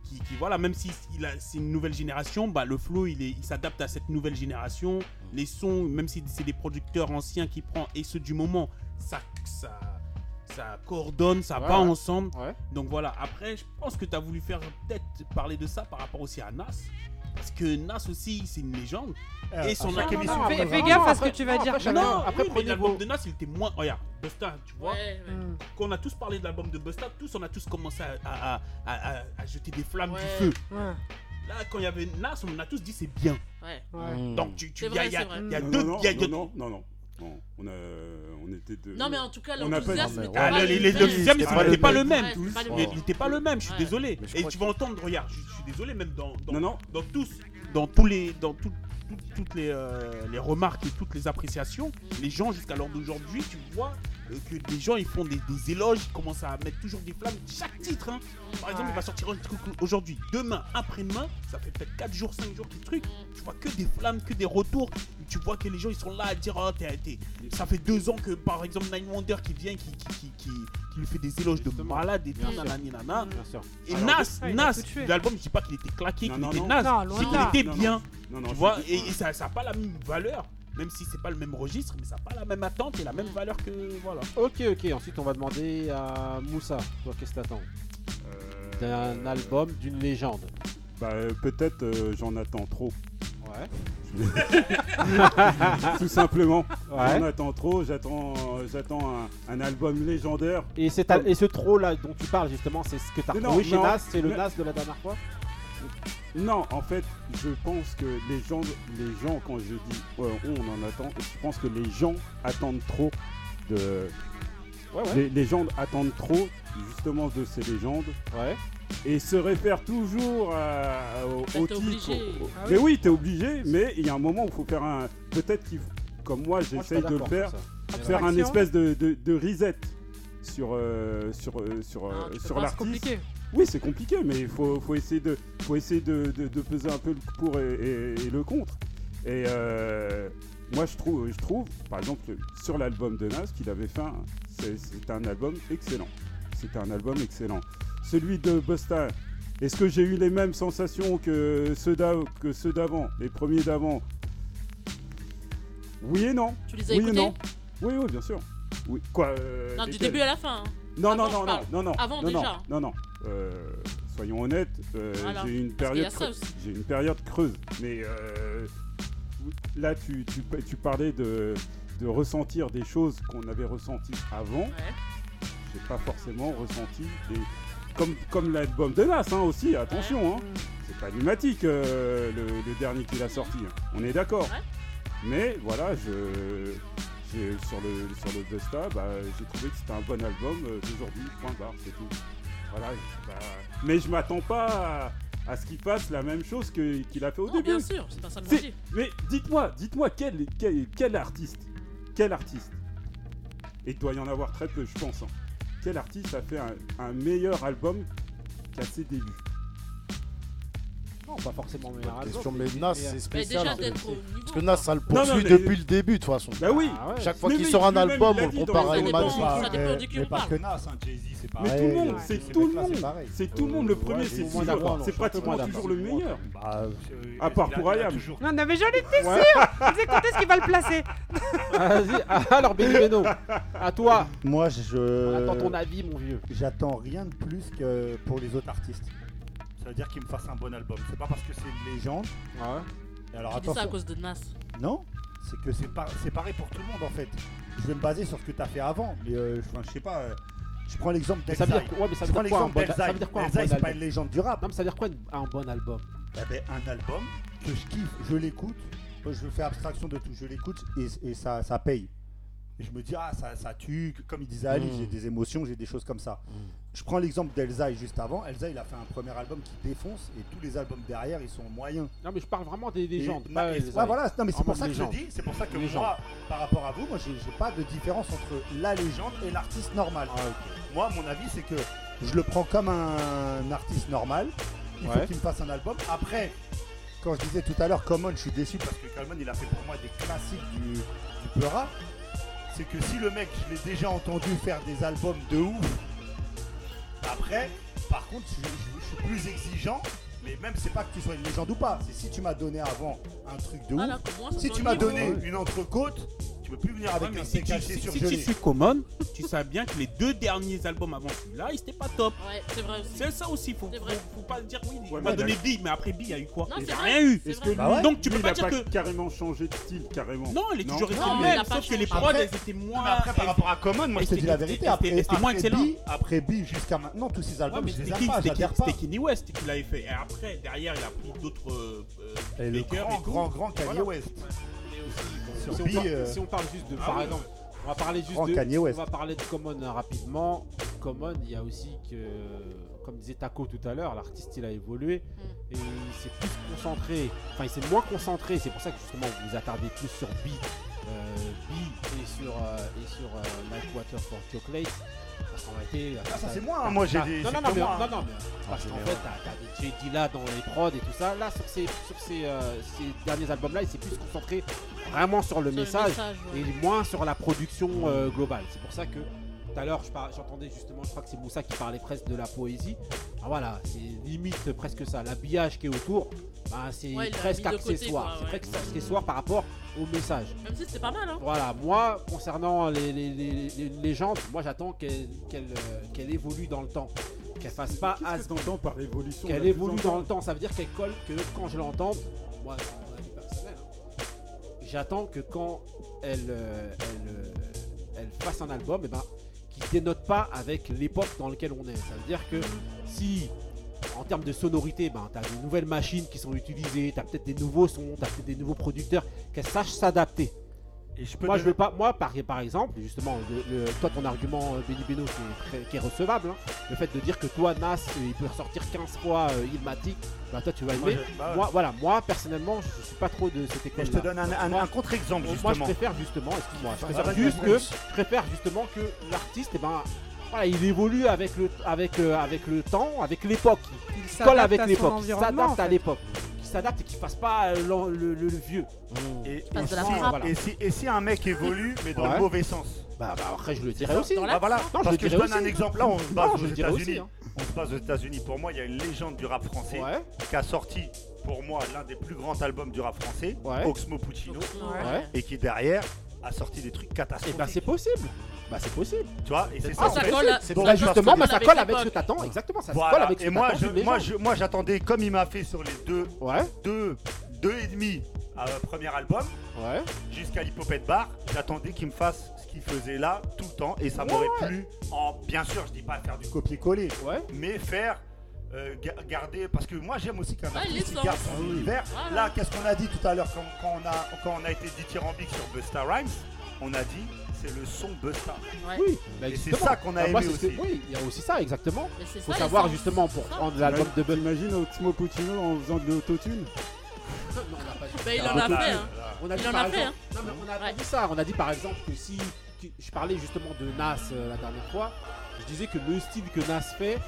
qui- qui, qui- voilà, même si il a- c'est une nouvelle génération, bah, le flow il est- il s'adapte à cette nouvelle génération. Les sons, même si c'est des producteurs anciens qui prend et ceux du moment, ça, ça, ça coordonne, ça
Ouais,
va
ouais.
ensemble.
Ouais.
Donc voilà, après, je pense que tu as voulu faire peut-être parler de ça par rapport aussi à Nas. Parce que Nas aussi, c'est une légende.
Euh,
et son
à chaque
album-
émission, Fais- on fais parle. gaffe à ce que tu vas
non,
dire,
Après,
Charles.
non,
Oui,
après
mais
prenez
l'album
l'album de Nas, il était moins. Regarde, Busta, tu vois. Quand on a tous parlé de l'album de Busta, tous on a tous commencé à, à- à- à- à jeter des flammes
Ouais.
du feu.
Ouais.
Là, quand il y avait Nas, on a tous dit c'est bien.
Ouais.
Mm.
Donc, tu, tu,
C'est
il y a,
vrai,
il y a-
c'est vrai. Mm.
il y a
Non,
deux.
non,
il y a
non,
deux-
non, non, non. Non, on, a, on était deux.
Non, mais en tout cas,
on n'a pas-
l'enthousiasme était
Ah,
pas
les-
le
les-
même.
l'enthousiasme,
C'était
il
pas le
n'était pas le
même.
même.
Ouais,
tous.
c'était pas le
Il
même.
n'était pas le même, je suis
Ouais.
désolé.
Mais je
Et
crois
tu
que-
vas entendre, regarde, je, je suis désolé, même dans, dans,
Non, non.
dans tous, dans tous les, dans tout- tout- toutes les, euh, les remarques et toutes les appréciations, les gens jusqu'à l'heure d'aujourd'hui, tu vois euh, que des gens ils font des, des éloges, ils commencent à mettre toujours des flammes chaque titre. hein. Par exemple, il va sortir un truc aujourd'hui, demain, après-demain, ça fait peut-être 4 jours, 5 jours qu'il truc, tu vois que des flammes, que des retours, tu vois que les gens ils sont là à dire oh, t'es, t'es- ça fait deux ans que par exemple Nine Wonder qui vient qui, qui, qui, qui- qui lui fait des éloges de malade et tout,
sûr.
nanani, nanana.
Bien sûr.
Et
Alors,
Nas,
ouais, il a
Nas,
tout tué.
l'album, je dis pas qu'il était claqué,
Non,
qu'il
non,
était
non.
Nas,
Non, loin
c'est
de
qu'il
là.
était
Non, non.
bien.
Non, non,
tu
je
vois,
suis
et,
d'accord.
et ça n'a pas la même valeur, même si c'est pas le même registre, mais ça n'a pas la même attente et la même valeur que. Voilà.
Ok, ok, ensuite on va demander à Moussa, toi qu'est-ce que t'attends Euh, D'un album, d'une légende.
Bah, euh, peut-être euh, j'en attends trop.
Ouais.
Tout simplement.
Ouais.
J'en attends trop. J'attends, euh, j'attends un, un album légendaire.
Et, cet al- et ce trop là dont tu parles justement, c'est ce que t'as
Mais non,
retrouvé chez
non,
Nas, c'est le
mais-
Nas de la dernière fois
Non, en fait, je pense que les gens, les gens quand je dis ouais, on en attend, je pense que les gens attendent trop de.
Ouais, ouais.
Les, les gens attendent trop justement de ces légendes. Et se réfèrent toujours à- au,
Bah,
au
t'es
titre.
obligé.
au- au-
Ah
mais
oui.
oui, t'es obligé, mais il y a un moment où il faut faire un. Peut-être qu'il faut- comme moi,
suis pas
j'essaye de le
d'accord
faire,
sur ça.
faire un
Abstraction.
espèce de, de- de reset sur, euh, sur, euh, sur, euh,
Ah, tu peux
sur
pas, c'est
l'artiste.
compliqué.
Oui, c'est compliqué, mais il faut, faut essayer, de, faut essayer de, de- de peser un peu le pour et, et- et le contre. Et euh, moi, je trouve, je trouve, par exemple, sur l'album de Nas, qu'il avait fait, un- c'est c'est un album excellent. C'était un album excellent. Celui de Busta, est-ce que j'ai eu les mêmes sensations que ceux d'av- que ceux d'avant, les premiers d'avant Oui et non.
Tu les as
oui
écoutés
et non. Oui, oui, bien sûr. Oui. Quoi euh,
Non, du
lesquels
début à la fin. hein.
non, non,
Avant,
non,
je
non,
parle.
non, non.
Avant
non,
déjà. hein.
non, Non, non. Euh, soyons honnêtes, euh,
Voilà.
j'ai eu une
Parce qu'il y a
période
ça
creuse.
aussi.
J'ai eu une période creuse. Mais euh, là, tu, tu, tu parlais de, de ressentir des choses qu'on avait ressenties avant. J'ai pas forcément ressenti des. Comme, comme l'album de Nas hein, aussi, attention. Hein. C'est pas pneumatique euh, le, le dernier qu'il a sorti. hein. On est d'accord. Mais voilà, je, j'ai- sur le sur le Busta, bah, j'ai trouvé que c'était un bon album euh, d'aujourd'hui, point barre, c'est tout. Voilà, je- bah, mais je m'attends pas à, à ce qu'il fasse la même chose que- qu'il a fait au début.
bien sûr, c'est pas ça le
C'est-
motif.
Mais dites-moi, dites-moi quel, quel, quel artiste, quel artiste, et il doit y en avoir très peu, je pense. hein. Quel artiste a fait un, un meilleur album qu'à ses débuts
Non, pas forcément le meilleur
question,
album,
mais
Nas,
mais-
c'est
mais-
spécial. hein.
Mais Bah, déjà d'être au
Parce
niveau,
que Nas, ça le
quoi. Non, non,
poursuit
mais-
depuis le début, de toute façon.
Bah oui.
Ah ouais.
Chaque fois
Mais
qu'il
oui,
sort un
lui-même,
album,
il l'a
on le
dit dans-
compare à
ça
une Euh,
dépend-
Mad
ça
Max.
dépend du Ah, cul
Mais
on
parce que
parle.
Nas, hein, Jay-Z, c'est
Mais
pareil.
tout le monde,
Ouais.
c'est
Ces
tout le
mecs-là,
monde.
c'est pareil.
C'est tout le monde. Le premier,
Ouais,
c'est
moins d'accord,
toujours,
non,
c'est
je suis pas
pratiquement
d'accord.
toujours le meilleur.
Bah,
À part pour Ayam.
Non, non, mais j'en étais sûr Je disais, quand est-ce qu'il va le placer
Ah, Vas-y, alors Benny Beno, à toi
Moi, je.
On attend ton avis, mon vieux.
J'attends rien de plus que pour les autres artistes.
Ça veut dire qu'il me fasse un bon album. C'est pas parce que c'est une
Gens.
légende.
Et Alors,
Tu dis ça à
attention.
cause de Nas.
Non, c'est que c'est par- c'est pareil pour tout le monde en fait. Je vais me baser sur ce que tu as fait avant, mais euh, je- enfin, je sais pas. euh, Je prends l'exemple
Mais ça veut
d'Elzai.
dire quoi- ouais, mais ça
je
veut
prends
dire quoi un
l'exemple
bon ça
d'Elzai.
veut dire quoi un
Elzai,
bon
c'est pas
album
une légende du rap.
Non, mais ça veut dire quoi une- un bon album
Eh ben, un album que je kiffe, je l'écoute, moi, je fais abstraction de tout, je l'écoute et, et ça, ça paye. Et je me dis, ah, ça, ça tue, comme il disait Ali,
Mm.
j'ai des émotions, j'ai des choses comme ça. Je prends l'exemple d'Elzai juste avant. Elzai, il a fait un premier album qui défonce et tous les albums derrière, ils sont moyens.
Non, mais je parle vraiment des
Et-
légendes.
non,
pas
et-
des
ouais,
albums.
voilà, non, mais c'est
En
pour
mode
ça que je le
légende.
dis, c'est pour ça que
Légende.
moi, par rapport à vous, moi j'ai j'ai pas de différence entre la légende et l'artiste normal.
Ah,
Moi, mon avis, c'est que je le prends comme un artiste normal. Il faut
Ouais.
qu'il me fasse un album. Après, quand je disais tout à l'heure, Common, je suis déçu parce que Common, il a fait pour moi des classiques du, du peu rap. C'est que si le mec, je l'ai déjà entendu faire des albums de ouf, après, Par contre, je, je- je suis plus exigeant. Mais même, c'est pas que tu sois une légende ou pas. C'est si tu m'as donné avant un truc de ouf.
Ah, là, pour moi, ça
si
doit
tu m'as
être-
donné
Ouais.
une entrecôte, tu peux plus venir avec
Ouais, mais
un
si
steak
tu,
haché
si-
sur
si tu suis common, tu sais bien que les deux derniers albums avant celui-là, ils étaient pas top.
c'est vrai aussi.
C'est ça aussi, faut, faut, faut pas le dire oui.
Ouais,
on m'a
mais
donné
il a-
Big, mais après Big, il y a eu quoi
Non,
Il
c'est
n'y a
vrai,
rien eu.
Est-ce que
Bah ouais.
lui,
Donc tu peux
lui,
pas
il a
dire que.
carrément changé de style, carrément.
Non, il est toujours resté
Non,
le
mais il
même,
a pas
sauf que les
changé.
prods,
Après-
elles étaient
Non, mais
moins.
après, par rapport à
Common, moi je te dis la vérité. Après,
Ah, C'était moins
après,
excellent.
B, après B jusqu'à maintenant, tous ces
Ouais,
albums,
mais
je les
c'était
aime
King-
pas,
c'était King-
j'adhère pas.
c'était Kanye West qui l'avait fait. Et après, derrière, il a pris d'autres. euh,
Et le
beatmakers
grand,
et tout.
grand, grand
Et
Kanye
voilà.
West.
Si
Sur
on,
Bi,
par-
euh,
si on parle juste de
Ah
par
oui.
exemple, on va parler juste
Frank
de
Kanye West.
on va parler de Common hein, rapidement. Common, il y a aussi que euh, comme disait Taco tout à l'heure, l'artiste il a évolué et il s'est plus concentré, enfin il s'est moins concentré, c'est pour ça que justement vous vous attardez plus sur B, euh, B et sur euh, et sur euh, Like Water for Chocolate. Parce qu'en réalité,
Ah, ça,
t'as-
c'est moi, hein,
t'as-
moi, j'ai
t'as-
des-
Non,
c'est
non, non,
que
mais-
moi, hein.
non, non, mais-
En
parce qu'en
général.
fait, t'as- t'as- des Jay Dilla dans les prods et tout ça. Là, sur ces, sur ces, euh, ces derniers albums-là, il s'est plus concentré vraiment sur le message,
message,
et moins sur la production euh, globale. C'est pour ça que tout à l'heure, je par- j'entendais justement, je crois que c'est Moussa qui parlait presque de la poésie. Ah, voilà, c'est limite presque ça. L'habillage qui est autour, bah, c'est
Ouais, il l'a
presque
mis de côté,
accessoire.
quoi,
C'est
ouais.
presque accessoire par rapport au message.
Même si c'était pas mal, hein.
Voilà, moi, concernant les, les- les- les légendes, moi j'attends qu'elle qu'elle, euh, qu'elle évolue dans le temps. Qu'elle fasse pas as
J'entends par évolution.
Qu'elle
la
évolue
plus en
dans le temps. Ça veut dire qu'elle colle que quand je l'entends, moi, c'est mon avis personnel, hein, j'attends que quand elle, euh, elle, euh, elle fasse un album, et ben, qu'il dénote pas avec l'époque dans laquelle on est. Ça veut dire que si. En termes de sonorité, ben, tu as de nouvelles machines qui sont utilisées, tu as peut-être des nouveaux sons, tu as peut-être des nouveaux producteurs, qu'elle sache s'adapter.
peux
moi,
te-
je veux pas, moi par, par exemple, justement, le- le- toi ton argument euh, Benny Beno qui est, très- qui est recevable, hein, le fait de dire que toi Nas euh, il peut ressortir 15 fois euh, Illmatic, bah toi tu vas
Moi,
aimer.
je- bah ouais.
Moi voilà, moi personnellement je suis pas trop de cette école.
Mais je te donne un- un- un contre-exemple,
Moi je
justement.
préfère justement, excuse-moi, je
Bah,
préfère
vas-y,
juste
vas-y,
que
vas-y.
je préfère justement que l'artiste eh ben voilà, il évolue avec le avec euh, avec le temps, avec l'époque. Il,
s'adapte
colle avec
à son
l'époque, il
environnement,
s'adapte
en
à
fait.
l'époque. Qui s'adapte et qui fasse pas euh, l'en- le, le- le vieux.
Et, et
Parce
si,
que la frappe.
et si- et si un mec évolue, mais dans
Ouais.
le mauvais sens
bah, après, je le
C'est
dirais
ça.
aussi.
Bah voilà.
Non, je
Parce
le
que je
dirais
donne
aussi.
un exemple. Là, on se
Non,
base
je
aux
le dirais aussi,
États-Unis.
hein.
On se base aux États-Unis. Pour moi, il y a une légende du rap français qui a sorti, pour moi, l'un des plus grands albums du rap français, Oxmo Puccino,
Ouais. Eh ben,
et qui derrière a sorti des trucs catastrophiques.
c'est possible. Bah, c'est possible.
Tu vois, et c'est ça.
Ah, ça
en fait.
colle à-
C'est
Donc,
pour ça
justement,
que je pense
bah,
que-
ça colle avec ce que t'attends, exactement, ça se
Voilà.
colle avec ce
Et
que
moi,
t'attends
je,
d'une légende.
moi, je- moi, j'attendais, comme il m'a fait sur les deux, deux, deux et demi euh, premier album, jusqu'à l'hypopète bar, j'attendais qu'il me fasse ce qu'il faisait là tout le temps, et ça m'aurait
Ouais.
plu. En, bien sûr, je dis pas faire du copier-coller, mais faire. euh, ga- garder parce que moi j'aime aussi quand
Ouais,
même
il les sort.
garde son
Ah oui.
univers.
Voilà.
là qu'est-ce qu'on a dit tout à l'heure quand, quand on a quand on a été dithyrambique sur Busta Rhymes on a dit c'est le son Busta
Oui, bah,
et c'est
justement.
ça qu'on a
Bah,
aimé
moi, c'est-
aussi
Oui, il y a aussi ça, exactement.
Mais c'est
Faut
ça,
savoir
l'essence.
justement pour
Ça.
prendre
temps.
l'album de
T'imagines Oxmo Puccino en faisant de l'autotune
Bah, il
Ah,
en a
beaucoup.
fait, hein.
On a
Il
dit
en
par
a fait,
exemple-
hein.
Non, mais on a pas dit ça. On a dit par exemple que si que je parlais justement de Nas euh, la dernière fois, je disais que le style que Nas fait,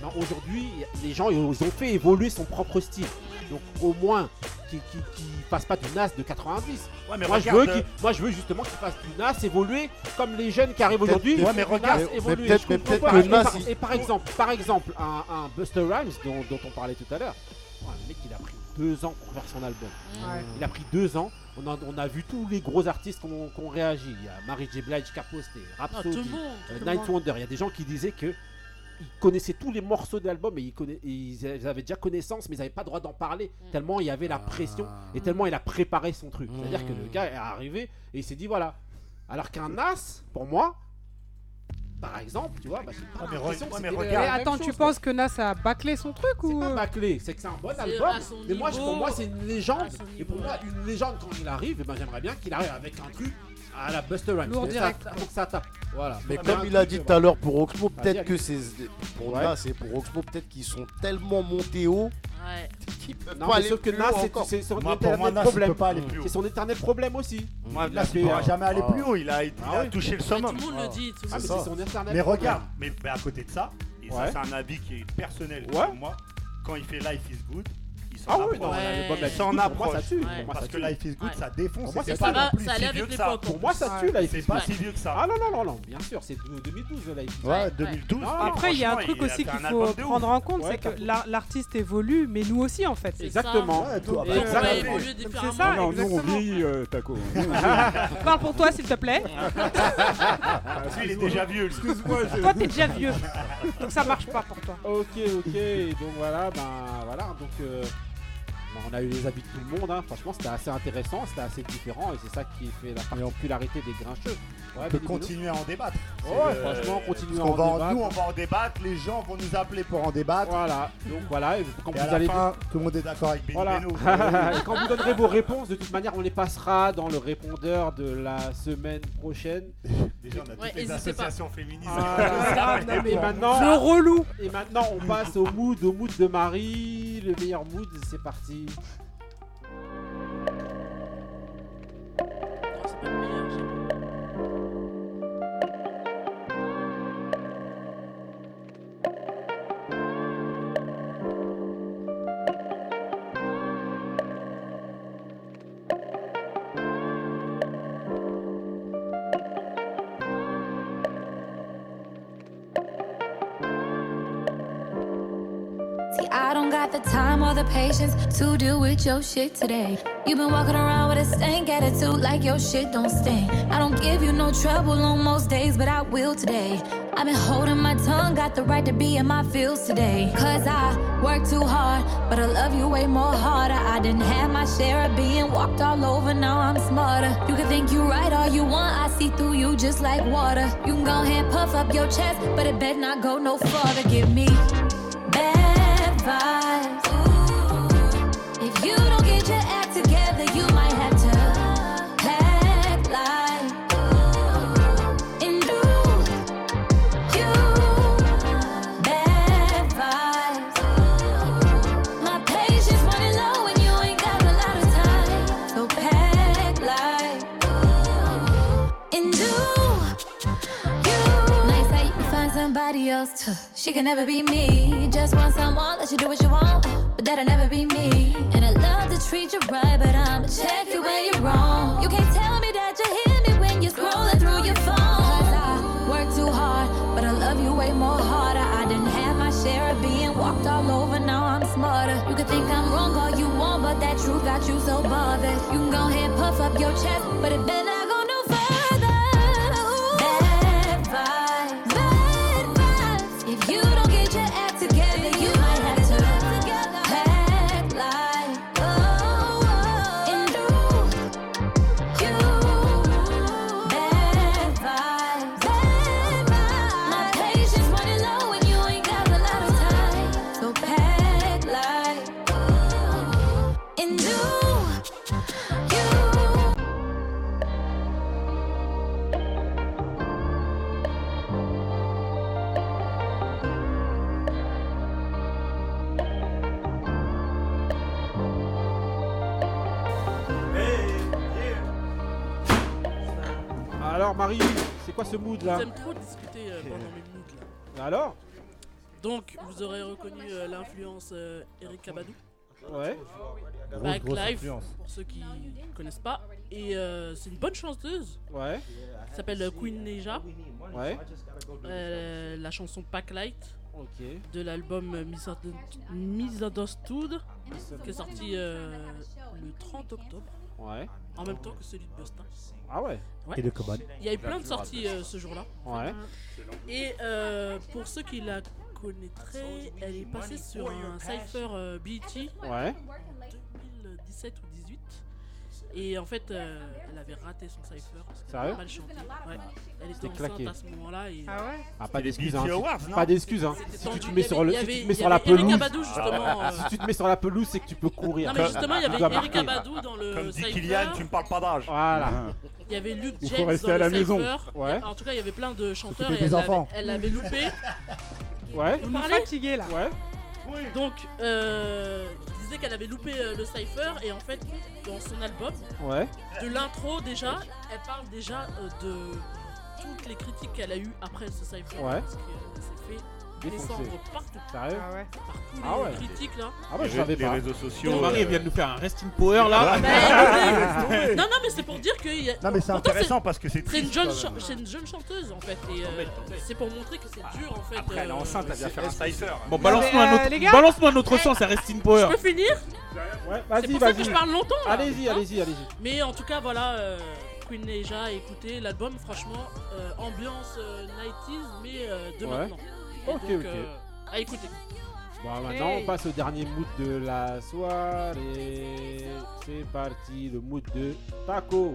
non, aujourd'hui y a- les gens ils ont fait évoluer son propre style. Donc au moins qu'il ne fasse pas du Nas de 90.
Ouais, mais
moi,
regarde,
je veux qu'il- moi je veux justement qu'il fasse du Nas évoluer comme les jeunes qui arrivent aujourd'hui.
ouais, mais
du
regarde,
Nas
mais- mais
évoluer.
peut-être-
Je
mais
comprends
peut-être
pas.
que
Et par-
Nas, il-
Et par exemple, par exemple un, un Buster Rhymes dont, dont on parlait tout à l'heure, Ouais, le mec il a pris deux ans pour faire son album.
Ouais.
Il a pris deux ans. On a, on a vu tous les gros artistes qui ont réagi. Il y a Mary J. Blige qui a posté, Rhapsody,
Ah, tout le monde,
euh,
tout le
Night
monde.
Wonder. Il y a des gens qui disaient que ils connaissaient tous les morceaux de l'album et ils, conna- et ils a- ils avaient déjà connaissance, mais ils n'avaient pas droit d'en parler
Mm.
tellement il y
Ah.
avait la pression et tellement il a préparé son
Mm.
truc. C'est-à-dire que le gars est arrivé et il s'est dit voilà. Alors qu'un as, pour moi, par exemple, tu vois, bah, j'ai pas
Ah, mais
l'impression
re-
que
ouais, mais
c'était
Mais
la même
attends, tu
chose,
penses que Nas a bâclé son truc ou euh
pas bâclé, c'est que c'est un bon album. Mais moi, je- pour moi, c'est une légende. Et pour moi, une légende, quand il arrive, eh ben, j'aimerais bien qu'il arrive avec un truc à la Buster Rhymes.
Lourd
Mais
direct.
Ça, faut que ça tape. Voilà.
Mais
Faut
comme
un
il a
truc,
dit
euh,
tout à l'heure pour Oxmo,
Vas-y,
peut-être
allez.
que c'est pour
Ouais.
Nas et pour Oxmo, peut-être qu'ils sont tellement montés haut.
Ouais.
Non,
Faut
mais
aller
sauf que
plus
Nas,
haut
c'est-
encore.
c'est son
Moi, pour
éternel
moi, Nas, il
problème.
peut pas aller plus haut.
C'est son éternel problème aussi.
Moi,
Il
Nas,
a
il
fait,
pourra
euh,
jamais aller
ah.
plus haut. Il a, il
Ah
a
ouais.
touché le summum.
tout le monde le dit, tout le Ah, monde mais le c'est dit. son internet.
Mais regarde, mais, mais à côté de ça, et ça,
Ouais.
c'est un avis qui est personnel
Ouais.
pour moi. Quand il fait Life is Good, il
s'en
Ah
approche.
ouais, non, l'album
Il
Life is
s'en
Good, pour moi,
approche.
ça tue. Pour moi,
Parce
ça
que
tue.
Life is Good,
Ouais.
ça défonce.
Pour moi,
et c'est pas
ça tue.
non plus
Ça
si
allait
vieux
avec
que ça.
l'époque, en Pour moi, ça tue,
Ouais.
Life
C'est
is
pas
Good.
si vieux que ça.
Ah non, non, non, non, bien sûr, c'est de- 2012 le Life is
Ouais,
Good.
2012.
Non,
Après, il y a un
franchement,
truc
il a
aussi
fait
qu'il
un
faut
album de
prendre
ouf.
en compte,
Ouais,
c'est que
carrément.
l'ar- l'artiste évolue, mais nous aussi en fait.
Exactement.
Donc,
toi, bah,
euh,
exactement.
donc C'est ça,
bah, non, non, nous on
exactement.
vieillit, euh, Taco.
Parle pour toi, s'il te plaît.
Ah,
Lui, il est déjà vieux. lui.
Toi, t'es déjà vieux. Donc ça marche pas pour toi.
Ok, ok, donc voilà, ben voilà, donc euh, ben, on a eu les habits de tout le monde, hein. franchement c'était assez intéressant, c'était assez différent et c'est ça qui fait la popularité des grincheux.
On
Ouais,
peut
Benny Beno.
continuer à en débattre.
Ouais,
C'est
euh,
le-
franchement, continuer à
parce qu'on
en
va
débattre.
Nous, on va en débattre. Les gens vont nous appeler pour en débattre.
Voilà. Donc voilà. Et quand
et
vous
à la
allez-
fin, tout le monde est d'accord avec Benny
Voilà.
Beno.
Et quand vous donnerez vos réponses, de toute manière, on les passera dans le répondeur de la semaine prochaine.
Déjà, on a
Ouais,
toutes les
hésitez pas.
associations féministes.
Ah, là, là, non, mais maintenant,
Le
relou.
Et maintenant, on passe au mood, au mood de Marie, le meilleur mood. C'est parti.
See, I don't got the time or the patience to deal with your shit today. You've been walking around with a stank attitude like your shit don't stink. I don't give you no trouble on most days, but I will today. I've been holding my tongue, got the right to be in my feels today. Cause I work too hard, but I love you way more harder. I didn't have my share of being walked all over, now I'm smarter. You can think you right all you want, I see through you just like water. You can go ahead and puff up your chest, but it better not go no further. Give me bad vibes. Ooh. If you don't get your act together, you might have to pack light. Ooh. And do you bad vibes. Ooh. My patience running low and you ain't got a lot of time. So pack light. Ooh. And do Nice how you can find somebody else too. She can never be me. Just want someone, let you do what you want. But that'll never be me. And I love to treat you right, but I'ma check you when you're wrong. You can't tell me that you hear me when you're scrolling through your phone. 'Cause I work too hard, but I love you way more harder. I didn't have my share of being walked all over, now I'm smarter. You can think I'm wrong all you want, but that truth got you so bothered. You can go ahead, puff up your chest, but it better not go no further. Bad vibes, bad vibes. If you don't get your act together, you might have to pack like oh, oh. and do you bad vibes, bad vibes. My patience running low and you ain't got a lot of time, so pack like oh, and do you.
Alors Marie, c'est quoi ce mood là
J'aime trop discuter euh, pendant mes moods là.
Alors
Donc, vous aurez reconnu euh, l'influence euh, Eric Cabadou.
Ouais. Grosse,
Back
grosse
Life,
influence.
pour ceux qui connaissent pas. Et euh, c'est une bonne chanteuse.
Ouais.
Qui s'appelle euh, Queen Neja.
Ouais.
Euh, la chanson Packlight.
Ok.
De l'album euh, Misunderstood- Misunderstood. Qui est sorti euh, le 30 octobre.
Ouais.
En même temps que celui de Bustin.
Ah ouais.
Et de Coban.
Il y a eu plein de sorties euh, ce jour-là.
Ouais.
Et euh, pour ceux qui la connaîtraient, elle est passée sur un cipher euh, BET
Ouais.
2017 ou 18. Et en fait, euh, elle avait raté son cipher. parce qu'elle avait
Sérieux
mal chanté. Ouais. Elle était
C'était
enceinte
claqué.
à ce moment-là. Et...
Ah ouais
Ah, pas
C'était les
d'excuses,
BET
hein.
Awards,
Si-
non
Pas d'excuses, hein.
C'était
Si
tendu.
tu
Il
te
y
mets sur le,
avait-
si
il y
tu te mets
avait-
sur
il y
la
avait Eric
pelouse,
Abadou, justement, euh.
si tu te mets sur la pelouse, c'est que tu peux courir.
Non, mais justement, il y
Tu
avait
dois
Eric
marquer.
Abadou dans le
Euh,
Comme dit
cipher.
Kylian, tu me parles pas d'âge. Ah.
Voilà.
Il y avait Luke
Il faut
James
rester
dans
à
le
la maison.
cipher.
Ouais.
En tout cas, il y avait plein de chanteurs et
S'occuper
elle
des
l'avait-
enfants.
elle l'avait loupé.
Ouais.
Vous
On est
parlez
fatigué là.
Ouais.
Donc, euh, je disais qu'elle avait loupé euh, le cipher et en fait, dans son album,
Ouais.
de l'intro déjà, elle parle déjà euh, de toutes les critiques qu'elle a eues après ce cipher.
Ouais.
Parce qu'elle s'est fait
Défoncé.
descendre partout.
Sérieux
Ah ouais. Partout
Ah
les
ouais.
critiques là.
Ah ouais, je savais pas.
Ton
euh,
mari vient de nous faire un rest in power
Ah
là. Euh,
Ah
Bah, écoutez, non, non, mais c'est pour dire que. il y a-
Non, mais c'est
Pourtant,
intéressant parce que c'est
C'est une,
triste,
jeune
quand
chan-
même.
c'est une jeune chanteuse en fait. et, euh, c'est pour montrer que c'est dur en fait.
Après, elle est
euh,
enceinte, elle vient
c'est-
faire un
est-ce que-
slicer. Bon, balance-nous un autre-
les gars,
balance-nous un autre sens à Rest in Power.
Eh, Je peux finir
Ouais,
C'est
vas-y,
pour ça que
vas-y.
je parle longtemps. là.
Allez-y,
Hein
allez-y, allez-y.
Mais en tout cas, voilà, euh, Queen Neja, écoutez l'album, franchement, euh, ambiance euh, 90s, mais euh, de
Ouais.
maintenant. Et
Ok, ok.
euh, à écouter.
Bon, maintenant,
Hey.
on passe au dernier mood de la soirée. C'est parti, le mood de Paco.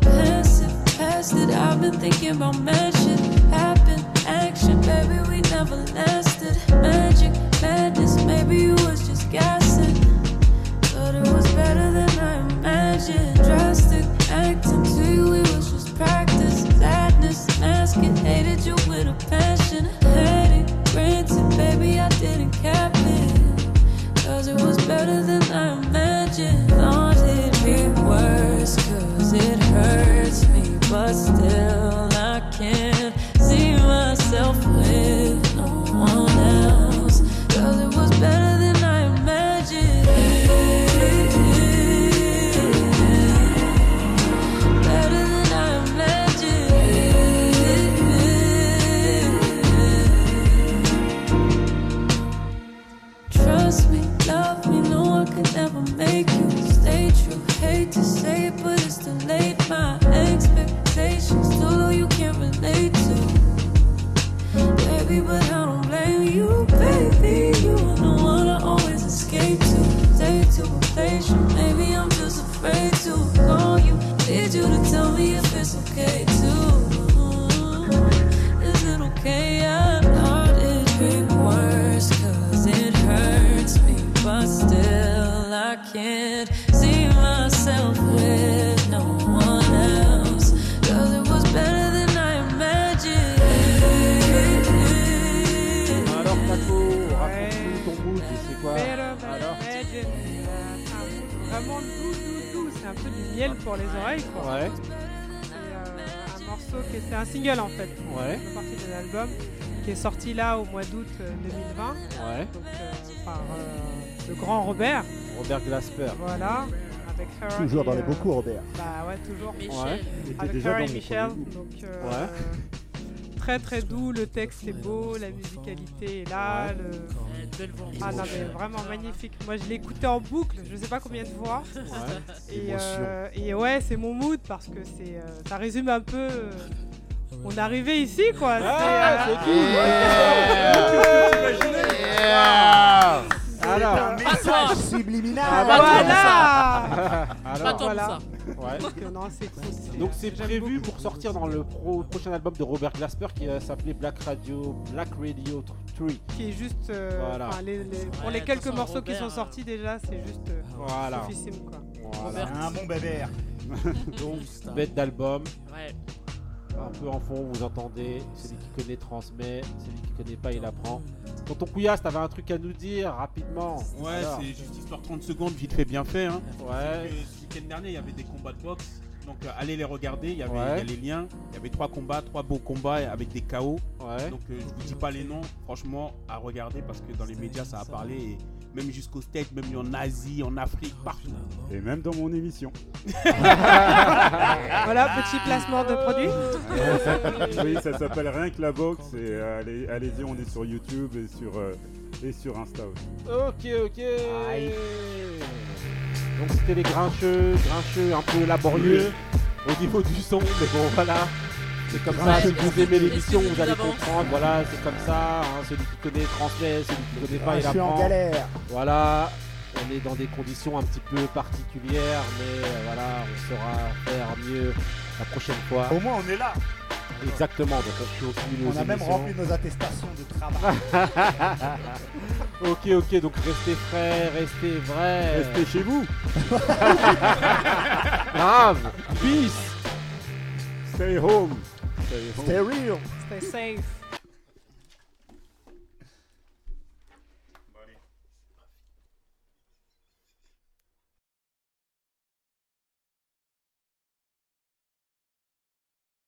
Passive, past it. I've been thinking about magic, happen, action. Baby, we never lasted. Magic, madness. Maybe you was just guessing. Thought it was better than I imagined. Drastic acting to you, it was just practice. Sadness, masking. Hated you with a passion. Had it granted, baby, I didn't cap it. Cause it was better than I imagined. Thought it'd be worse, cause it hurts me. But still, I can't see myself with no one else. Cause it was better than I imagined. Better than I imagined. Trust me, love me, no I could never make you stay true. Hate to say it, but it's too late. My expectations too low, you can't relate to. Baby, but I don't blame you, baby. You are the one I always escape to. Stay too impatient, maybe I'm just afraid to call you. Need you to tell me if it's okay to. Is it okay? I thought it'd be worse, cause it hurts me. But still, I can't see myself with no one else. Cause it was better than I imagined.
Alors, Paco, raconte-nous ton mood. C'est quoi
Better than
Alors
imagined. Euh, un- Vraiment doux, doux, doux. C'est un peu du miel pour les oreilles, quoi.
Ouais.
C'est, euh, un morceau qui était un single, en fait.
Ouais.
Qui fait partie de l'album, qui est sorti là au mois d'août euh, 2020.
Ouais.
Donc, euh, par euh, le grand Robert.
Robert Glasper.
Voilà. Avec Her
Toujours
et,
dans les
euh,
beaucoup, Robert.
Bah ouais, toujours.
Michel. Ouais. Il était
Avec
déjà
Her
dans
et
mon
Michel.
premier groupe.
Donc, euh,
Ouais.
Très très doux, le texte est beau, la musicalité est là.
Ouais.
le-
belle voix.
Ah non, mais vraiment magnifique. Moi je l'écoutais en boucle, je sais pas combien de fois. Et, euh, et ouais, c'est mon mood parce que c'est, euh, ça résume un peu. euh, on est arrivé ici quoi.
Ah,
c'est, euh,
c'est cool. Ouais. Yeah. Alors, Ah, bah,
message
subliminal.
Voilà.
Alors,
Voilà.
Ouais.
Donc, euh, non, c'est cool. c'est-
Donc c'est prévu pour sortir dans le pro- prochain album de Robert Glasper qui euh, s'appelait Black Radio Black Radio 3.
qui est juste euh,
Voilà.
enfin, les- les- pour
Ouais,
les quelques
Vincent
morceaux qui
Robert,
sont sortis déjà c'est juste euh,
Voilà.
suffisime quoi
Voilà.
C'est un bon bébert.
Donc bête d'album.
Ouais.
Un peu en fond, vous entendez. Celui qui connaît transmet, celui qui connaît pas il apprend. Tonton Couillasse, t'avais un truc à nous dire rapidement.
Ouais,
Alors.
c'est juste histoire 30 secondes, vite fait, bien fait. Hein.
Ouais.
Parce que Ce week-end dernier, il y avait des combats de boxe. Donc, euh, allez les regarder. Il y avait
Ouais.
il y a les liens. Il y avait trois combats, trois beaux combats avec des KO. Donc, euh, je vous dis pas les noms. Franchement, à regarder parce que dans les médias, ça a parlé. Et même jusqu'aux States, même en Asie, en Afrique, partout.
Et même dans mon émission.
Voilà, petit placement de produit.
oui, ça s'appelle rien que la box. Et euh, allez- allez-y, on est sur YouTube et sur, euh, et sur Insta aussi.
Ok, ok. Donc c'était les grincheux, grincheux un peu laborieux au niveau du son, mais bon voilà. C'est comme ça,
Ouais,
si vous aimez l'émission,
excusez-nous
vous allez
d'avance.
comprendre, voilà, c'est comme ça, hein, celui qui connaît transmet, celui qui connaît pas,
Ah,
il
je suis en
apprend.
galère.
Voilà, on est dans des conditions un petit peu particulières, mais euh, voilà, on saura faire mieux la prochaine fois.
Au moins, on est là.
Exactement, donc on peut occuper
On a
nos
même
émissions.
rempli nos attestations de travail.
ok, ok, donc restez frais, restez vrais.
Restez chez vous.
Grave. Peace.
Stay home.
Stay safe.